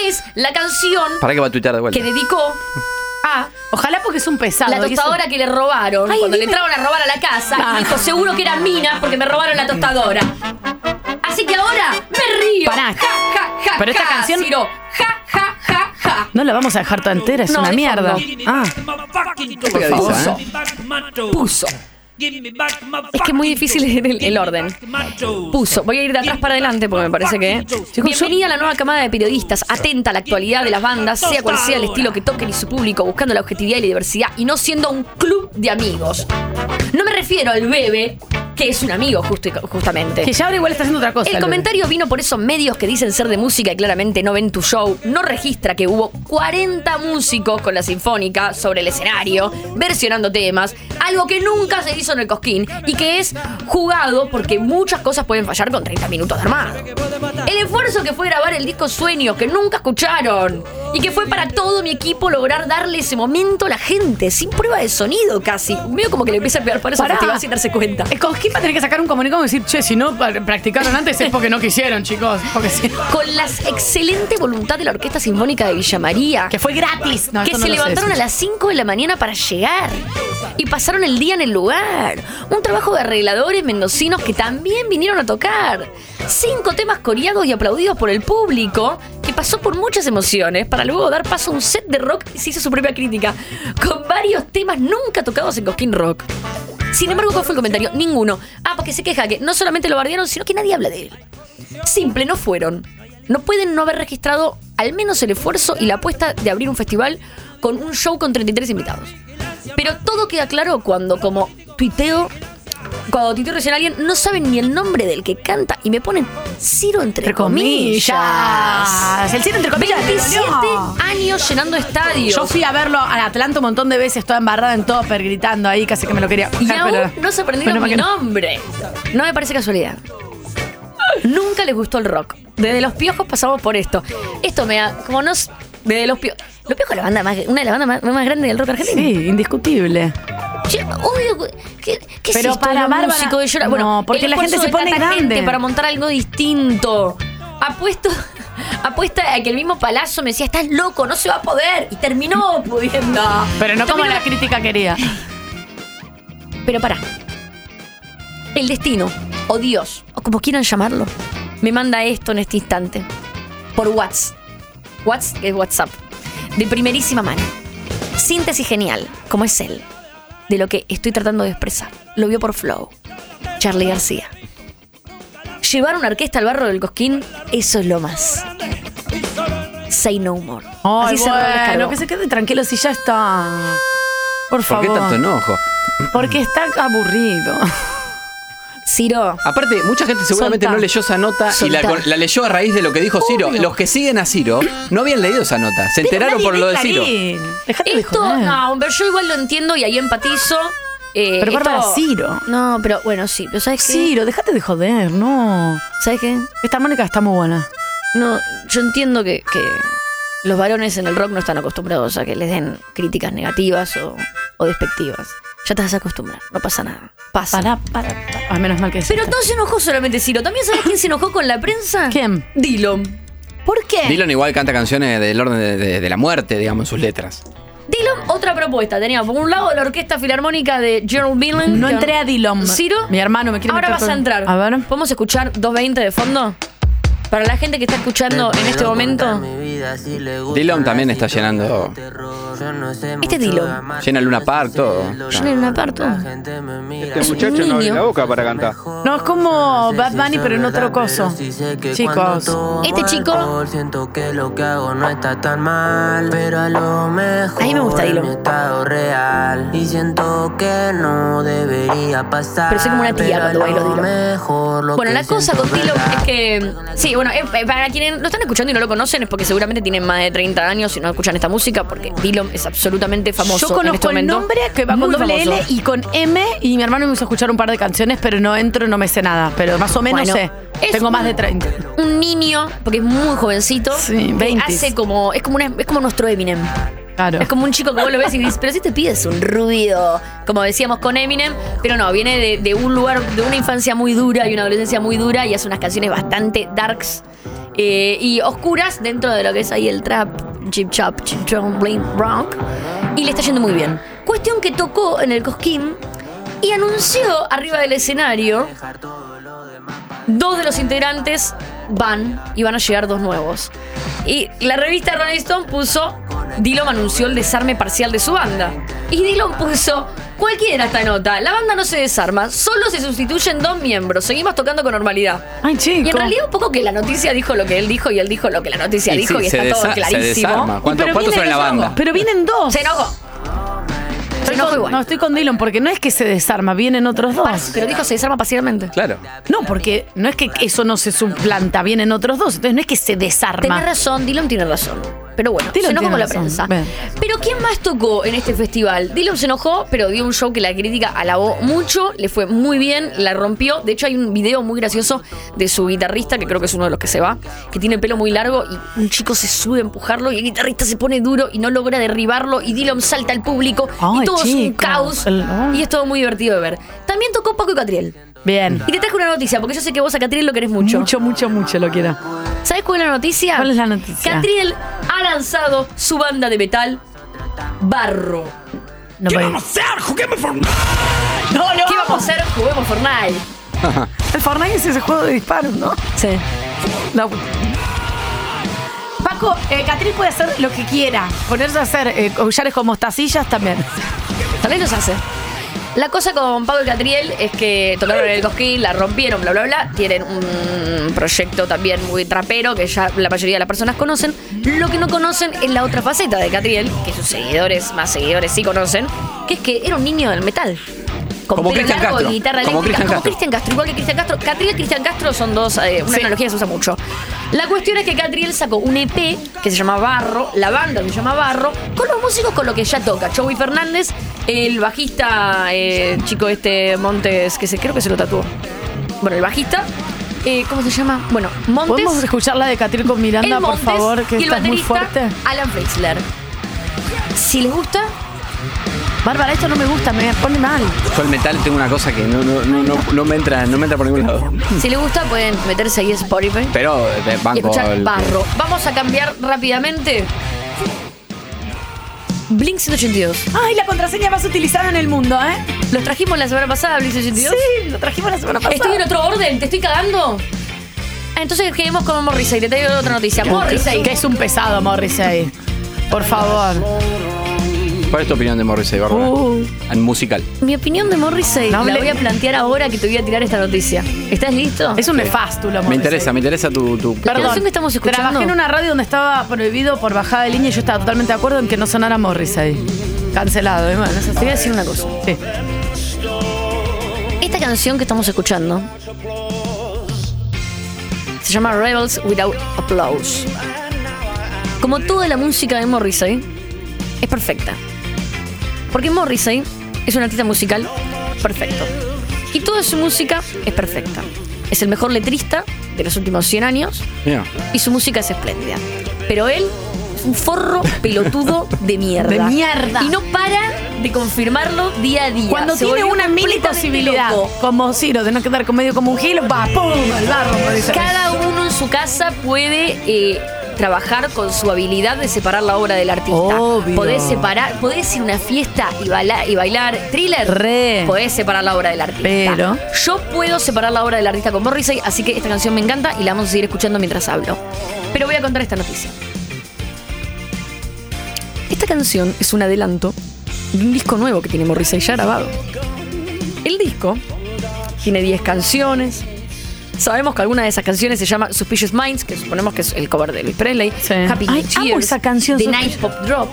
es la canción Para que va a tuitear de vuelta. que dedicó a Ojalá porque es un pesado. la tostadora que le robaron Ay, cuando le dime. entraron a robar a la casa. Ah. y dijo, seguro que era mina porque me robaron la tostadora. Así que ahora me río. Pará. Ja, ja, ja, Pero esta ja, canción- Ciro. Ja, ja, ja, ja. No la vamos a dejar toda entera, es Ah. No, una de mierda. fondo. Ah. Por favor. Puso. Puso. Es que es muy difícil el, el orden. Puso. Voy a ir de atrás para adelante porque me parece que. eh. Bienvenida a la nueva camada de periodistas, atenta a la actualidad de las bandas, sea cual sea el estilo que toquen y su público, buscando la objetividad y la diversidad y no siendo un club de amigos. No me refiero al bebé, que es un amigo, justo- justamente. Que ya ahora igual está haciendo otra cosa. El Lore. comentario vino por esos medios que dicen ser de música y claramente no ven tu show. No registra que hubo 40 músicos con la sinfónica sobre el escenario, versionando temas, algo que nunca se hizo en el Cosquín y que es jugado porque muchas cosas pueden fallar con 30 minutos de armado. El esfuerzo que fue grabar el disco Sueños, que nunca escucharon, y que fue para todo mi equipo lograr darle ese momento a la gente, sin prueba de sonido casi. Medio como que le empieza a pegar palos al Pará. festival sin darse cuenta. El Cosquín va a tener que sacar un comunicado y decir, che, si no pa- practicaron antes es porque no quisieron, chicos. Porque si- con la excelente voluntad de la Orquesta Sinfónica de Villa María. Que fue gratis. No, que eso se no lo sé levantaron a decir. las 5 de la mañana para llegar. Y pasaron el día en el lugar. Un trabajo de arregladores mendocinos que también vinieron a tocar. Cinco temas coreados y aplaudidos por el público, que pasó por muchas emociones, para luego dar paso a un set de rock y se hizo su propia crítica, con varios temas nunca tocados en Cosquín Rock. Sin embargo, ¿cuál fue el comentario? Ninguno. Ah, porque se queja que no solamente lo bardearon, sino que nadie habla de él. Simple, no fueron. No pueden no haber registrado al menos el esfuerzo y la apuesta de abrir un festival con un show con 33 invitados. Pero todo queda claro cuando, como tuiteo, cuando tuiteo recién a alguien, no saben ni el nombre del que canta y me ponen Ciro entre Entre comillas. comillas. El Ciro entre comillas le 27 dolió. años llenando estadios. Yo fui a verlo al Atlanta un montón de veces, toda embarrada en topper, gritando ahí, casi que me lo quería. Y coger, aún pero- no se aprendieron Ah, menos mal mi que no. nombre. No me parece casualidad. Nunca les gustó el rock. Desde los piojos pasamos por esto. Esto me da. Como nos. Desde los piojos. Los piojos es la banda más, una de las bandas más, más grandes del rock argentino. Sí, indiscutible. Che, obvio, ¿Qué, qué Pero es esto para de Bárbara- músico de llorar? Bueno, No, porque el la gente se esfuerzo de pone tanta gente grande. para montar algo distinto. Apuesto, apuesta a que el mismo Palazzo me decía, estás loco, no se va a poder. Y terminó pudiendo. Pero no como Terminó- la crítica quería. Pero pará. El destino, o Dios, o como quieran llamarlo, me manda esto en este instante. por WhatsApp. WhatsApp, que es WhatsApp. De primerísima mano. Síntesis genial, como es él, de lo que estoy tratando de expresar. Lo vio por Flow. Charlie García. Llevar una orquesta al barro del Cosquín, eso es lo más. Say no more. Ay, Así cerró el bueno, descargo. que se quede tranquilo si ya está. Por ¿Por favor. qué tanto enojo? Porque está aburrido. Ciro. Aparte, mucha gente seguramente Soltá. no leyó esa nota y la, Soltá. con- la leyó a raíz de lo que dijo Ciro. Los que siguen a Ciro no habían leído esa nota. Se enteraron por lo de Ciro. Esto, no, pero yo igual lo entiendo y ahí empatizo. Eh, Pero Bárbara, Ciro. No, pero bueno, sí, pero ¿sabes qué? Ciro, déjate de joder, no. ¿Sabes qué? Esta Mónica está muy buena. No, yo entiendo que, que los varones en el rock no están acostumbrados a que les den críticas negativas o, o despectivas. Ya te vas a acostumbrar, no pasa nada. Pasa. Para, para, Al menos mal que Pero no se enojó solamente Ciro. ¿También sabes quién se enojó con la prensa? ¿Quién? Dylan. ¿Por qué? Dylan igual canta canciones del orden de, de- de la muerte, digamos, en sus letras. Dylan, otra propuesta. Teníamos por un lado la Orquesta Filarmónica de Gerald Dylan. No entré a Dylan. Ciro. Mi hermano me quiere Ahora meter vas a con- entrar. A ver. ¿Podemos escuchar 220 de fondo? Para la gente que está escuchando en este momento. Dylan también está llenando. Este Dylan. Llena Luna Park, todo. Yo no era un aparto. Este muchacho no abre la boca para cantar. No, es como Bad Bunny, pero en otro coso. Chicos. Este chico. Siento que lo que hago no está tan mal, pero a lo mejor. A mí me gusta es Dilo. mi estado real. Y siento que no debería pasar. Pero soy como una tía pero a cuando bailo lo Dilo. mejor lo Bueno, que la cosa siento con Dilo verdad. es que. Sí, bueno, eh, eh, para quienes lo están escuchando y no lo conocen es porque seguramente tienen más de 30 años y no escuchan esta música porque Dilo es absolutamente famoso. Yo en este conozco el momento. nombre que va con Muy doble famoso. L y con M y mi hermano me hizo escuchar un par de canciones, pero no entro, no me sé nada, pero más o menos Bueno, sé. es Tengo más un- de 30. Un niño, porque es muy jovencito, Sí, que 20. hace como. Es como, una- es como nuestro Eminem. Claro. Es como un chico que vos lo ves y dices, pero si te pides un ruido, como decíamos con Eminem, pero no, viene de, de un lugar, de una infancia muy dura y una adolescencia muy dura y hace unas canciones bastante darks eh, y oscuras dentro de lo que es ahí el trap, chip chop, chip chop, blink, rock, y le está yendo muy bien. Cuestión que tocó en el Cosquín y anunció arriba del escenario dos de los integrantes van y van a llegar dos nuevos. Y la revista Rolling Stone puso, Dillon anunció el desarme parcial de su banda. Y Dillon puso, cualquiera esta nota, la banda no se desarma, solo se sustituyen dos miembros, seguimos tocando con normalidad. Ay, chico. Y en realidad un poco que la noticia dijo lo que él dijo y él dijo lo que la noticia Y dijo sí, y se está todo desa- se clarísimo. desarma. ¿Cuánto- Pero vienen cuántos son en la los banda? dos. Pero vienen dos. Se enojó. Estoy con- No, estoy con Dylan porque no es que se desarma, vienen otros dos. Pero dijo se desarma parcialmente. Claro. No, porque no es que eso no se suplanta, vienen otros dos. Entonces no es que se desarma. Tenés razón, Dylan tiene razón. Pero bueno, Dylan se enojó tiene con la razón. prensa. Ven. Pero ¿quién más tocó en este festival? Dylan se enojó, pero dio un show que la crítica alabó mucho, le fue muy bien, la rompió. De hecho, hay un video muy gracioso de su guitarrista, que creo que es uno de los que se va, que tiene el pelo muy largo y un chico se sube a empujarlo y el guitarrista se pone duro y no logra derribarlo y Dylan salta al público y Ay, todo es un chicos, caos el- y es todo muy divertido de ver. También tocó Paco y Catriel. Bien. Y te traje una noticia, porque yo sé que vos a Catriel lo querés mucho. Mucho, mucho, mucho lo quiero. ¿Sabes cuál es la noticia? ¿Cuál es la noticia? Catriel ha lanzado su banda de metal Barro. No ¿Qué voy. vamos a hacer? ¡Juguemos Fortnite! ¿Qué vamos a hacer? Juguemos Fortnite. El Fortnite es ese juego de disparos, ¿no? Sí. Paco, eh, Catriel puede hacer lo que quiera. Ponerse a hacer eh, collares con mostacillas también. Tal vez los hace. La cosa con Pablo y Catriel es que tocaron en el Cosquín, la rompieron, bla, bla, bla. Tienen un proyecto también muy trapero que ya la mayoría de las personas conocen. Lo que no conocen es la otra faceta de Catriel, que sus seguidores, más seguidores sí conocen, que es que era un niño del metal. Con Como pelo Cristian largo Castro. y guitarra Como eléctrica. Cristian Como Castro. Cristian Castro. Igual que Cristian Castro. Catriel y Cristian Castro son dos, eh, una analogía que se usa mucho. La cuestión es que Catriel sacó un EP que se llama Barro, la banda que se llama Barro, con los músicos con lo que ya toca. Joey Fernández, el bajista, eh, chico este Montes, que se, creo que se lo tatuó. Bueno, el bajista. eh, ¿Cómo se llama? Bueno, Montes. ¿Podemos escuchar la de Catriel con Miranda, el por Montes favor? Que y el esta es muy baterista fuerte. Alan Freisler. Si les gusta, Bárbara, esto no me gusta, me pone mal. Yo el metal tengo una cosa que no, no, no, no, no me entra, no me entra por ningún lado. si les gusta pueden meterse ahí en Spotify. Pero eh, y banco. escuchar el- barro. Vamos a cambiar rápidamente. Blink 182. Ay, la contraseña más utilizada en el mundo, ¿eh? ¿Los trajimos la semana pasada, Blink 182? Sí, lo trajimos la semana pasada. Estoy en otro orden, te estoy cagando. Ah, Entonces quedemos con Morrissey. Te traigo otra noticia. Morrissey. Que es un pesado Morrissey. Por favor. ¿Cuál es tu opinión de Morrissey, Bárbara? En musical. Mi opinión de Morrissey No la hable- voy a plantear ahora que te voy a tirar esta noticia. ¿Estás listo? Es un Sí. nefastulo, Me Morrissey. interesa, me interesa tu. tu Perdón, tu- que estamos escuchando? Trabajé en una radio donde estaba prohibido por bajada de línea y yo estaba totalmente de acuerdo en que no sonara Morrissey. Cancelado, ¿eh? Bueno, eso Te voy a decir una cosa. Sí. Esta canción que estamos escuchando se llama Rebels Without Applause. Como toda la música de Morrissey, es perfecta. Porque Morrissey es un artista musical perfecto. Y toda su música es perfecta. Es el mejor letrista de los últimos 100 años Mira. y su música es espléndida. Pero él es un forro pelotudo de mierda. De mierda. Y no para de confirmarlo día a día. Cuando Se tiene volvió una mini completamente posibilidad, loco. como Ciro, de no quedar con medio como un gil, va, pum, al barro, Morrissey. Cada uno en su casa puede eh, trabajar con su habilidad de separar la obra del artista. Obvio. Podés separar, podés ir a una fiesta y, bala- y bailar thriller. Re. Podés separar la obra del artista. Pero- Yo puedo separar la obra del artista con Morrissey, así que esta canción me encanta y la vamos a seguir escuchando mientras hablo. Pero voy a contar esta noticia. Esta canción es un adelanto de un disco nuevo que tiene Morrissey ya grabado. El disco tiene 10 canciones. Sabemos que alguna de esas canciones se llama Suspicious Minds, que suponemos que es el cover de Elvis Presley. Happy Ay, New amo Years, esa canción, The Suspicious- Night Pop Drop.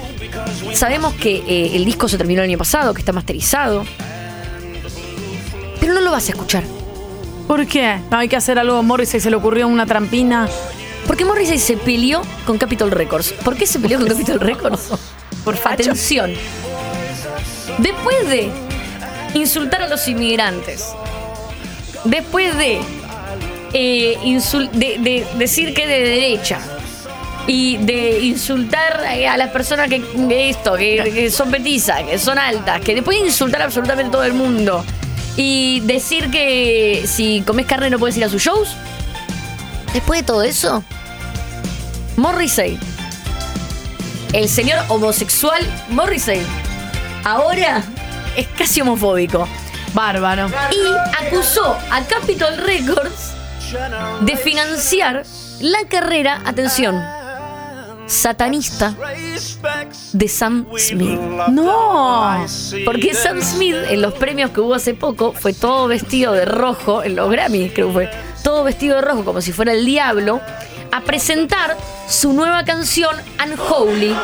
Sabemos que eh, el disco se terminó el año pasado, que está masterizado. Pero no lo vas a escuchar. ¿Por qué? No hay que hacer algo a Morrissey, se le ocurrió una trampina. Porque Morrissey se peleó con Capitol Records. ¿Por qué se peleó con Capitol Records? Por Atención. Después de insultar a los inmigrantes, después de, eh, insul- de- de decir que de derecha y de insultar eh, a las personas que, que esto, que, que son petizas, que son altas, que después de insultar absolutamente todo el mundo y decir que si comes carne no puedes ir a sus shows, después de todo eso, Morrissey, el señor homosexual Morrissey, ahora es casi homofóbico. Bárbaro. Y acusó a Capitol Records de financiar la carrera, atención, satanista de Sam Smith. No, porque Sam Smith en los premios que hubo hace poco fue todo vestido de rojo, en los Grammys creo que fue, todo vestido de rojo como si fuera el diablo, a presentar su nueva canción Unholy.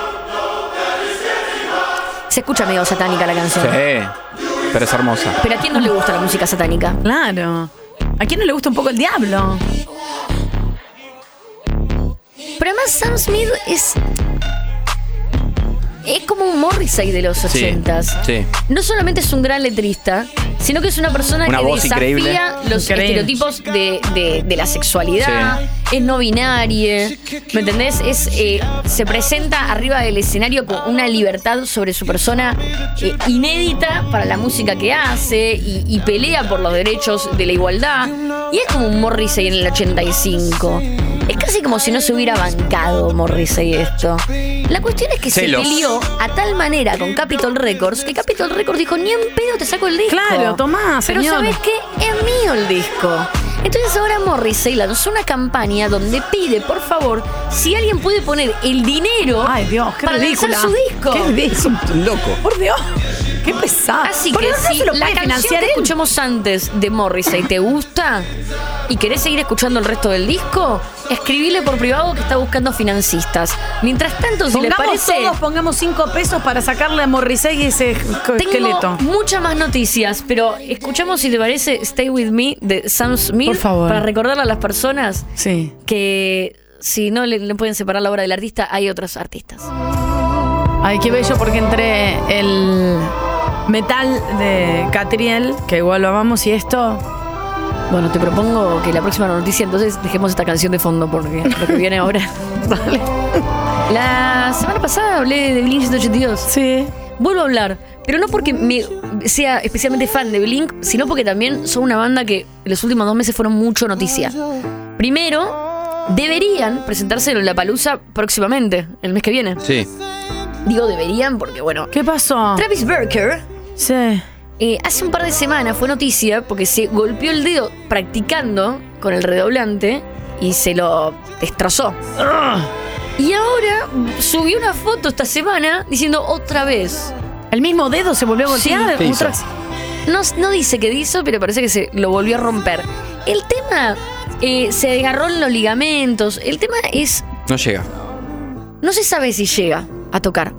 Se escucha medio satánica la canción. Sí. Pero es hermosa. Pero ¿a quién no le gusta la música satánica? Claro. ¿A quién no le gusta un poco el diablo? Pero además Sam Smith es... Es como un Morrissey de los Sí. 80s. Sí. No solamente es un gran letrista, sino que es una persona Una que voz desafía increíble. los Increíble. estereotipos de, de- de la sexualidad, es no binaria, ¿me entendés? Es, eh, se presenta arriba del escenario con una libertad sobre su persona eh, inédita para la música que hace y, y pelea por los derechos de la igualdad. Y es como un Morrissey en el 85. Es casi como si no se hubiera bancado Morrissey esto. La cuestión es que Celos. se peleó a tal manera con Capitol Records que Capitol Records dijo, ni en pedo te saco el disco. Claro, tomá, Pero señor. ¿sabes qué? Es mío el disco. Entonces ahora Morrissey lanzó una campaña donde pide, por favor, si alguien puede poner el dinero Ay, Dios, qué para ridícula. lanzar su disco. Qué ridículo. Loco. Por Dios, qué pesado. Así ¿Por que qué no si se lo la puede canción financiar que él? escuchamos antes de Morrissey te gusta y querés seguir escuchando el resto del disco, escribile por privado que está buscando financistas. Mientras tanto, si le Pongamos parece... todos, pongamos cinco pesos para sacarle a Morrissey ese esqueleto. Tengo muchas más noticias, pero escuchamos si te parece Stay With Me de Sam Smith. Por favor. Para recordarle a las personas Sí. que si no le, le pueden separar la obra del artista, hay otros artistas. Ay, qué bello, porque entre el metal de Catriel, que igual lo amamos, y esto. Bueno, te propongo que la próxima noticia entonces dejemos esta canción de fondo porque lo que viene ahora. Dale. La semana pasada hablé de Blink 182. Sí. Vuelvo a hablar, pero no porque me sea especialmente fan de Blink, sino porque también son una banda que en los últimos dos meses fueron mucho noticia. Primero, deberían presentarse en la palusa próximamente, el mes que viene. Sí. Digo deberían porque, bueno. ¿Qué pasó? Travis Barker Sí. eh, hace un par de semanas fue noticia porque se golpeó el dedo practicando con el redoblante y se lo destrozó. Y ahora subió una foto esta semana diciendo otra vez. El mismo dedo se volvió a golpear. Sí, otra- no, no dice que hizo, pero parece que se lo volvió a romper. El tema eh, se agarró en los ligamentos. El tema es No llega. No se sabe si llega a tocar,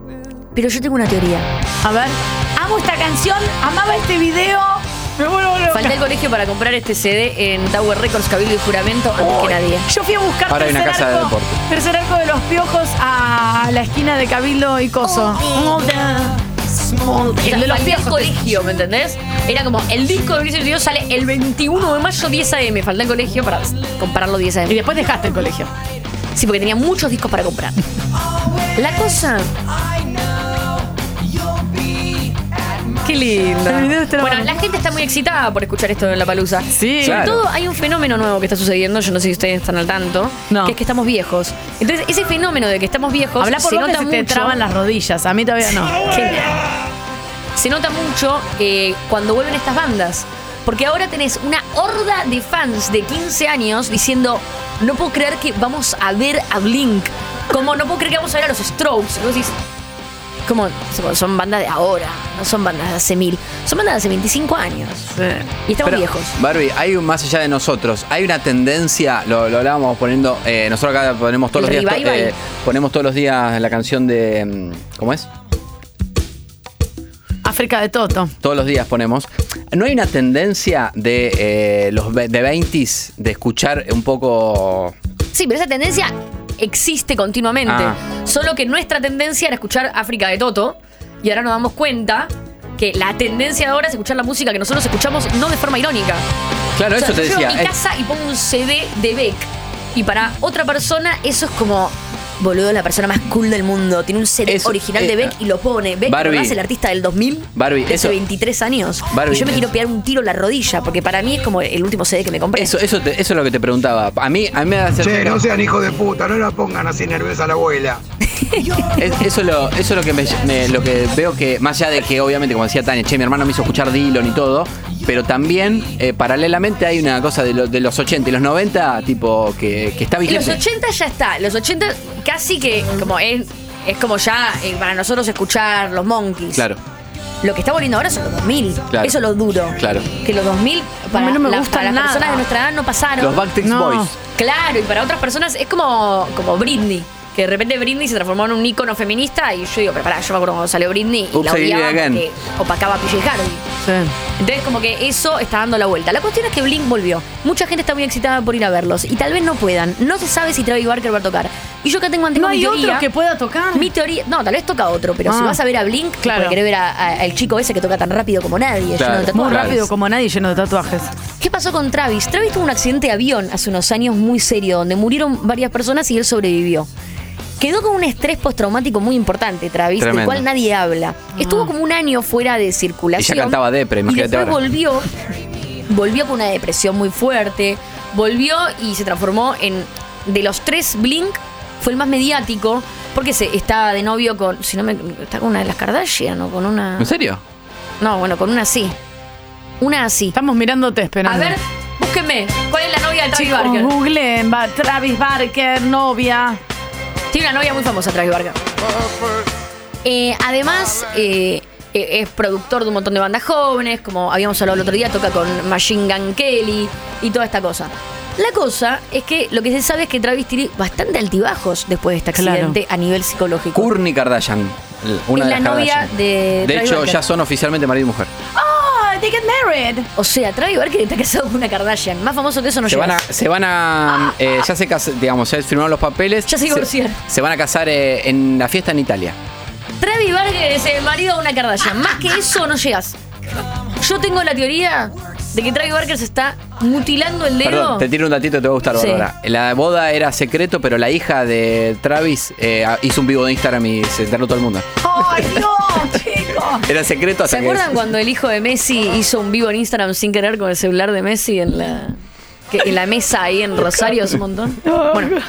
pero yo tengo una teoría. A ver. Amo esta canción, amaba este video. Me vuelvo loca. Falté al colegio para comprar este CD en Tower Records, Cabildo y Juramento antes que nadie. Yo fui a buscar Ahora hay una tercer, casa de arco, deporte. tercer arco de los piojos a la esquina de Cabildo y Coso. El de los pies colegio, ¿me entendés? Era como el disco de Ulises Ríos sale el 21 de mayo 10 AM. Falté al colegio para comprarlo 10 AM. Y después dejaste el colegio. Sí, porque tenía muchos discos para comprar. La cosa. Qué lindo. Bueno, la gente está muy excitada por escuchar esto en la palusa. Sí. Sobre Claro. todo hay un fenómeno nuevo que está sucediendo, yo no sé si ustedes están al tanto, que es que estamos viejos. Entonces, ese fenómeno de que estamos viejos Habla por se vos que nota se mucho. te traban las rodillas. A mí todavía no. Que- se nota mucho eh, cuando vuelven estas bandas. Porque ahora tenés una horda de fans de 15 años diciendo, no puedo creer que vamos a ver a Blink. Como no puedo creer que vamos a ver a los Strokes. Y vos decís, como son- son bandas de ahora, no son bandas de hace mil. Son bandas de hace 25 años. Y estamos Pero, viejos. Barbie, hay un más allá de nosotros, hay una tendencia, lo, lo hablábamos poniendo, eh, nosotros acá ponemos todos El los días, to- revival. eh, ponemos todos los días la canción de, mm, ¿cómo es? África de Toto. Todos los días ponemos. ¿No hay una tendencia de eh, los ve- de 20s de escuchar un poco Sí, pero esa tendencia existe continuamente. Ah. Solo que nuestra tendencia era escuchar África de Toto. Y ahora nos damos cuenta que la tendencia ahora es escuchar la música que nosotros escuchamos no de forma irónica. Claro, O sea, eso te yo decía, Llego a mi es- casa y pongo un CD de Beck. Y para otra persona, eso es como. Boludo, la persona más cool del mundo. Tiene un CD Eso, original de eh, Beck y lo pone. Beck Barbie. ¿verdad? es el artista del 2000. Barbie, de hace eso- 23 años. y Barbie, yo me es- quiero pegar un tiro en la rodilla, porque para mí es como el último CD que me compré. eso eso te- eso es lo que te preguntaba. A mí a mí me hace Che, no sean hijos de puta, no la pongan así nerviosa a la abuela. Es- eso es lo, eso es lo que me- me- lo que veo que, más allá de que obviamente, como decía Tania, che, mi hermano me hizo escuchar Dillon y todo, pero también eh, paralelamente hay una cosa de, lo- de los 80 y los 90, tipo, que, que está Y Los vigente. 80 ya está. Los 80 casi que como es, es como ya eh, para nosotros escuchar los Monkeys. Claro, Lo que está volviendo ahora son los 2000. Claro. Eso es lo duro. claro. Que los 2000 para, no me la- gustan para las nada. personas de nuestra edad no pasaron. Los Backstreet No. Boys. Claro, y para otras personas es como, como Britney. Que de repente Britney se transformó en un ícono feminista y yo digo, pero pará, yo me acuerdo cuando salió Britney y Oops, la I did it odiaba again. porque opacaba a PJ Harvey. Entonces como que eso está dando la vuelta. La cuestión es que Blink volvió. Mucha gente está muy excitada por ir a verlos y tal vez no puedan. No se sabe si Travis Barker va a tocar. Y yo acá tengo tengo ¿No hay mi teoría. otro que pueda tocar? Mi teoría, no, tal vez toca otro, pero si Ah. vas a ver a Blink, claro. querés ver a- a- al chico ese que toca tan rápido como nadie, lleno de Muy tatuajes. rápido como nadie lleno de tatuajes. ¿Qué pasó con Travis? Travis tuvo un accidente de avión hace unos años muy serio, donde murieron varias personas y él sobrevivió. Quedó con un estrés postraumático muy importante, Travis, del Tremendo. cual nadie habla. Ah. Estuvo como un año fuera de Y ya circulación. cantaba Depre, Y imagínate después ahora. volvió, volvió con una depresión muy fuerte, volvió y se transformó en, de los tres Blink, fue el más mediático, porque se, está de novio con, si no me, está con una de las Kardashian o con una... ¿En serio? No, bueno, con una sí. Una así. Estamos mirándote esperando. A ver, búsquenme. ¿Cuál es la novia de Travis Chicos, Barker? googleen, va, Travis Barker, novia. Tiene una novia muy famosa, Travis Barker. Eh, además, eh, eh, es productor de un montón de bandas jóvenes, como habíamos hablado el otro día, toca con Machine Gun Kelly y toda esta cosa. La cosa es que lo que se sabe es que Travis tiene bastante altibajos después de este Claro. accidente a nivel psicológico. Courtney Kardashian, l- una Es de la las novia Kardashian. de De Travis hecho, Barker. ya son oficialmente marido y mujer. ¡Oh! ¡They get married! O sea, Travis Barker está casado con una Kardashian. Más famoso que eso no se, llega. van a, se van a. eh, ya se cas- digamos, ya firmaron los papeles. Ya se divorciaron. Se, van a casar eh, en la fiesta en Italia. Travis Barker es el marido de una Kardashian. Más que eso no llegas. Yo tengo la teoría de que Travis Barker se está mutilando el dedo. Perdón, te tiro un datito que te va a gustar, Sí. Bárbara. La boda era secreto, pero la hija de Travis eh, hizo un vivo de Instagram y se enteró todo el mundo. ¡Ay, no, chicos! Era secreto Oh. ¿Se hasta que. acuerdan cuando el hijo de Messi hizo un vivo en Instagram sin querer con el celular de Messi en la, que- en la mesa ahí en Rosario hace un Oh, Em, montón? Bueno,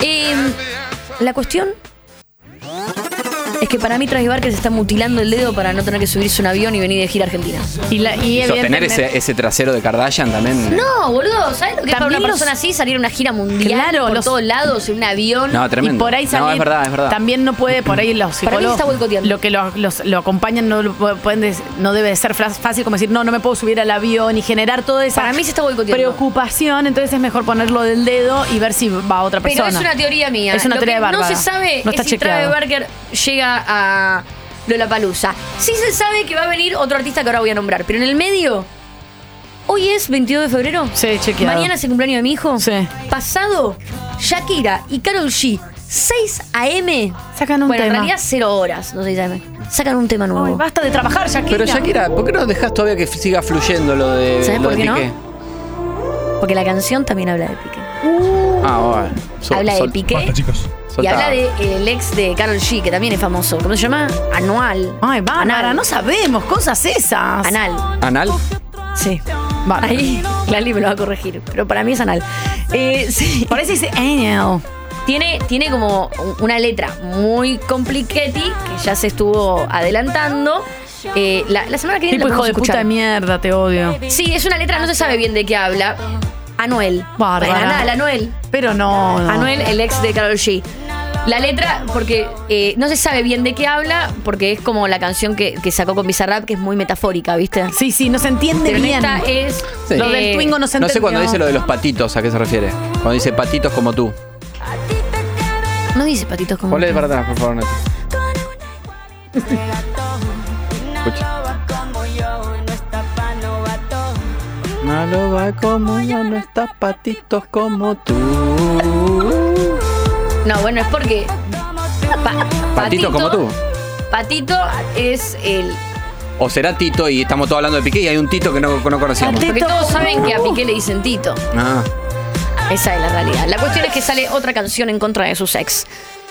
eh, la cuestión Es que para mí Travis Barker se está mutilando el dedo para no tener que subirse a un avión y venir de gira a Argentina. Y la, y Sostener ese, ese trasero de Kardashian también. No, boludo, ¿sabes lo que es para También una los- persona así salir a una gira mundial Claro, por los- todos lados en un avión? No, tremendo. Y por ahí No, salir, es verdad, es verdad. También no puede, por ahí los Para mí psicólogos. está boicoteando. lo que lo, los- lo acompañan no, lo pu- pueden des- no debe de ser fra- fácil como decir, no, no me puedo subir al avión y generar toda esa preocupación. Entonces es mejor ponerlo del dedo y ver si va otra Pero persona. es una teoría mía. Es una Lo teoría que de Bárbara. No se sabe No está es si Travis chequeado. Barker llega a Lollapalooza. Sí se sabe que va a venir otro artista que ahora voy a nombrar, pero en el medio... Hoy es 22 de febrero. Sí, chequeado. Mañana es el cumpleaños de mi hijo. Sí. Pasado, Shakira y Carol G. 6 AM. Sacan un bueno, tema. en realidad 0 horas, no 6 AM. Sacan un tema nuevo. basta de trabajar, Shakira. Pero Shakira, ¿por qué no dejas todavía que siga fluyendo lo de, ¿Sabés lo por de qué no? Piqué? Porque la canción también habla de Piqué. Uh. Ah, bueno. Sol- Habla de sol- Piqué. Basta, chicos. Y Soltá. habla de eh, el ex de Carol G, que también es famoso. ¿Cómo se llama? Anual. Ay, Bárbara, Anal. no sabemos cosas esas. Anal. ¿Anal? Sí. Bárbara. Ahí Lali me lo va a corregir, pero para mí es anal. Eh, sí. Por eso dice anal. Tiene, tiene como un- una letra muy compliquetti que ya se estuvo adelantando. Eh, la, la semana que viene Tipo la pues, hijo de puta podemos escuchar. de mierda, te odio. Sí, es una letra, no se sabe bien de qué habla. Anuel. Bárbara. Para nada, Anuel. Pero no. no. Anuel, el ex de Carol G. La letra, porque eh, no se sabe bien de qué habla, porque es como la canción que, que sacó con Bizarrap, que es muy metafórica, ¿viste? Sí, sí, no se entiende Pero en bien. esta es. Sí. Lo Eh, del Twingo no se No sé cuando entendió. dice lo de los patitos, ¿a qué se refiere? Cuando dice patitos como tú. No dice patitos como. ¿Cuál es verdad, por favor, Nati? Escucha. Malo va como ya no está patitos como tú. No, bueno, es porque. pa- Patitos como tú. Patito es el. O será Tito y estamos todos hablando de Piqué y hay un Tito que no, no conocíamos. Porque todos saben que a Piqué le dicen Tito. Ah. Esa es la realidad. La cuestión es que sale otra canción en contra de sus ex.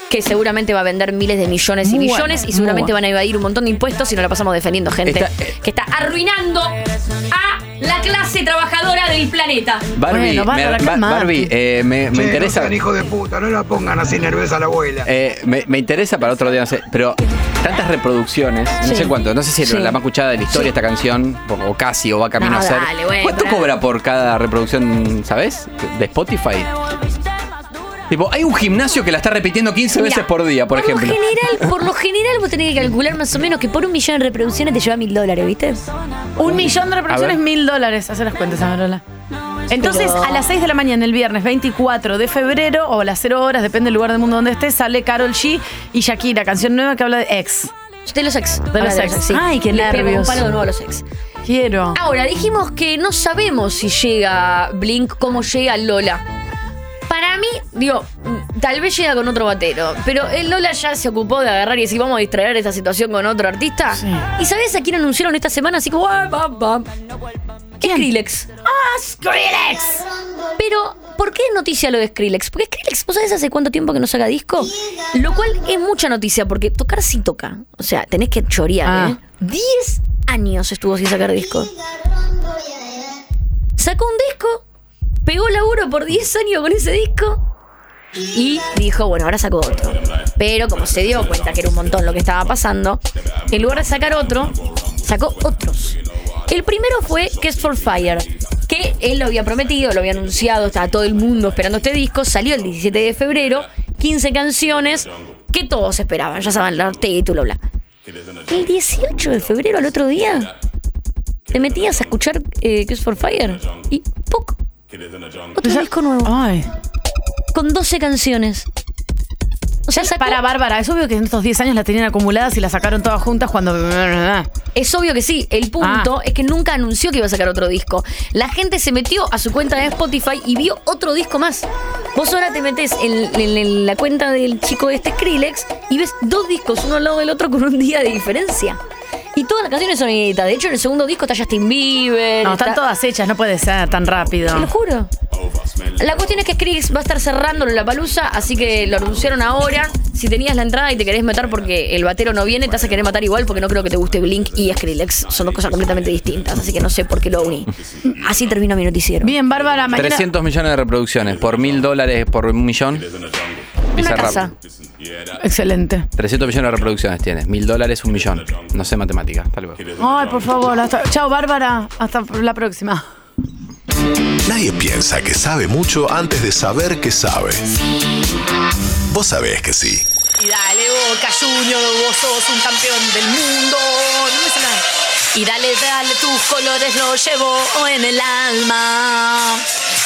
Que seguramente va a vender miles de millones y Muy millones bueno, y seguramente muy van a evadir un montón de impuestos si no la pasamos defendiendo gente que está arruinando a la clase trabajadora del planeta. Barbie, Bueno, me, Bárbara, Ba- calmate. Barbie, eh, Che, me, me no interesa. sean hijo de puta, no la pongan así nerviosa a la abuela. Eh, me, me interesa para otro día, no sé, pero tantas reproducciones, Sí. no sé cuánto, no sé si es Sí. la más escuchada de la historia esta canción, o, o casi, o va camino No, a ser. dale, bueno, ¿Cuánto pero- cobra por cada reproducción, sabes? De Spotify. Tipo, hay un gimnasio que la está repitiendo 15 Mira, veces por día, por Por lo ejemplo. general, por lo general vos tenés que calcular más o menos que por un millón de reproducciones te lleva mil dólares, ¿viste? Un millón de reproducciones, A ver. mil dólares. Hacen las cuentas, Amarola. Entonces, Pero- a las 6 de la mañana, el viernes 24 de febrero, o a las 0 horas, depende del lugar del mundo donde estés, sale Carol G y Shakira, canción nueva que habla de ex. De los ex. De los Habla ex. sí. Ay, qué Le pego un nervios. palo de nuevo a los ex. Quiero. Ahora, dijimos que no sabemos si llega Blink, cómo llega Lola. Para mí, digo, mm, tal vez llega con otro batero, pero el Lola ya se ocupó de agarrar y decir, vamos a distraer esta situación con otro artista. ¿Y sabes a quién anunciaron esta semana? Así que, guau, bam, bam. Skrillex. ¡Ah, Skrillex! Pero, ¿por qué es noticia lo de Skrillex? Porque Skrillex, ¿vos sabés hace cuánto tiempo que no saca disco? Lo cual es mucha noticia, porque tocar sí toca. O sea, tenés que chorear, Ah. ¿eh? 10 años estuvo sin sacar disco. Sacó un disco, pegó laburo por 10 años con ese disco y dijo, bueno, ahora saco otro. Pero como se dio cuenta que era un montón lo que estaba pasando, en lugar de sacar otro, sacó otros. El primero fue Cast for Fire, que él lo había prometido, lo había anunciado, estaba todo el mundo esperando este disco, salió el 17 de febrero, 15 canciones que todos esperaban, ya saben, el título, bla. El 18 de febrero, al otro día, te metías a escuchar eh, Cast for Fire y ¡puc! Otro disco nuevo. Con 12 canciones. O sea, sacó- Para Bárbara, es obvio que en estos 10 años la tenían acumuladas y la sacaron todas juntas cuando. Es obvio que sí. El Ah. punto es que nunca anunció que iba a sacar otro disco. La gente se metió a su cuenta de Spotify y vio otro disco más. Vos ahora te metes en, en- en la cuenta del chico este Skrillex y ves dos discos uno al lado del otro con un día de diferencia. Y todas las canciones son inéditas. De hecho, en el segundo disco está Justin Bieber. No, está- están todas hechas, no puede ser tan rápido. Te lo juro. La cuestión es que Skrillex va a estar cerrando la palusa, así que lo anunciaron ahora. Si tenías la entrada y te querés matar porque el batero no viene, te vas a querer matar igual porque no creo que te guste Blink y Skrillex. Son dos cosas completamente distintas, así que no sé por qué lo uní. Así termina mi noticiero. Bien, Bárbara, mañana. 300 millones de reproducciones por mil dólares por un millón. Una Bizarrap. casa. Excelente. 300 millones de reproducciones tienes. Mil dólares, un millón. No sé matemática. Hasta luego. Ay, por favor. Hasta... Chao, Bárbara. Hasta la próxima. Nadie piensa que sabe mucho antes de saber que sabe. Vos sabés que sí. Y dale Boca Junior, vos sos un campeón del mundo. No me sale nada. Y dale, dale, tus colores los llevo en el alma.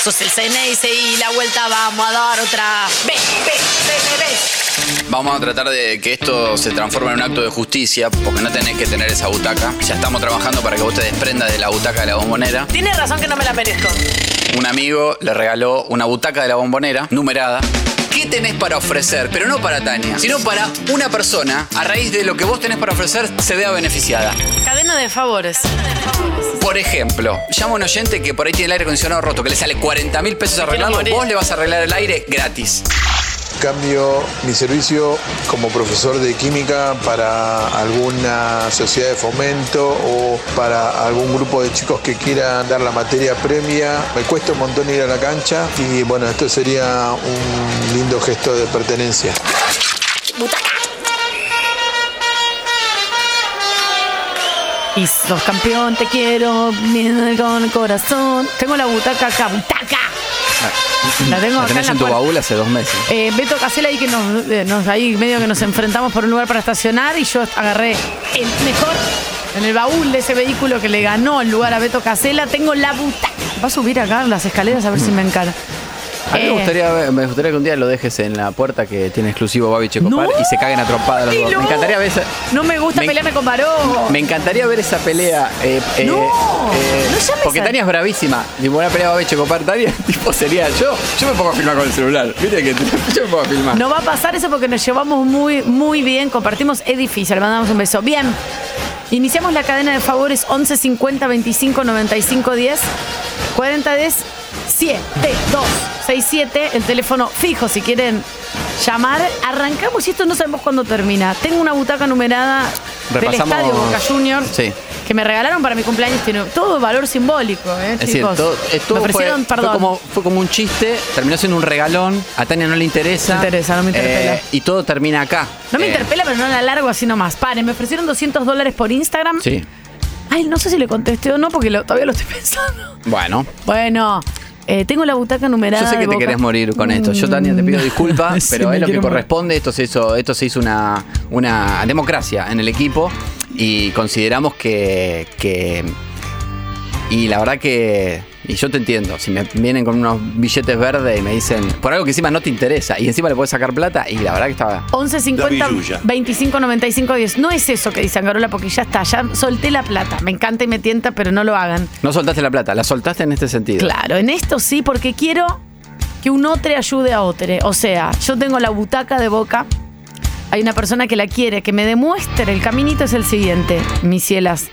Sos el Ceneice y la vuelta vamos a dar otra. Ve, ve, ve, ve, ve. Vamos a tratar de que esto se transforme en un acto de justicia, porque no tenés que tener esa butaca. Ya estamos trabajando para que vos te desprendas de la butaca de la bombonera. Tienes razón que no me la merezco. Un amigo le regaló una butaca de la bombonera, numerada. ¿Qué tenés para ofrecer? Pero no para Tania, sino para una persona, a raíz de lo que vos tenés para ofrecer, se vea beneficiada. Cadena de favores. Por ejemplo, llama a un oyente que por ahí tiene el aire acondicionado roto, que le sale 40 mil pesos arreglarlo, vos le vas a arreglar el aire gratis. Cambio mi servicio como profesor de química para alguna sociedad de fomento o para algún grupo de chicos que quieran dar la materia previa. Me cuesta un montón ir a la cancha y bueno, esto sería un lindo gesto de pertenencia. Y sos campeón, te quiero, mira con el corazón. Tengo la butaca acá, butaca. La tengo acá en tenés la en tu puerta. baúl hace dos meses. Eh, Beto Casela ahí que nos, eh, nos- ahí medio que nos enfrentamos por un lugar para estacionar y yo agarré el mejor en el baúl de ese vehículo que le ganó el lugar a Beto Casela. Tengo la butaca. Va a subir acá las escaleras a ver si me encara. A mí me Eh, gustaría, ver- me gustaría que un día lo dejes en la puerta que tiene exclusivo Babi Checopar No. y se caguen a trompadas los dos. no. Me encantaría ver esa, No me gusta Me- pelearme con Baró. me encantaría ver esa pelea. eh, eh, No, eh, no llames Porque a- Tania es bravísima. Ni buena pelea Babi Checopar, Tania, tipo sería yo. Yo me pongo a filmar con el celular. Viste que yo me pongo a filmar. No va a pasar eso porque nos llevamos muy, muy bien, compartimos edificio, le mandamos un beso. Bien, iniciamos la cadena de favores 11 50 25 95 10 40 10 7 2 6 7, el teléfono fijo si quieren llamar. Arrancamos y esto no sabemos cuándo termina. Tengo una butaca numerada Repasamos- del estadio Boca Eh, Junior. Sí. Que me regalaron para mi cumpleaños, tiene todo valor simbólico, ¿eh, Es decir, chicos? todo, eh, todo me ofrecieron, fue, fue perdón. como, fue como un chiste, terminó siendo un regalón, a Tania no le interesa. Eh, No me interesa, no me interpela. y todo termina acá. No me Eh, interpela, pero no la largo así nomás. Paren, me ofrecieron 200 dólares por Instagram. Sí, Ay, no sé si le contesté o no, porque lo- todavía lo estoy pensando. bueno. Bueno, eh, tengo la butaca numerada. Yo sé de que te Boca. Mm. querés morir con esto. Yo, Tania, te pido disculpas, Sí, pero me es lo que quiero morir. corresponde. Esto se hizo, esto se hizo una, una democracia en el equipo y consideramos que, que- Y la verdad que... Y yo te entiendo, si me vienen con unos billetes verdes y me dicen, por algo que encima no te interesa y encima le puedes sacar plata, y la verdad que estaba... 11 50 La billulla. 25 95 10. No es eso que dice Angarola, porque ya está, ya solté la plata. Me encanta y me tienta, pero no lo hagan. No soltaste la plata, la soltaste en este sentido. Claro, en esto sí, porque quiero que un otro ayude a otro. O sea, yo tengo la butaca de boca. Hay una persona que la quiere, que me demuestre. El caminito es el siguiente, mis cielas.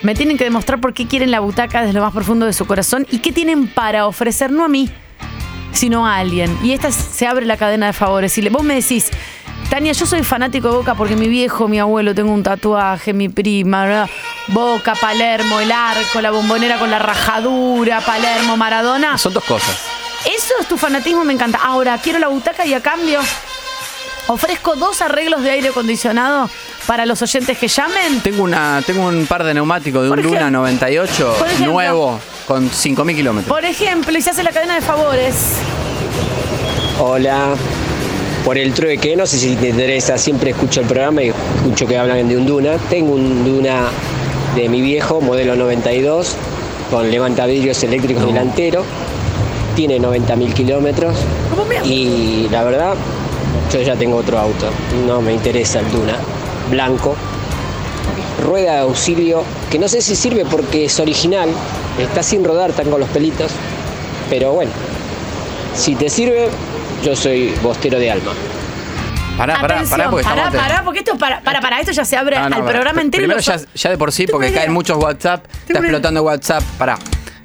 Me tienen que demostrar por qué quieren la butaca desde lo más profundo de su corazón y qué tienen para ofrecer, no a mí, sino a alguien. Y esta es- se abre la cadena de favores. Y le- vos me decís, Tania, yo soy fanático de Boca porque mi viejo, mi abuelo, tengo un tatuaje, mi prima, bla, Boca, Palermo, el arco, la bombonera con la rajadura, Palermo, Maradona. Son dos cosas. Eso es tu fanatismo, me encanta. Ahora, quiero la butaca y a cambio ofrezco dos arreglos de aire acondicionado para los oyentes que llamen. Tengo, una, tengo un par de neumáticos de un Luna 98 por ejemplo. nuevo con 5.000 kilómetros. Por ejemplo, y se hace la cadena de favores. Hola. Por el trueque, no sé si te interesa, siempre escucho el programa y escucho que hablan de un Duna. Tengo un Duna de mi viejo, modelo 92, con levantavidrios eléctricos delantero. Tiene 90.000 kilómetros. Y la verdad, yo ya tengo otro auto. No me interesa el Duna. Blanco. Rueda de auxilio, que no sé si sirve porque es original. Está sin rodar, están con los pelitos. Pero bueno, si te sirve, yo soy bostero de alma. Pará, pará, pará, Atención, porque pará, estamos atentos. pará, porque esto es para, para, para, esto ya se abre No, no, al pará. programa Pr- entero. y Primero los- ya, ya de por sí, porque caen muchos WhatsApp, está explotando WhatsApp. Pará.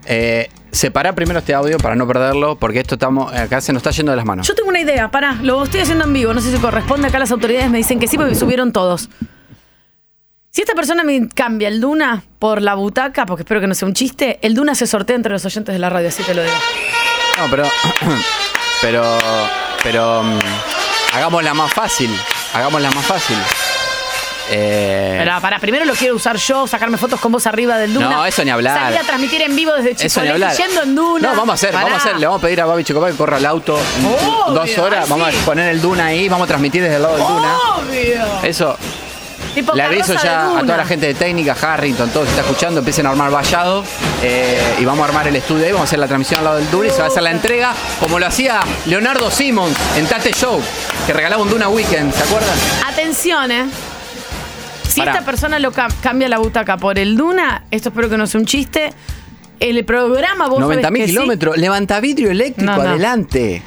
Eh, separá primero este audio para no perderlo, porque esto estamos acá se nos está yendo de las manos. Yo tengo una idea, pará, lo estoy haciendo en vivo, no sé si corresponde acá las autoridades me dicen que sí, porque subieron todos. Si esta persona me cambia el Duna por la butaca, porque espero que no sea un chiste, el Duna se sortea entre los oyentes de la radio, así te lo digo. No, pero. Pero. Pero. mm, Hagámosla más fácil. Hagámosla más fácil. Eh, Pero para, primero lo quiero usar yo, sacarme fotos con vos arriba del Duna. No, eso ni hablar. Salir a transmitir en vivo desde Chipotle, eso ni hablar. yendo en Duna. No, vamos a hacer, Pará. vamos a hacer. Le vamos a pedir a Babi Chocopá que corra el auto Obvio, dos horas. ay, Vamos sí. a poner el Duna ahí, vamos a transmitir desde el lado del Duna. Obvio. Eso. Tipo Le carroza aviso de ya a Duna. toda la gente de técnica, Harrington, todos que está escuchando, empiecen a armar vallado eh, y vamos a armar el estudio ahí, vamos a hacer la transmisión al lado del Duna y se va a hacer Uh. la entrega como lo hacía Leonardo Simmons en Tate Show, que regalaba un Duna Weekend, ¿se Ah, acuerdan? Atención, eh. Si Pará. esta persona lo cam- cambia la butaca por el Duna, esto espero que no sea un chiste. El programa vos sabés 90.000 que sí. kilómetros, levanta vidrio eléctrico, No, no. adelante.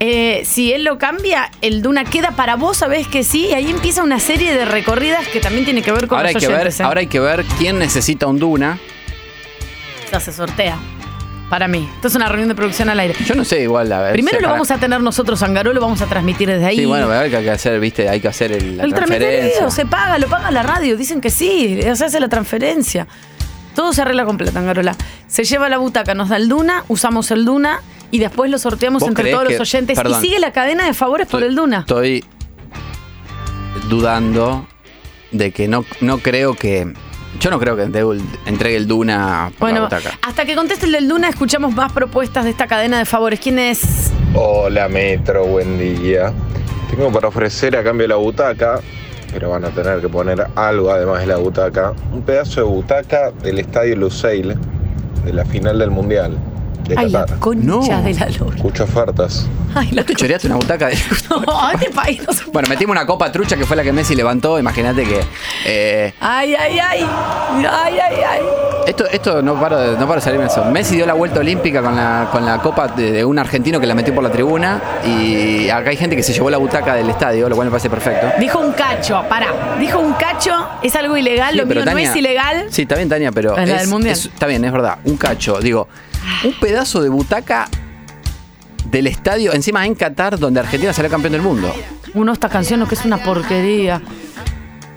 Eh, si él lo cambia, el Duna queda para vos, sabés que sí, y ahí empieza una serie de recorridas que también tiene que ver con Ahora hay, los que ver, oyentes, eh. ahora hay que ver quién necesita un Duna. Ya se sortea. Para mí. Esto es una reunión de producción al aire. Yo no sé igual, a ver. Primero si lo para- vamos a tener nosotros, Angaró, lo vamos a transmitir desde ahí. Sí, bueno, hay que hacer, viste, hay que hacer el, la el transferencia. transmitido se paga, lo paga la radio, dicen que sí, eh, se hace la transferencia. Todo se arregla completa, Angarola. Se lleva la butaca, nos da el Duna, usamos el Duna y después lo sorteamos ¿Vos entre creés todos que- los oyentes. perdón. Y sigue la cadena de favores por el Duna. Estoy dudando de que no, no creo que. Yo no creo que entregue el, entregue el Duna por Bueno, la ah, butaca. hasta que conteste el del Duna, escuchamos más propuestas de esta cadena de favores. ¿Quién es? Hola Metro, buen día. Tengo para ofrecer a cambio de la butaca, pero van a tener que poner algo además de la butaca, un pedazo de butaca del Estadio Luceil, de la final del Mundial, de Ay, la Qatar. concha de la lora. Escucho ofertas. Ay, la ¿Te choreaste una butaca? de- No, este país no se- bueno, metimos una copa trucha que fue la que Messi levantó. Imagínate que. eh, Ay, ay, ay. Ay, ay, ay. esto esto no paro de, no paro de salirme de eso. Messi dio la vuelta olímpica con la, con la copa de, de un argentino que la metió por la tribuna. Y acá hay gente que se llevó la butaca del estadio, lo cual me parece perfecto. Dijo un cacho, pará. Dijo un cacho, es algo ilegal, Sí, Ah, lo mío pero Tania- no es ilegal. Sí, está bien, Tania, pero. Es la del Mundial. Ah. está bien, es verdad. Un cacho. Digo, un pedazo de butaca del estadio, encima en Qatar, donde Argentina salió campeón del mundo. Uno de estas canciones que es una porquería.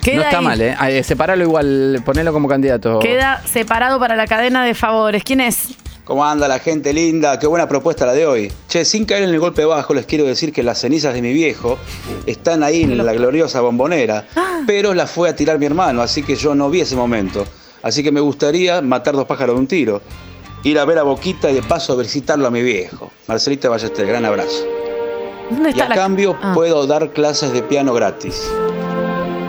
Queda no está ahí. mal, ¿eh? Ay, Separalo igual, ponelo como candidato. Queda separado para la cadena de favores. ¿Quién es? ¿Cómo anda la gente linda? Qué buena propuesta la de hoy. Che, sin caer en el golpe bajo, les quiero decir que las cenizas de mi viejo están ahí en la gloriosa bombonera, pero las fue a tirar mi hermano, así que yo no vi ese momento. Así que me gustaría matar dos pájaros de un tiro, ir a ver a Boquita y de paso visitarlo a mi viejo. Marcelita Ballester, gran abrazo. ¿Dónde Y está a la cambio Ah. puedo dar clases de piano gratis.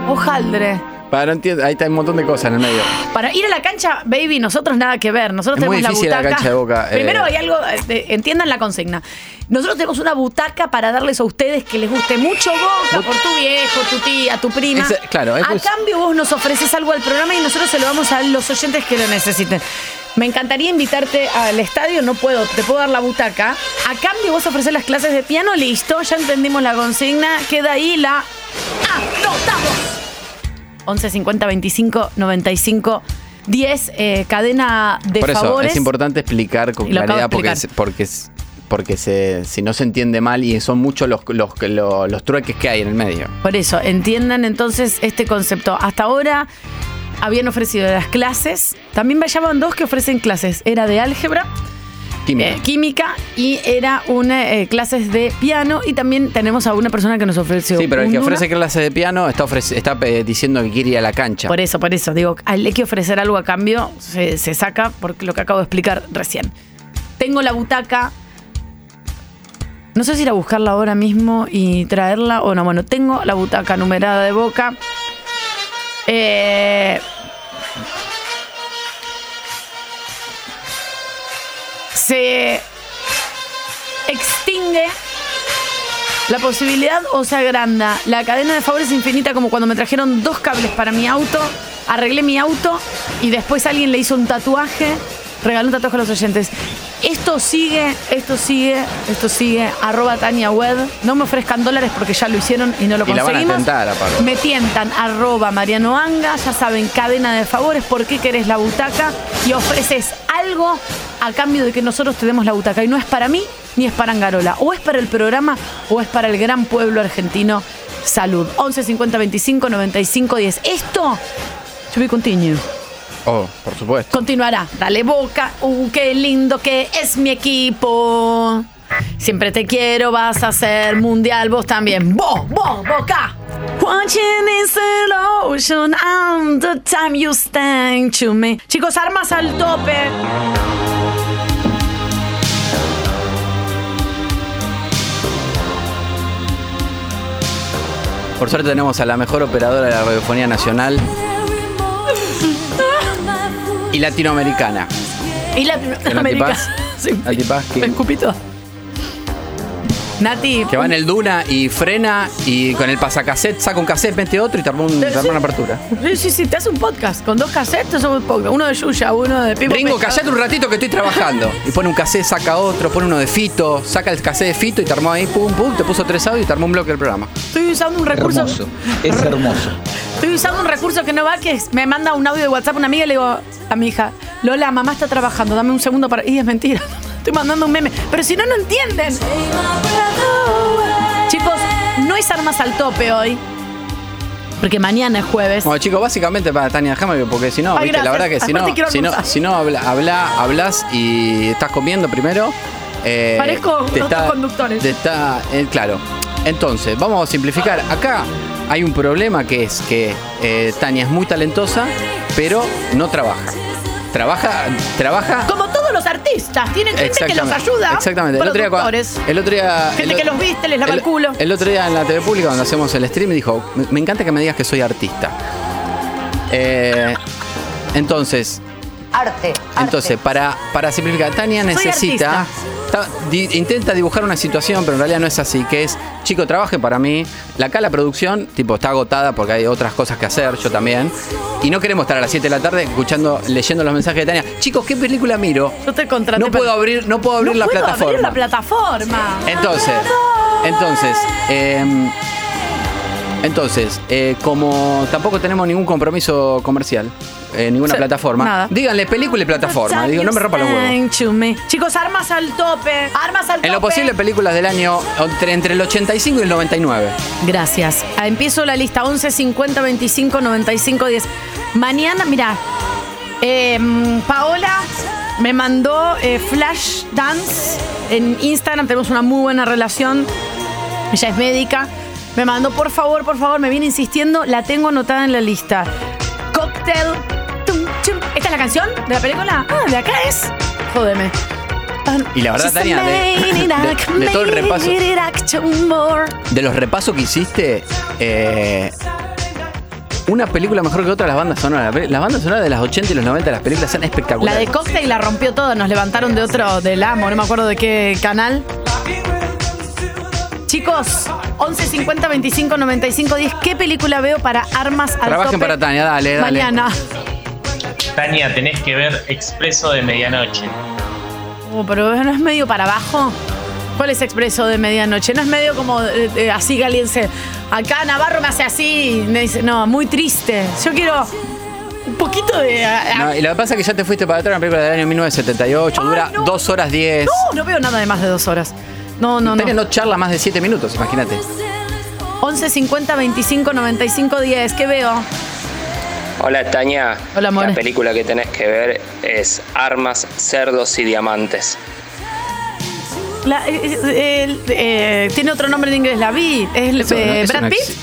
hojaldre? Para, Ah, no entiendo, ahí está un montón de cosas en el medio. Para ir a la cancha, baby, nosotros nada que ver. Nosotros Es muy tenemos difícil la la butaca. cancha de Boca, eh. Primero hay algo, eh, de- entiendan la consigna. Nosotros tenemos una butaca para darles a ustedes que les guste mucho Boca por tu viejo, tu tía, tu prima. Ese- claro, es a pues- cambio vos nos ofreces algo al programa y nosotros se lo damos a los oyentes que lo necesiten. Me encantaría invitarte al estadio, no puedo, te puedo dar la butaca. A cambio vos ofreces las clases de piano, listo, ya entendimos la consigna, queda ahí la 11 50 25 95 10 eh, cadena de Por eso, favores. es importante explicar con Y lo acabo claridad de porque, explicar. se- porque, se- porque se, si no se entiende mal y son muchos los, los, los, los trueques que hay en el medio. Por eso, entiendan entonces este concepto. Hasta ahora habían ofrecido las clases. También vayaban dos que ofrecen clases. Era de álgebra, Química. eh, química y era una eh, clases de piano. Y también tenemos a una persona que nos ofreció. Sí, pero el un que Duna. ofrece clase de piano está, ofrece- está eh, diciendo que quiere ir a la cancha. Por eso, por eso. Digo, hay que ofrecer algo a cambio, se, se saca por lo que acabo de explicar recién. Tengo la butaca. No sé si ir a buscarla ahora mismo y traerla o no. Bueno, tengo la butaca numerada de boca. Eh, se extingue la posibilidad o se agranda. La cadena de favores es infinita como cuando me trajeron dos cables para mi auto, arreglé mi auto y después alguien le hizo un tatuaje, regaló un tatuaje a los oyentes. Esto sigue, esto sigue, esto sigue. Arroba Tania Web. No me ofrezcan dólares porque ya lo hicieron y no lo Y la van a conseguimos. tentar, aparte. Me tientan. Arroba Mariano Anga. Ya saben, cadena de favores. ¿Por qué querés la butaca? Y ofreces algo a cambio de que nosotros te demos la butaca. Y no es para mí ni es para Angarola. O es para el programa o es para el gran pueblo argentino. Salud. 11 50 25 95 10. Esto. To be continued. Oh, por supuesto. Continuará. Dale boca. Uh, qué lindo que es mi equipo. Siempre te quiero, vas a ser mundial, vos también. Vos, vos, boca. Watching is the ocean and the time you stand to me. Chicos, armas al tope. Por suerte tenemos a la mejor operadora de la radiofonía nacional y latinoamericana. Y la Que Nati Paz, Nati Paz, que- Me escupí todo. Nati. que va en el Duna y frena y con el pasacassette saca un cassette, mete otro y te arma, un- te arma una apertura. Sí, sí, sí, te hace un podcast con dos cassettes, es un podcast. Uno de Yuya, uno de Pipo. Ringo, Pescado. callate un ratito que estoy trabajando. Y pone un cassette, saca otro, pone uno de Fito, saca el cassette de Fito y te armó ahí, pum, pum, te puso tres audios y te armó un bloque del programa. Estoy usando un recurso. Hermoso. Es hermoso. Estoy usando un recurso que no va, que es- me manda un audio de WhatsApp una amiga y le digo a mi hija, Lola, mamá está trabajando, dame un segundo para. Y es mentira. Estoy mandando un meme. Pero si no, no entienden. Chicos, no es armas al tope hoy. Porque mañana es jueves. Bueno, chicos, básicamente para Tania Hammer, porque si no, Ay, viste, la gracias. verdad que si Aparte no, quiero si no, almorzar. si no habla, habla- hablas y estás comiendo primero. eh, Parezco otros conductores. te está- eh, claro. Entonces, vamos a simplificar. Acá hay un problema que es que eh, Tania es muy talentosa, pero no trabaja. Trabaja, trabaja Como todos los artistas, tienen gente que los Exactamente, ayuda. Exactamente. El otro día, cua- productores. el otro día- Gente el o- que los viste, les lava el, culo. el otro día en la TV pública, cuando hacemos el stream, dijo: Me, me encanta que me digas que soy artista. Eh, entonces, Arte. entonces para, para simplificar, Tania Soy necesita. ta- di- intenta dibujar una situación, pero en realidad no es así, que es, chico, trabaje para mí. La acá la producción, tipo, está agotada porque hay otras cosas que hacer, yo también. Y no queremos estar a las 7 de la tarde escuchando, leyendo los mensajes de Tania. Chicos, ¿qué película miro? Yo te contraté. No puedo abrir, no puedo abrir No la puedo plataforma. abrir la plataforma. Entonces, entonces, eh, entonces, eh, como tampoco tenemos ningún compromiso comercial, eh, ninguna Sí, plataforma, nada. díganle película y plataforma. Time Digo, no me rompa los huevos. stand to me. Chicos, armas al tope. Armas al tope. En lo posible, películas del año entre, entre el 85 y el 99. Gracias. Ah, Empiezo la lista 11 50 25 95 10. Mañana, mira, Paola me mandó eh, Flash Dance en Instagram. Tenemos una muy buena relación. Ella es médica. Me mandó, por favor, por favor, me viene insistiendo. La tengo anotada en la lista. Cocktail. Tum, chum. ¿Esta es la canción de la película? Ah, de acá es. Jódeme. Y la verdad, She's a Tania, de- maniac, de- de todo el repaso- maniac, chumbo. De los repasos que hiciste, eh, una película mejor que otra las bandas sonoras. Las bandas sonoras de las 80 y los 90 de las películas son La espectaculares. de Cocktail la rompió todo, nos levantaron de otro, del amo, no me acuerdo de qué canal. Chicos, 11 50 25 95 10, ¿qué película veo para armas al Trabajen tope para Tania, dale, dale. Mañana. Tania, tenés que ver Expreso de Medianoche. Oh, pero no es medio para abajo. ¿Cuál es expreso de medianoche? No es medio como eh, eh, así caliente. Acá Navarro me hace así. me dice, no, muy triste. Yo quiero un poquito de. ah, No, y lo que pasa es que ya te fuiste para atrás, una película del año 1978, dura 2 horas 10. No, no veo nada de más de dos horas. No, no, no. Tania no charla más de 7 minutos, imagínate. 11 50 25 95 10. ¿Qué veo? Hola Tania. Hola, amor. La película que tenés que ver es Armas, Cerdos y Diamantes. La- eh, eh, el- eh, tiene otro nombre en inglés, la vi. Es el Eso no- de eso Brad no Pitt. existe.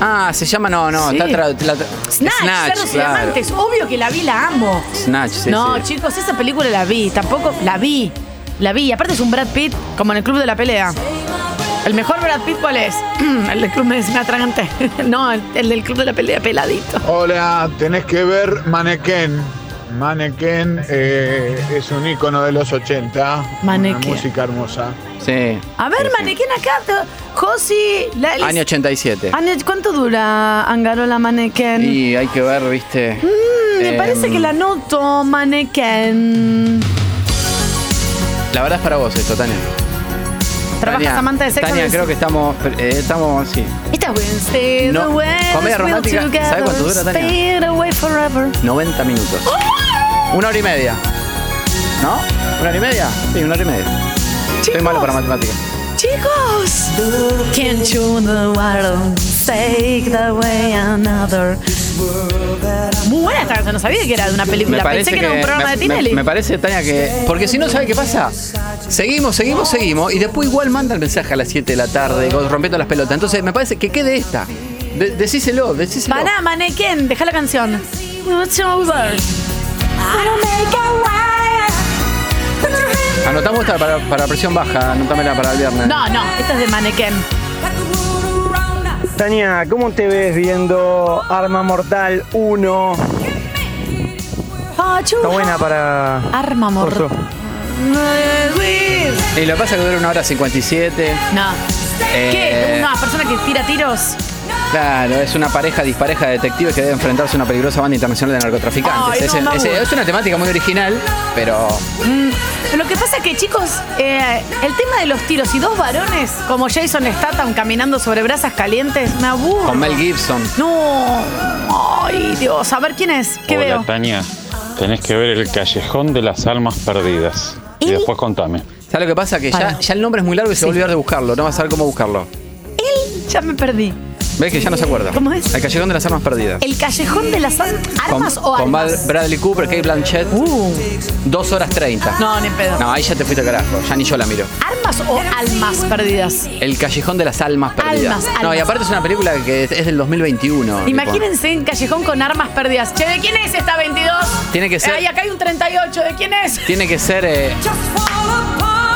Ah, se llama, no, no, Sí. está tra- la- Snatch, Cerdos y claro. Diamantes. Obvio que la vi, la amo. Snatch, sí, no, sí. chicos, esa película la vi. Tampoco la vi. La vi. Aparte es un Brad Pitt como en el club de la pelea. ¿El mejor Brad Pitt cuál es? El del club me, me atragante. No, el, el del club de la pelea peladito. Hola, tenés que ver Mannequin. Mannequin eh, es un icono de los 80. Mannequin. Una música hermosa. Sí. A ver, manequín acá. te- Josi. la- Año 87. Año- ¿Cuánto dura Angarola Manequén? Y hay que ver, viste. Mm, me Em, parece que la noto, Manequén. La verdad es para vos esto, Tania. Trabaja Tania, Samantha de sexo Tania, en- creo que estamos. eh, estamos, sí. Esta Wednesday, No, the weather comedia will romántica, together ¿sabe cuánto dura, Tania? Fade away forever. 90 minutos. Una hora y media. ¿No? ¿Una hora y media? Sí, una hora y media. Estoy malo para matemáticas. Chicos, can't you the world take the way another? Muy buena esta canción, no sabía que era de una película. Pensé que, era un programa me- de Tinelli. me- me parece, Tania, que. Porque si no, ¿sabe qué pasa? Seguimos, seguimos, seguimos. Y después igual manda el mensaje a las 7 de la tarde, con- rompiendo las pelotas. Entonces, me parece que quede esta. De- decíselo, decíselo. Pará, manequén, deja la canción. It's over. Anotamos esta para, para presión baja, anotámela para el viernes. No, no, esta es de manequén. Tania, ¿cómo te ves viendo Arma Mortal 1? Está buena para. Arma mortal. Y lo que pasa es que dura una hora 57. No. ¿Qué? Eh, ¿Una persona que tira tiros? Claro, es una pareja dispareja de detectives que debe enfrentarse a una peligrosa banda internacional de narcotraficantes. Ay, es, no, no, es- bueno. es una temática muy original, pero. Mm, Lo que pasa es que, chicos, eh, el tema de los tiros y dos varones, como Jason Statham caminando sobre brasas calientes, me aburre. Con Mel Gibson. No. Ay, Dios. A ver quién es. ¿Qué Hola, veo? Tania. Tenés que ver el callejón de las almas perdidas. Y después contame. ¿Sabes lo que pasa? Que ya, Para. ya el nombre es muy largo y se va a olvidar de buscarlo. No vas a saber cómo buscarlo. Él ya me perdí. ¿Ves que ya no se acuerda? ¿Cómo es? El callejón de las armas perdidas. El callejón de las ar- armas con, o con armas. Brad- Bradley Cooper, Kate Blanchett. Dos horas 30. No, ni en pedo. No, ahí ya te fuiste al carajo. Ya ni yo la miro. Armas o almas perdidas. El callejón de las almas perdidas. Almas, No, almas. y aparte es una película que es, es del 2021. tipo. Imagínense un callejón con armas perdidas. Che, ¿de quién es esta 22? Tiene que ser- Ay, acá hay un 38. ¿De quién es? Tiene que ser. eh,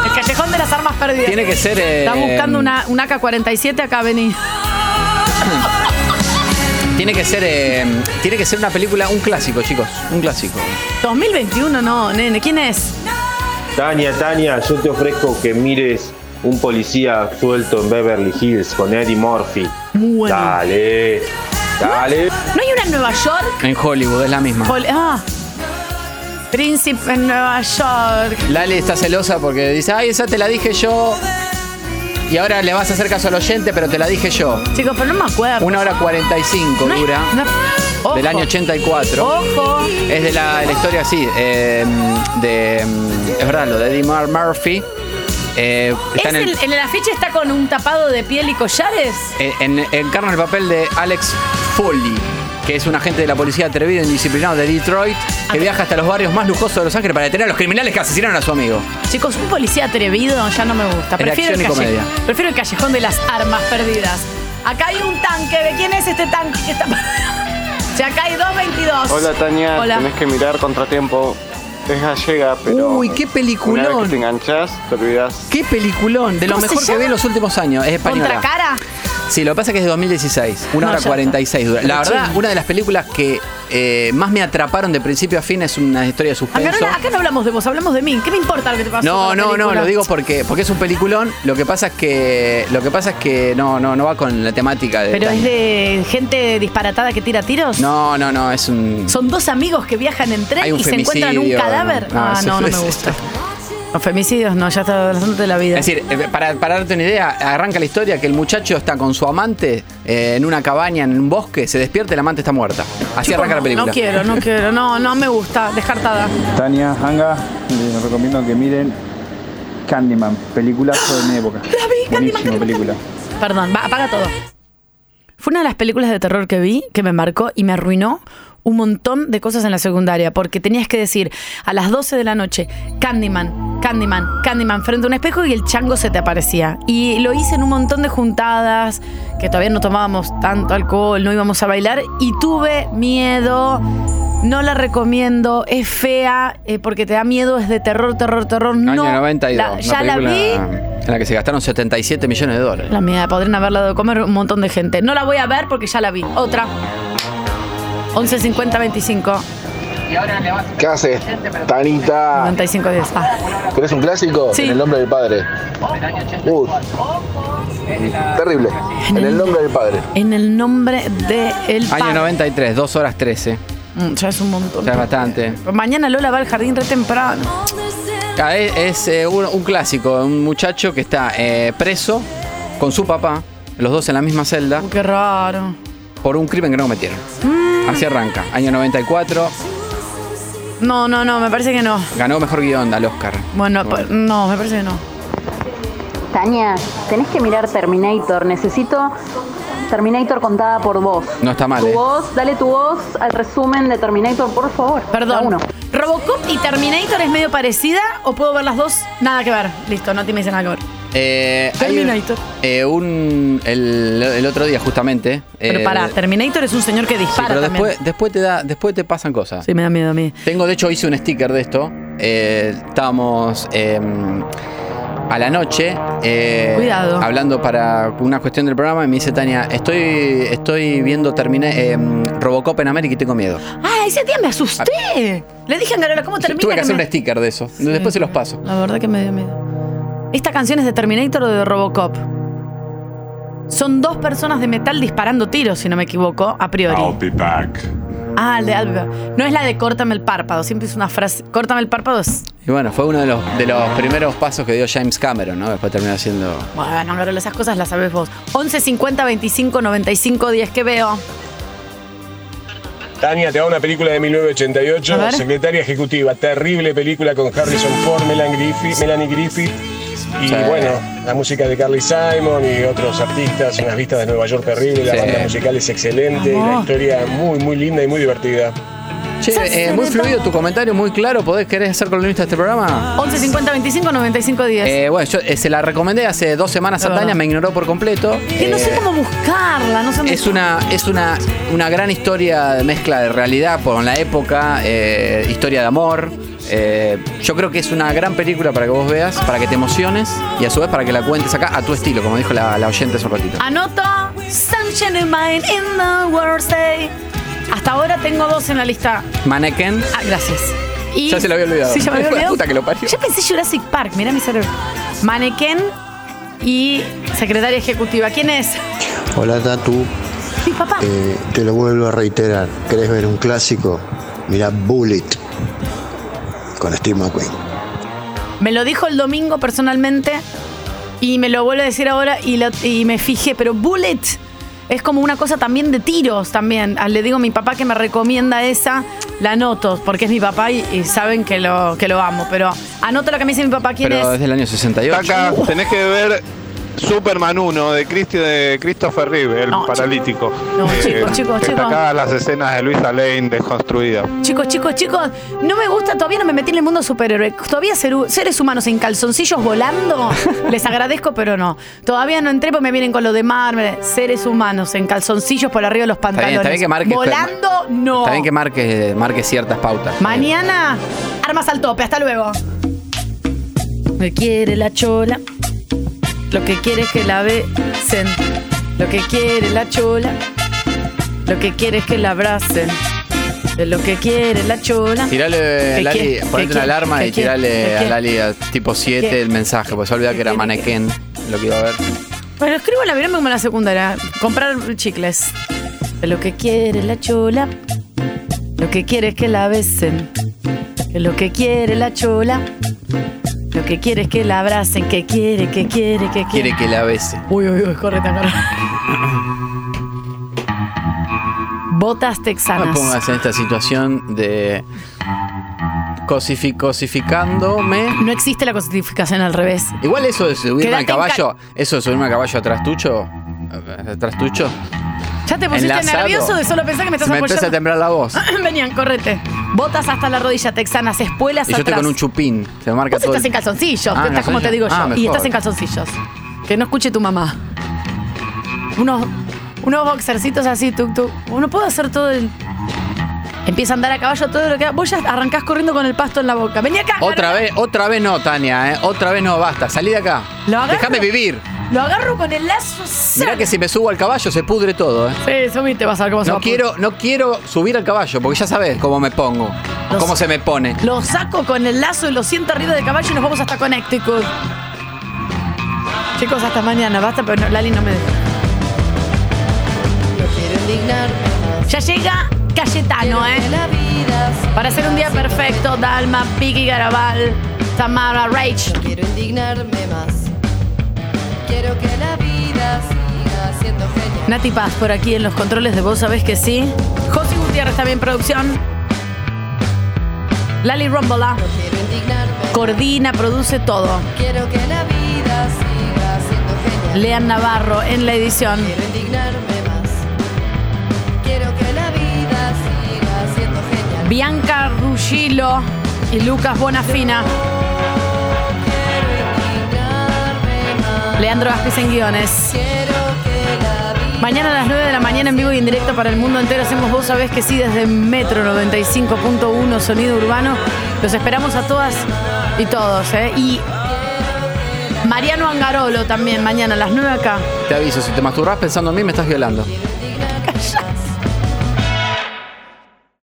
El callejón de las armas perdidas. Ah. Tiene que ser, eh, Está buscando una, una AK-47 acá, vení. tiene que ser. eh, tiene que ser una película, un clásico, chicos. Un clásico. 2021 no, nene. ¿Quién es? Tania, Tania, yo te ofrezco que mires un policía suelto en Beverly Hills con Eddie Murphy. Dale, dale. ¿No hay una en Nueva York? En Hollywood, es la misma. Pol- ah. Príncipe en Nueva York. Lali está celosa porque dice, ay, esa te la dije yo. Y ahora le vas a hacer caso al oyente, pero te la dije yo. Chicos, pero no me acuerdo. Una hora 45 No hay- dura. no- ojo. Del año 84. Ojo. Es de la, de la historia así. eh, de, mm, es verdad, lo de Eddie Mur- Murphy. Eh, está ¿Es en el, el, el afiche está con un tapado de piel y collares? eh, en- encarna el papel de Alex Foley, que es un agente de la policía atrevido e indisciplinado de Detroit, que viaja hasta los barrios más lujosos de Los Ángeles para detener a los criminales que asesinaron a su amigo. Chicos, un policía atrevido ya no me gusta. Es de Prefiero el, acción y calle- comedia. prefiero el callejón de las armas perdidas. Acá hay un tanque. ¿De quién es este tanque que está Si acá hay 222. Hola Tania, Hola. tenés que mirar Contratiempo. Es gallega, pero. Uy, qué peliculón. Una vez que te enganchás, te olvidás. ¡Qué peliculón! De lo ¿Cómo se mejor que llama? vi en los últimos años. Es española. ¿Contracara? Sí, lo que pasa es que es de 2016. Una No, hora ya 46 dura. La Sí. verdad, una de las películas que eh, más me atraparon de principio a fin es una historia Acá de suspenso. no, acá no hablamos de vos, hablamos de mí. ¿Qué me importa lo que te pasó? No, con la no, no, película? lo digo porque, porque es un peliculón. Lo que pasa es que. Lo que pasa es que no, no, no va con la temática de. Pero es de gente disparatada que tira tiros. eh, No, no, no, es un. Son dos amigos que viajan en tren Hay un y se encuentran un femicidio, cadáver. no, no, ah, eso- no, no me eso- gusta. Los femicidios no, ya está bastante la vida. Es decir, eh, para, para darte una idea, arranca la historia que el muchacho está con su amante eh, en una cabaña, en un bosque, se despierta y la amante está muerta. Así Chicos, arranca la película. No quiero, no quiero. No, no me gusta. Descartada. Tania, Hanga, les recomiendo que miren Candyman, peliculazo de mi época. Buenísima película. Perdón, va, apaga todo. Fue una de las películas de terror que vi que me marcó y me arruinó un montón de cosas en la secundaria, porque tenías que decir a las 12 de la noche, Candyman, Candyman, Candyman, frente a un espejo y el chango se te aparecía. Y lo hice en un montón de juntadas, que todavía no tomábamos tanto alcohol, no íbamos a bailar, y tuve miedo. No la recomiendo, es fea, eh, porque te da miedo, es de terror, terror, terror. no, Año 92. la- una ya la vi, película En la que se gastaron 77 millones de dólares. La mía, podrían haberla dado de comer un montón de gente. No la voy a ver porque ya la vi. Otra. 11.50.25. ¿Qué haces? Tanita. 95.10. Ah. ¿Tenés un clásico? Sí. En el nombre del padre. Uy. Terrible. En el nombre del padre. En el nombre de el Año Padre. 93, 2 horas 13. Mm, Ya es un O montón. sea, es bastante. Mañana Lola va al jardín re temprano. Ah, Es, es, eh, un, un clásico, un muchacho que está eh, preso con su papá, los dos en la misma celda. qué raro. Mm. Por un crimen que no cometieron. Así arranca. Año 94, No, no, no, me parece que no. pues, ganó mejor guión al Oscar. Bueno, pa- no, me parece que no. Tania, tenés que mirar Terminator. Necesito Terminator contada por vos. No está mal, Tu ¿eh? voz, dale tu voz al resumen de Terminator, por favor. Perdón. ¿Robocop y Terminator es medio parecida o puedo ver las dos? Nada que ver. Listo, no te me dicen nada que ver. Eh, hay un- pues, Terminator. eh, un, el, el otro día, justamente. Pero eh, pará, Terminator es un señor que Sí, dispara pero también. después, después te da, después te pasan cosas. Sí, me da miedo a mí. Ah. Tengo, de hecho, hice un sticker de esto. Eh, estábamos eh, a la noche eh, Cuidado. hablando para una cuestión del programa y me dice Tania, estoy, estoy viendo terminé, eh, Robocop en América y tengo miedo. Ah, Ah, ese día me asusté. Le dije a Angarola, ¿cómo termina? Tuve que No hacer me- un sticker de eso. Después se los paso. La verdad que me dio miedo. ¿Esta canción es de Terminator o de Robocop? Son dos personas de metal disparando tiros, si no me equivoco, a priori. be back. Ah, el de Alba. No es la de córtame el párpado, siempre es una frase. Córtame el párpado es. Y bueno, fue uno de los, de los primeros pasos que dio James Cameron, ¿no? Después terminó haciendo... Bueno, Angarola, esas cosas las sabes vos. 11 50 25 95 10, ¿qué veo? Tania, te va una película de A 1988, ver. Secretaria Ejecutiva, terrible película con Harrison Ford, Melanie Griffith, Melanie Griffith y Sí. bueno, la música de Carly Simon y otros artistas, unas vistas de Nueva York terrible, la Sí. banda musical es excelente, y la Vamos. historia muy, muy linda y muy divertida. Che, eh, muy fluido tu comentario, muy claro. ¿Podés querer ser columnista de este programa? 11 50 25 95 10. Eh, bueno, yo eh, se la recomendé hace dos semanas a Tania, me ignoró por completo. que no Eh, sé cómo buscarla, no sé dónde Es una, es una, una gran historia de mezcla de realidad con la época, eh, historia de amor. Eh, yo creo que es una gran película para que vos veas, para que te emociones y a su vez para que la cuentes acá a tu estilo, como dijo la, la oyente hace un ratito. Anoto Sunshine in Mind in the World's Day. Hasta ahora tengo dos en la lista. Mannequin. Ah, gracias. Y- Ya se lo había olvidado. Sí, ya me había La olvidado. puta que lo parió. Ya pensé Jurassic Park, mirá mi cerebro. Mannequin y secretaria ejecutiva. ¿Quién es? Hola Tatu, Mi papá. Eh, te lo vuelvo a reiterar. ¿Querés ver un clásico? Mira Bullet con Steve McQueen. Me lo dijo el domingo personalmente y me lo vuelve a decir ahora y, lo- y me fijé, pero Bullet es como una cosa también de tiros también. Ah, Le digo a mi papá que me recomienda esa, la anoto, porque es mi papá y, y saben que lo, que lo amo, pero anoto lo que me dice mi papá, ¿quién Pero es? desde el año 68. Acá tenés que ver Superman 1 de, Christi- de Christopher Reeve, el paralítico. Eh, No, chicos, chicos, que chicos. Acá las escenas de Luisa Lane desconstruida. Chicos, chicos, chicos, no me gusta, todavía no me metí en el mundo superhéroe. Todavía ser- seres humanos en calzoncillos volando, les agradezco, pero no. Todavía no entré porque me vienen con lo de Marvel. Seres humanos en calzoncillos por arriba de los Está pantalones. bien, está bien que marques. pues, Volando, no. Está bien que marques, marques ciertas pautas. Mañana, armas al tope. Hasta luego. Me quiere la chola. Lo que quiere es que la besen. Lo que quiere la chola. Lo que quiere es que la abracen. De Lo que quiere la chola. Tirale, Que Lali, quiere- ponete que una quiere- alarma que y quiere- que tirale a quiere- Lali a tipo 7 quiere- el mensaje, porque se olvidaba que era mannequin lo que iba a ver. Bueno, escribo la virome como en la secundaria. Comprar chicles. Lo que quiere la chola. Lo que quiere es que la besen. Que Lo que quiere la chola. Lo que quiere es que la abracen. Que quiere, que quiere, que quiere. Quiere que la bese. Uy, uy, uy, corre, corre. Botas No me texanas. pongas en esta situación de cosifi- cosificándome. No existe la cosificación al revés. Igual eso de subirme Quédate al en caballo, eso de subirme al caballo atrás tucho, eh, atrás tucho. ¿Ya te pusiste Enlazado. nervioso de solo pensar que me estás Se me empieza apoyando? a Ah, temblar la voz. Venían, correte. Botas hasta la rodilla texanas, espuelas Y yo estoy atrás. con un chupín, se me marca Vos todo. estás el- en calzoncillos, Ah, estás como te digo yo. calzoncillos. Ah, y mejor. estás en calzoncillos. Que no escuche tu mamá. Unos, unos boxercitos así, tú, tú. Uno puede hacer todo el. Empieza a andar a caballo todo lo que. Vos ya arrancás corriendo con el pasto en la boca. Vení acá. Otra vez, otra vez no, Tania, eh. otra vez no, basta, salí de acá. Lo agarro. Déjame vivir. Lo agarro con el lazo. Mirá que si me subo al caballo se pudre todo, eh. Sí, subite, vas a ver cómo se va No a quiero, no quiero subir al caballo, porque ya sabes cómo me pongo, Los- cómo se me pone. Lo saco con el lazo y lo siento arriba del caballo y nos vamos hasta Connecticut. Chicos, hasta mañana. Basta, pero no, Lali no me deja. Ya llega Cayetano, ¿eh? Para ser un día perfecto, Dalma, Piki Garabal, Tamara, Rach. Quiero indignarme más. Quiero que la vida siga siendo genial. Nati Paz por aquí en los controles de Vos Sabés Que Sí. José Gutiérrez también producción. Lali Rombola. Coordina, produce todo. Quiero que la vida siga Lean Navarro en la edición. Quiero indignarme más. Quiero que la vida siga siendo genial. Bianca Ruggilo y Lucas Bonafina. Leandro Vázquez en guiones. Mañana a las 9 de la mañana en vivo y en directo para el mundo entero hacemos Vos Sabés que sí desde Metro 95.1 Sonido Urbano. Los esperamos a todas y todos. ¿eh? Y Mariano Angarolo también mañana a las 9 acá. Te aviso, si te masturbás pensando en mí, me estás violando.